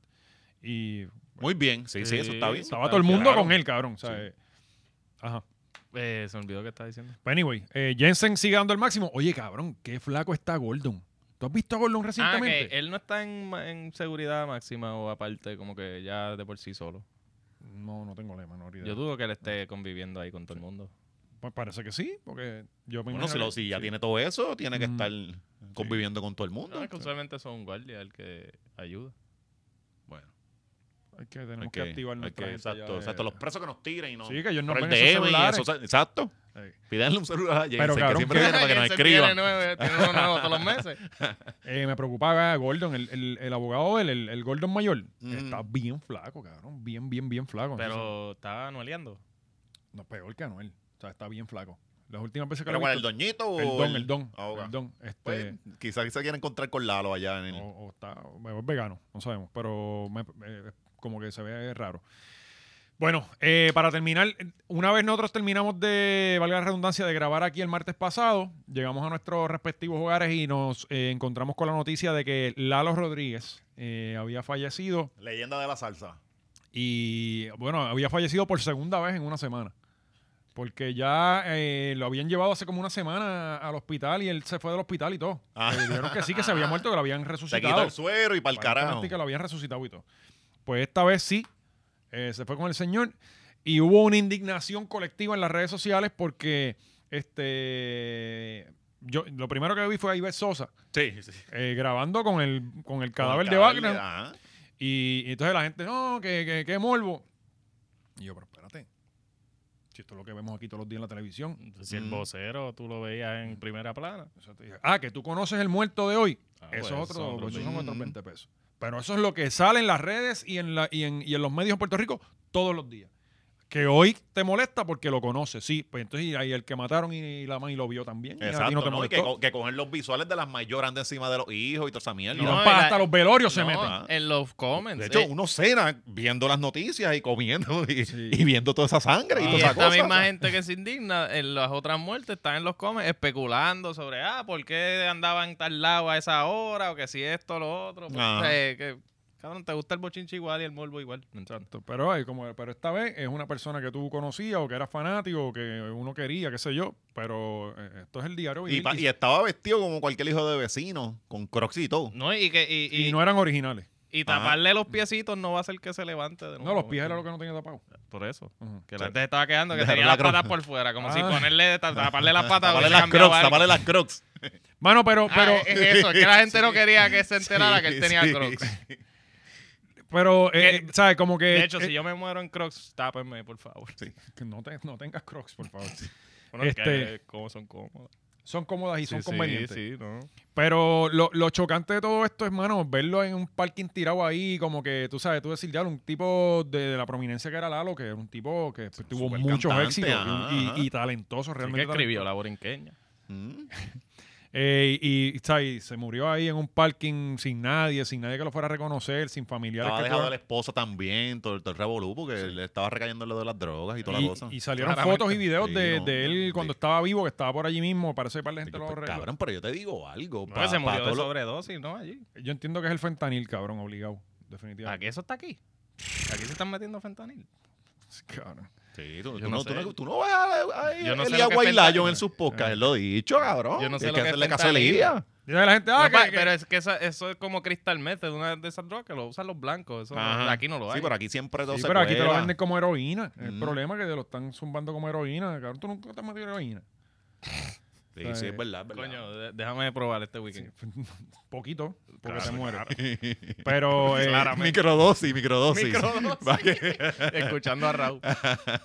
Speaker 1: Y
Speaker 2: Muy bien, sí, sí, eso está bien.
Speaker 1: estaba todo el mundo con él, cabrón. o sea, eh, Ajá.
Speaker 3: eh, se me olvidó que estaba diciendo.
Speaker 1: Pero anyway, eh, Jensen sigue dando el máximo. Oye, cabrón, qué flaco está Gordon. ¿Tú has visto a Gordon
Speaker 3: Ah,
Speaker 1: recientemente?
Speaker 3: que
Speaker 2: eh,
Speaker 3: él no está en, ma- en seguridad máxima o aparte, como que ya de por sí solo.
Speaker 1: No, no tengo la menor idea.
Speaker 3: Yo dudo que él esté conviviendo ahí con todo el mundo.
Speaker 1: Pues parece que sí, porque yo me
Speaker 2: Bueno, si,
Speaker 1: imagino que-
Speaker 2: lo- si ya tiene todo eso, tiene que
Speaker 1: Mm.
Speaker 2: estar conviviendo con todo el mundo.
Speaker 3: No, es que usualmente Ah, son guardias el que ayuda.
Speaker 2: Bueno,
Speaker 1: Hay que, tenemos
Speaker 2: hay
Speaker 1: que, activar
Speaker 2: hay
Speaker 1: nuestra
Speaker 2: que-
Speaker 1: gente ya
Speaker 2: exacto,
Speaker 1: de-
Speaker 2: exacto. Los presos que nos tiren y no.
Speaker 1: Sí, que ellos no
Speaker 2: por el
Speaker 1: ven esos
Speaker 2: DM y
Speaker 1: celulares.
Speaker 2: eso, exacto.
Speaker 1: Eh,
Speaker 2: Pídanle un celular a Jensen, que
Speaker 1: cabrón,
Speaker 2: siempre
Speaker 1: que-
Speaker 2: viene para que nos
Speaker 3: Jensen tiene
Speaker 2: escriban.
Speaker 3: nueve- tiene uno nuevo todos los meses.
Speaker 1: Eh, me preocupaba Gordon, el, el, el abogado del el, el Gordon mayor.
Speaker 2: Mm.
Speaker 1: Está bien flaco, cabrón. Bien, bien, bien flaco. Entonces,
Speaker 3: Pero estaba anualeando.
Speaker 1: no, peor que Anuel. O sea, está bien flaco. Las últimas veces que
Speaker 2: Pero
Speaker 1: lo
Speaker 2: bueno,
Speaker 1: he
Speaker 2: el
Speaker 1: visto-
Speaker 2: doñito o.
Speaker 1: el don, el
Speaker 2: Ah, ok.
Speaker 1: don. el don, este,
Speaker 2: Pues, quizás se quiera encontrar con Lalo allá en el.
Speaker 1: o, o está o es vegano, no sabemos. Pero me- eh, como que se ve raro. Bueno, eh, para terminar, una vez nosotros terminamos de, valga la redundancia, de grabar aquí el martes pasado, llegamos a nuestros respectivos hogares y nos eh, encontramos con la noticia de que Lalo Rodríguez eh, había fallecido
Speaker 2: Leyenda de la salsa.
Speaker 1: Y bueno, había fallecido por segunda vez en una semana. Porque ya eh, lo habían llevado hace como una semana al hospital y él se fue del hospital y todo.
Speaker 2: Ah.
Speaker 1: Le Eh, dijeron que sí, que se había muerto, que lo habían
Speaker 2: Se quitó
Speaker 1: resucitado.
Speaker 2: el suero y para el carajo.
Speaker 1: Aparentemente Que lo habían resucitado y todo. Pues esta vez sí, eh, se fue con el señor y hubo una indignación colectiva en las redes sociales porque este yo lo primero que vi fue a Iber Sosa
Speaker 2: Sí, sí.
Speaker 1: eh, grabando con el con el
Speaker 2: Con ah.
Speaker 1: cadáver
Speaker 2: el
Speaker 1: de
Speaker 2: cadáver
Speaker 1: Wagner
Speaker 2: ajá.
Speaker 1: y, y entonces la gente, no, que, que, que morbo. Y yo, pero espérate. Si esto es lo que vemos aquí todos los días en la televisión.
Speaker 3: Si el
Speaker 2: Mm.
Speaker 3: vocero tú lo veías en primera plana.
Speaker 1: O sea, te dije, ah, que tú conoces el muerto de hoy.
Speaker 3: Ah,
Speaker 1: eso es
Speaker 3: pues,
Speaker 1: otro,
Speaker 3: son otros
Speaker 1: esos son
Speaker 2: 20.
Speaker 1: otros 20 pesos. Pero eso es lo que sale en las redes y en, la, y en, y en los medios en Puerto Rico todos los días. que hoy te molesta porque lo conoces, sí. Pues entonces, y ahí el que mataron y la mami lo vio también. y a ti
Speaker 2: Exacto,
Speaker 1: no te
Speaker 2: ¿no? Y que,
Speaker 1: molestó.
Speaker 2: co- que cogen los visuales de las mayores andan encima de los hijos y toda esa mierda.
Speaker 1: Y
Speaker 3: No,
Speaker 1: van
Speaker 3: y
Speaker 1: para
Speaker 3: la-
Speaker 1: hasta los velorios se
Speaker 3: No, ah.
Speaker 1: meten.
Speaker 3: En los comments.
Speaker 2: De hecho,
Speaker 3: eh,
Speaker 2: uno cena viendo las noticias y comiendo y,
Speaker 1: Sí.
Speaker 2: y viendo toda esa sangre y,
Speaker 3: Y
Speaker 2: toda esa
Speaker 3: esta
Speaker 2: cosa.
Speaker 3: misma gente que se indigna en las otras muertes está en los comments especulando sobre, ah, ¿por qué andaban tal lado a esa hora? O que si esto, lo otro. Pues,
Speaker 2: Ajá.
Speaker 3: o sea, que, cabrón, te gusta el bochinche igual y el morbo igual. ¿me entiendes?
Speaker 1: Exacto, Pero, ay, como, pero esta vez es una persona que tú conocías o que eras fanático o que uno quería, qué sé yo. Pero eh, esto es el diario.
Speaker 2: Y,
Speaker 1: vivir,
Speaker 2: pa- y estaba vestido como cualquier hijo de vecino, con crocs y todo.
Speaker 3: No, y, que, y,
Speaker 1: y-
Speaker 3: y-
Speaker 1: y no eran originales.
Speaker 3: y
Speaker 2: Ajá.
Speaker 3: taparle los piecitos no va a hacer que se levante de nuevo.
Speaker 1: No, los
Speaker 3: ¿me
Speaker 1: pies era lo
Speaker 3: entiendes?
Speaker 1: que no tenía tapado.
Speaker 3: Por eso.
Speaker 1: Ujú.
Speaker 3: Que la gente se estaba quedando que
Speaker 2: Dejaron
Speaker 3: tenía
Speaker 2: la
Speaker 3: las patas
Speaker 2: cro-
Speaker 3: por fuera. Como si
Speaker 1: Ah.
Speaker 3: ponerle, ta- taparle las patas.
Speaker 2: Tapale
Speaker 3: hubiese
Speaker 2: las
Speaker 3: cambiado
Speaker 2: crocs,
Speaker 3: algo.
Speaker 2: tapale las crocs.
Speaker 1: Mano, pero,
Speaker 3: Ah,
Speaker 1: pero,
Speaker 3: es es eso, es que la gente no quería que se enterara que él tenía
Speaker 2: Sí,
Speaker 3: crocs.
Speaker 2: sí.
Speaker 1: pero, eh, eh, ¿sabes? Como que.
Speaker 3: De hecho,
Speaker 1: eh,
Speaker 3: si yo me muero en crocs, tápenme, por favor.
Speaker 1: que no, te- no tengas crocs, por favor.
Speaker 3: Bueno, es
Speaker 1: Este-
Speaker 3: que, eh, cómo son cómodos.
Speaker 1: Son cómodas y son
Speaker 3: Sí, sí,
Speaker 1: convenientes.
Speaker 3: Sí, no.
Speaker 1: Pero lo, lo chocante de todo esto es, mano, verlo en un parking tirado ahí, como que tú sabes, tú decir, ya, un tipo de, de la prominencia que era Lalo, que era un tipo que pues, tuvo
Speaker 2: súper
Speaker 1: muchos
Speaker 2: cantante,
Speaker 1: éxitos y-
Speaker 2: ajá.
Speaker 1: y, y talentoso
Speaker 3: Realmente
Speaker 1: realmente.
Speaker 3: escribió
Speaker 1: talentoso.
Speaker 3: la borinqueña.
Speaker 2: Mm.
Speaker 1: Eh, y, y, ¿sabes? y se murió ahí en un parking sin nadie, sin nadie que lo fuera a reconocer, sin familiares.
Speaker 2: Estaba
Speaker 1: que
Speaker 2: dejado a la
Speaker 1: fueran-
Speaker 2: esposa también, todo, el- todo el revolú, porque le estaba recayendo lo de las drogas y toda
Speaker 1: y,
Speaker 2: la cosa.
Speaker 1: y salieron
Speaker 2: Claramente.
Speaker 1: fotos y videos
Speaker 2: Sí,
Speaker 1: de,
Speaker 2: no,
Speaker 1: de él
Speaker 2: sí.
Speaker 1: cuando estaba vivo, que estaba por allí mismo. Parece que par de gente
Speaker 2: Yo,
Speaker 1: lo
Speaker 2: pues,
Speaker 1: arregló.
Speaker 2: cabrón, pero yo te digo algo.
Speaker 3: No,
Speaker 2: pa-
Speaker 3: se
Speaker 2: pa
Speaker 3: murió de
Speaker 2: todo lo-
Speaker 3: sobredosis, ¿no? Allí.
Speaker 1: Yo entiendo que es el fentanil, cabrón, obligado. Definitivamente.
Speaker 3: Aquí eso está aquí. Aquí se están metiendo fentanil.
Speaker 1: Cabrón.
Speaker 2: Sí, tú,
Speaker 3: Yo
Speaker 2: tú
Speaker 3: no
Speaker 2: no, tú
Speaker 3: sé.
Speaker 2: no- tú no vas a, a-
Speaker 3: Yo no sé
Speaker 2: Elías
Speaker 3: lo que es
Speaker 2: Guaylá,
Speaker 3: fentanil.
Speaker 2: yo en sus
Speaker 1: Eh.
Speaker 2: podcasts, él lo he dicho, cabrón.
Speaker 3: Yo no sé
Speaker 2: Tienes
Speaker 3: lo que es
Speaker 2: hacerle caso a
Speaker 3: fentanil.
Speaker 2: Elías.
Speaker 1: Dice la gente, ah,
Speaker 3: No, pa-
Speaker 1: que- que-
Speaker 3: pero es que esa- eso es como cristal meth, es una de esas drogas que lo usan los blancos. Eso no-
Speaker 2: Ajá.
Speaker 3: aquí no lo hay.
Speaker 2: Sí, pero aquí siempre todo
Speaker 1: Sí,
Speaker 2: se
Speaker 1: pero aquí te lo
Speaker 2: cuela.
Speaker 1: venden como heroína. El
Speaker 2: Mm.
Speaker 1: problema es que te lo están zumbando como heroína. Cabrón, tú nunca te has metido heroína.
Speaker 2: Sí,
Speaker 1: eh,
Speaker 2: sí, es verdad, es verdad.
Speaker 3: Coño, de- déjame probar este weekend.
Speaker 1: Poquito, porque te mueres. Pero, eh,
Speaker 2: Microdosis, microdosis.
Speaker 3: Microdosis.
Speaker 2: Va que-
Speaker 3: Escuchando a Raúl.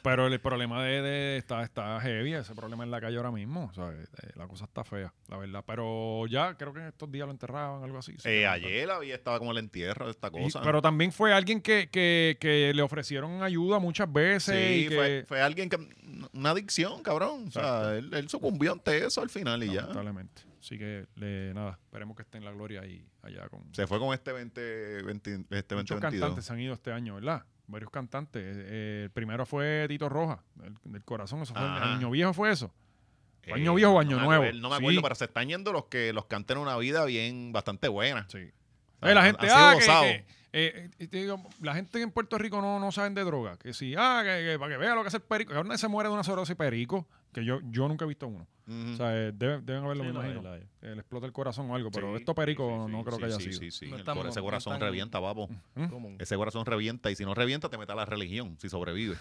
Speaker 1: pero el problema de, de- está, está heavy, ese problema en la calle ahora mismo. ¿sabes? Eh, la cosa está fea, la verdad. Pero ya creo que en estos días lo enterraban, algo así. sí,
Speaker 2: Eh,
Speaker 1: creo.
Speaker 2: ayer la vi, estaba como el entierro de esta
Speaker 1: Y-
Speaker 2: cosa.
Speaker 1: pero también fue alguien que, que, que le ofrecieron ayuda muchas veces.
Speaker 2: sí,
Speaker 1: y que-
Speaker 2: fue, fue alguien que. Una adicción, cabrón. O
Speaker 1: Exacto.
Speaker 2: sea, él, él sucumbió ante eso al final y ya.
Speaker 1: Lamentablemente. Así que, le- nada, esperemos que esté en la gloria ahí, allá con,
Speaker 2: Se fue con este 20, 20 este
Speaker 1: Muchos
Speaker 2: 2022.
Speaker 1: cantantes se han ido este año, ¿verdad? Varios cantantes. Eh, el primero fue Tito Roja, el- del corazón. Eso fue el
Speaker 2: Ajá.
Speaker 1: año viejo fue eso.
Speaker 2: Eh,
Speaker 1: Año viejo o año
Speaker 2: no me
Speaker 1: nuevo.
Speaker 2: acuerdo, no me
Speaker 1: Sí.
Speaker 2: acuerdo, pero se están yendo los que los que han tenido una vida bien, bastante buena.
Speaker 1: Sí.
Speaker 2: sea,
Speaker 1: Eh, la
Speaker 2: han-
Speaker 1: gente,
Speaker 2: han sido
Speaker 1: ah, que-
Speaker 2: gozados.
Speaker 1: que, eh, eh, te digo, la gente en Puerto Rico no, no saben de droga. Que sí, ah, que, que para que vea lo que hace el perico. Ahora nadie se muere de una sobredosis perico, que yo, yo nunca he visto uno.
Speaker 2: Ujú.
Speaker 1: O sea, eh, deben, deben haberlo,
Speaker 3: Sí,
Speaker 1: me
Speaker 3: la hay,
Speaker 1: imagino.
Speaker 3: la hay.
Speaker 1: Que le explota el corazón o algo, pero
Speaker 2: Sí,
Speaker 1: esto perico
Speaker 2: sí,
Speaker 1: no
Speaker 2: sí,
Speaker 1: creo
Speaker 2: sí,
Speaker 1: que haya
Speaker 2: sí,
Speaker 1: sido.
Speaker 2: sí, sí.
Speaker 3: No
Speaker 2: El
Speaker 3: está
Speaker 2: cora-
Speaker 3: mo-
Speaker 2: ese
Speaker 3: no
Speaker 2: corazón
Speaker 3: está-
Speaker 2: revienta, papo.
Speaker 3: Común.
Speaker 2: Ese corazón revienta y si no revienta te mete a la religión, si sobrevive.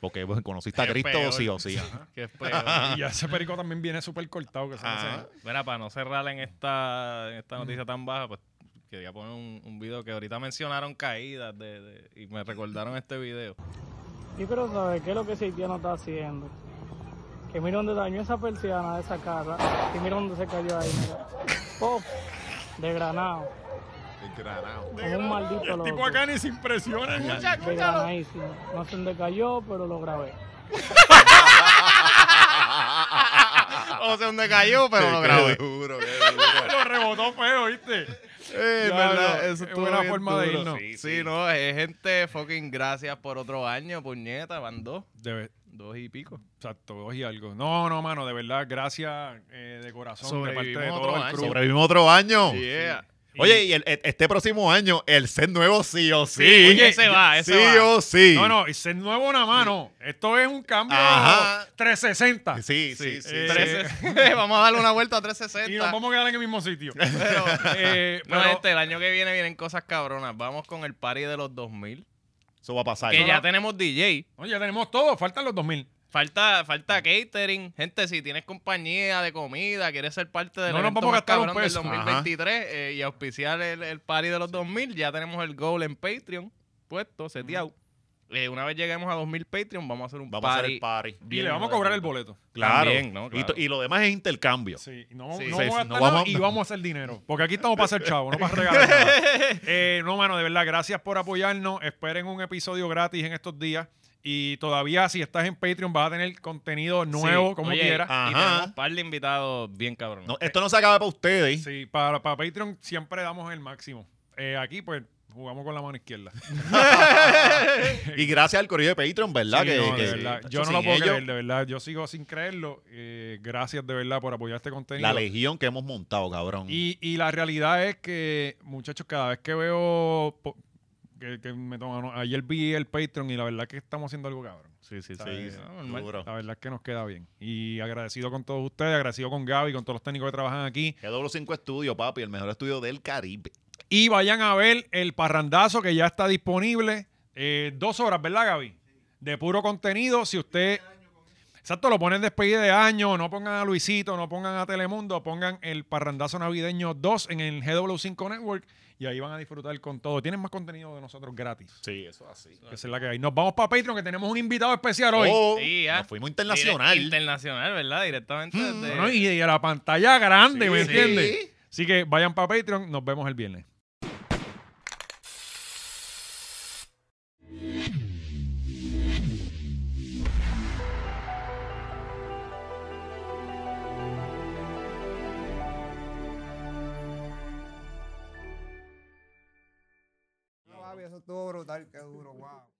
Speaker 2: Porque bueno, conociste a
Speaker 3: Qué
Speaker 2: Cristo
Speaker 3: peor.
Speaker 2: sí o sí.
Speaker 3: Qué feo.
Speaker 1: Y ya ese perico también viene súper cortado. Que se
Speaker 2: Ajá.
Speaker 3: Mira, para no cerrar en esta, en esta noticia tan baja, pues quería poner un, un video que ahorita mencionaron caídas de, de- y me recordaron este video.
Speaker 8: Yo quiero saber qué es lo que ese haitiano está haciendo. Que mira dónde dañó esa persiana de esa casa. Y mira dónde se cayó ahí. Mira. ¡Pop! De granado. Como un maldito loco.
Speaker 1: ni se impresiona.
Speaker 8: De granadísimo. No sé dónde cayó, pero lo grabé.
Speaker 3: O sea, donde cayó, pero lo grabé.
Speaker 2: Duro, qué duro.
Speaker 1: Lo rebotó feo, ¿viste?
Speaker 3: Eh,
Speaker 1: Diablo,
Speaker 3: verdad,
Speaker 1: qué
Speaker 3: eso estuvo
Speaker 1: buena
Speaker 3: bien
Speaker 1: forma de
Speaker 3: duro.
Speaker 1: irnos.
Speaker 3: Sí, sí, no, es gente fucking gracias por otro año, puñeta, van dos,
Speaker 1: Debe,
Speaker 3: dos y pico.
Speaker 1: Exacto, dos y algo. No, no, mano, de verdad, gracias eh, de corazón de parte de
Speaker 3: Sobrevivimos
Speaker 1: todo
Speaker 3: otro
Speaker 1: el
Speaker 3: año.
Speaker 1: crew.
Speaker 2: Sobrevivimos otro
Speaker 3: Oh,
Speaker 2: año.
Speaker 3: Yeah.
Speaker 2: Oye, y el- e- este próximo año, el set nuevo sí o sí.
Speaker 3: Sí, oye, ese va, ese
Speaker 2: sí
Speaker 3: va.
Speaker 2: o sí.
Speaker 1: No, no, y ser nuevo una mano. Esto es un cambio
Speaker 2: Ajá.
Speaker 1: 360.
Speaker 2: Sí, sí, sí.
Speaker 1: Eh,
Speaker 2: Tres-
Speaker 3: 13. vamos a darle una vuelta a
Speaker 1: Y nos
Speaker 3: 360.
Speaker 1: vamos a quedar en el mismo sitio.
Speaker 3: Pero,
Speaker 1: Eh,
Speaker 3: no,
Speaker 1: pero-
Speaker 3: este, el año que viene vienen cosas cabronas. Vamos con el party de los 2000.
Speaker 2: Eso va a pasar.
Speaker 3: Que ya tenemos DJ.
Speaker 1: no, ya tenemos todo, faltan los 2000.
Speaker 3: Falta, falta catering. Gente, si tienes compañía de comida, quieres ser parte del
Speaker 1: No nos
Speaker 3: evento
Speaker 1: vamos a
Speaker 3: más
Speaker 1: gastar un
Speaker 3: cabrón del
Speaker 1: peso.
Speaker 3: 2023 eh, y auspiciar el, el party de los 2000, ya tenemos el goal en Patreon puesto, seteado. Eh, una vez lleguemos a 2000 Patreon, vamos a hacer un
Speaker 2: Vamos a hacer el
Speaker 3: party.
Speaker 2: party.
Speaker 1: Y le vamos a cobrar el boleto.
Speaker 2: Claro.
Speaker 3: También, ¿no?
Speaker 2: Y to-
Speaker 3: Claro.
Speaker 2: Y, lo demás es intercambio.
Speaker 1: Sí, no,
Speaker 3: Sí.
Speaker 1: no vamos a
Speaker 2: Sí, sí, no
Speaker 1: gastar
Speaker 2: vamos-
Speaker 1: nada y vamos a hacer dinero. Porque aquí estamos para hacer chavo, no para regalar. nada. Eh, no, mano, de verdad, gracias por apoyarnos. Esperen un episodio gratis en estos días. Y todavía, si estás en Patreon, vas a tener contenido nuevo, como
Speaker 3: Oye,
Speaker 1: quieras.
Speaker 2: ah.
Speaker 3: Y
Speaker 2: Ajá.
Speaker 3: tenemos un par de invitados bien cabrones.
Speaker 2: No, esto no se acaba para ustedes.
Speaker 1: Sí, para, para Patreon siempre damos el máximo. Eh, aquí, pues, jugamos con la mano izquierda.
Speaker 2: y gracias al correo de Patreon, ¿verdad?
Speaker 1: Sí,
Speaker 2: que,
Speaker 1: no, de
Speaker 2: que-
Speaker 1: verdad.
Speaker 2: que
Speaker 1: Yo no
Speaker 2: sin
Speaker 1: lo puedo
Speaker 2: ellos,
Speaker 1: creer, de verdad. Yo sigo sin creerlo. Eh, gracias de verdad por apoyar este contenido.
Speaker 2: La legión que hemos montado, cabrón.
Speaker 1: Y, y la realidad es que, muchachos, cada vez que veo. po- Que, que me toman, ¿no? ayer vi el Patreon y la verdad es que estamos haciendo algo cabrón.
Speaker 2: sí, sí, sí.
Speaker 1: ¿sabes?
Speaker 2: duro.
Speaker 1: La verdad es que nos queda bien. Y agradecido con todos ustedes, agradecido con Gaby, con todos los técnicos que trabajan aquí.
Speaker 2: GW5 Estudio, papi, el mejor estudio del Caribe.
Speaker 1: Y vayan a ver el parrandazo que ya está disponible. Eh, dos horas, ¿verdad, Gaby? De puro contenido. Si usted. Exacto, lo ponen despedida de año, no pongan a Luisito, no pongan a Telemundo, pongan el Parrandazo Navideño 2 en el GW5 Network y ahí van a disfrutar con todo. Tienen más contenido de nosotros gratis,
Speaker 2: Sí, eso así.
Speaker 1: que esa es la que hay. Nos vamos para Patreon, que tenemos un invitado especial hoy.
Speaker 2: Oh,
Speaker 3: Sí, ya.
Speaker 2: nos fuimos internacional.
Speaker 3: Dire- internacional, ¿verdad? Directamente desde...
Speaker 1: Bueno, Mm, y de la pantalla grande, ¿me
Speaker 2: Sí.
Speaker 1: entiendes? Así que vayan para Patreon, nos vemos el viernes.
Speaker 9: Eso estuvo brutal, qué duro, wow.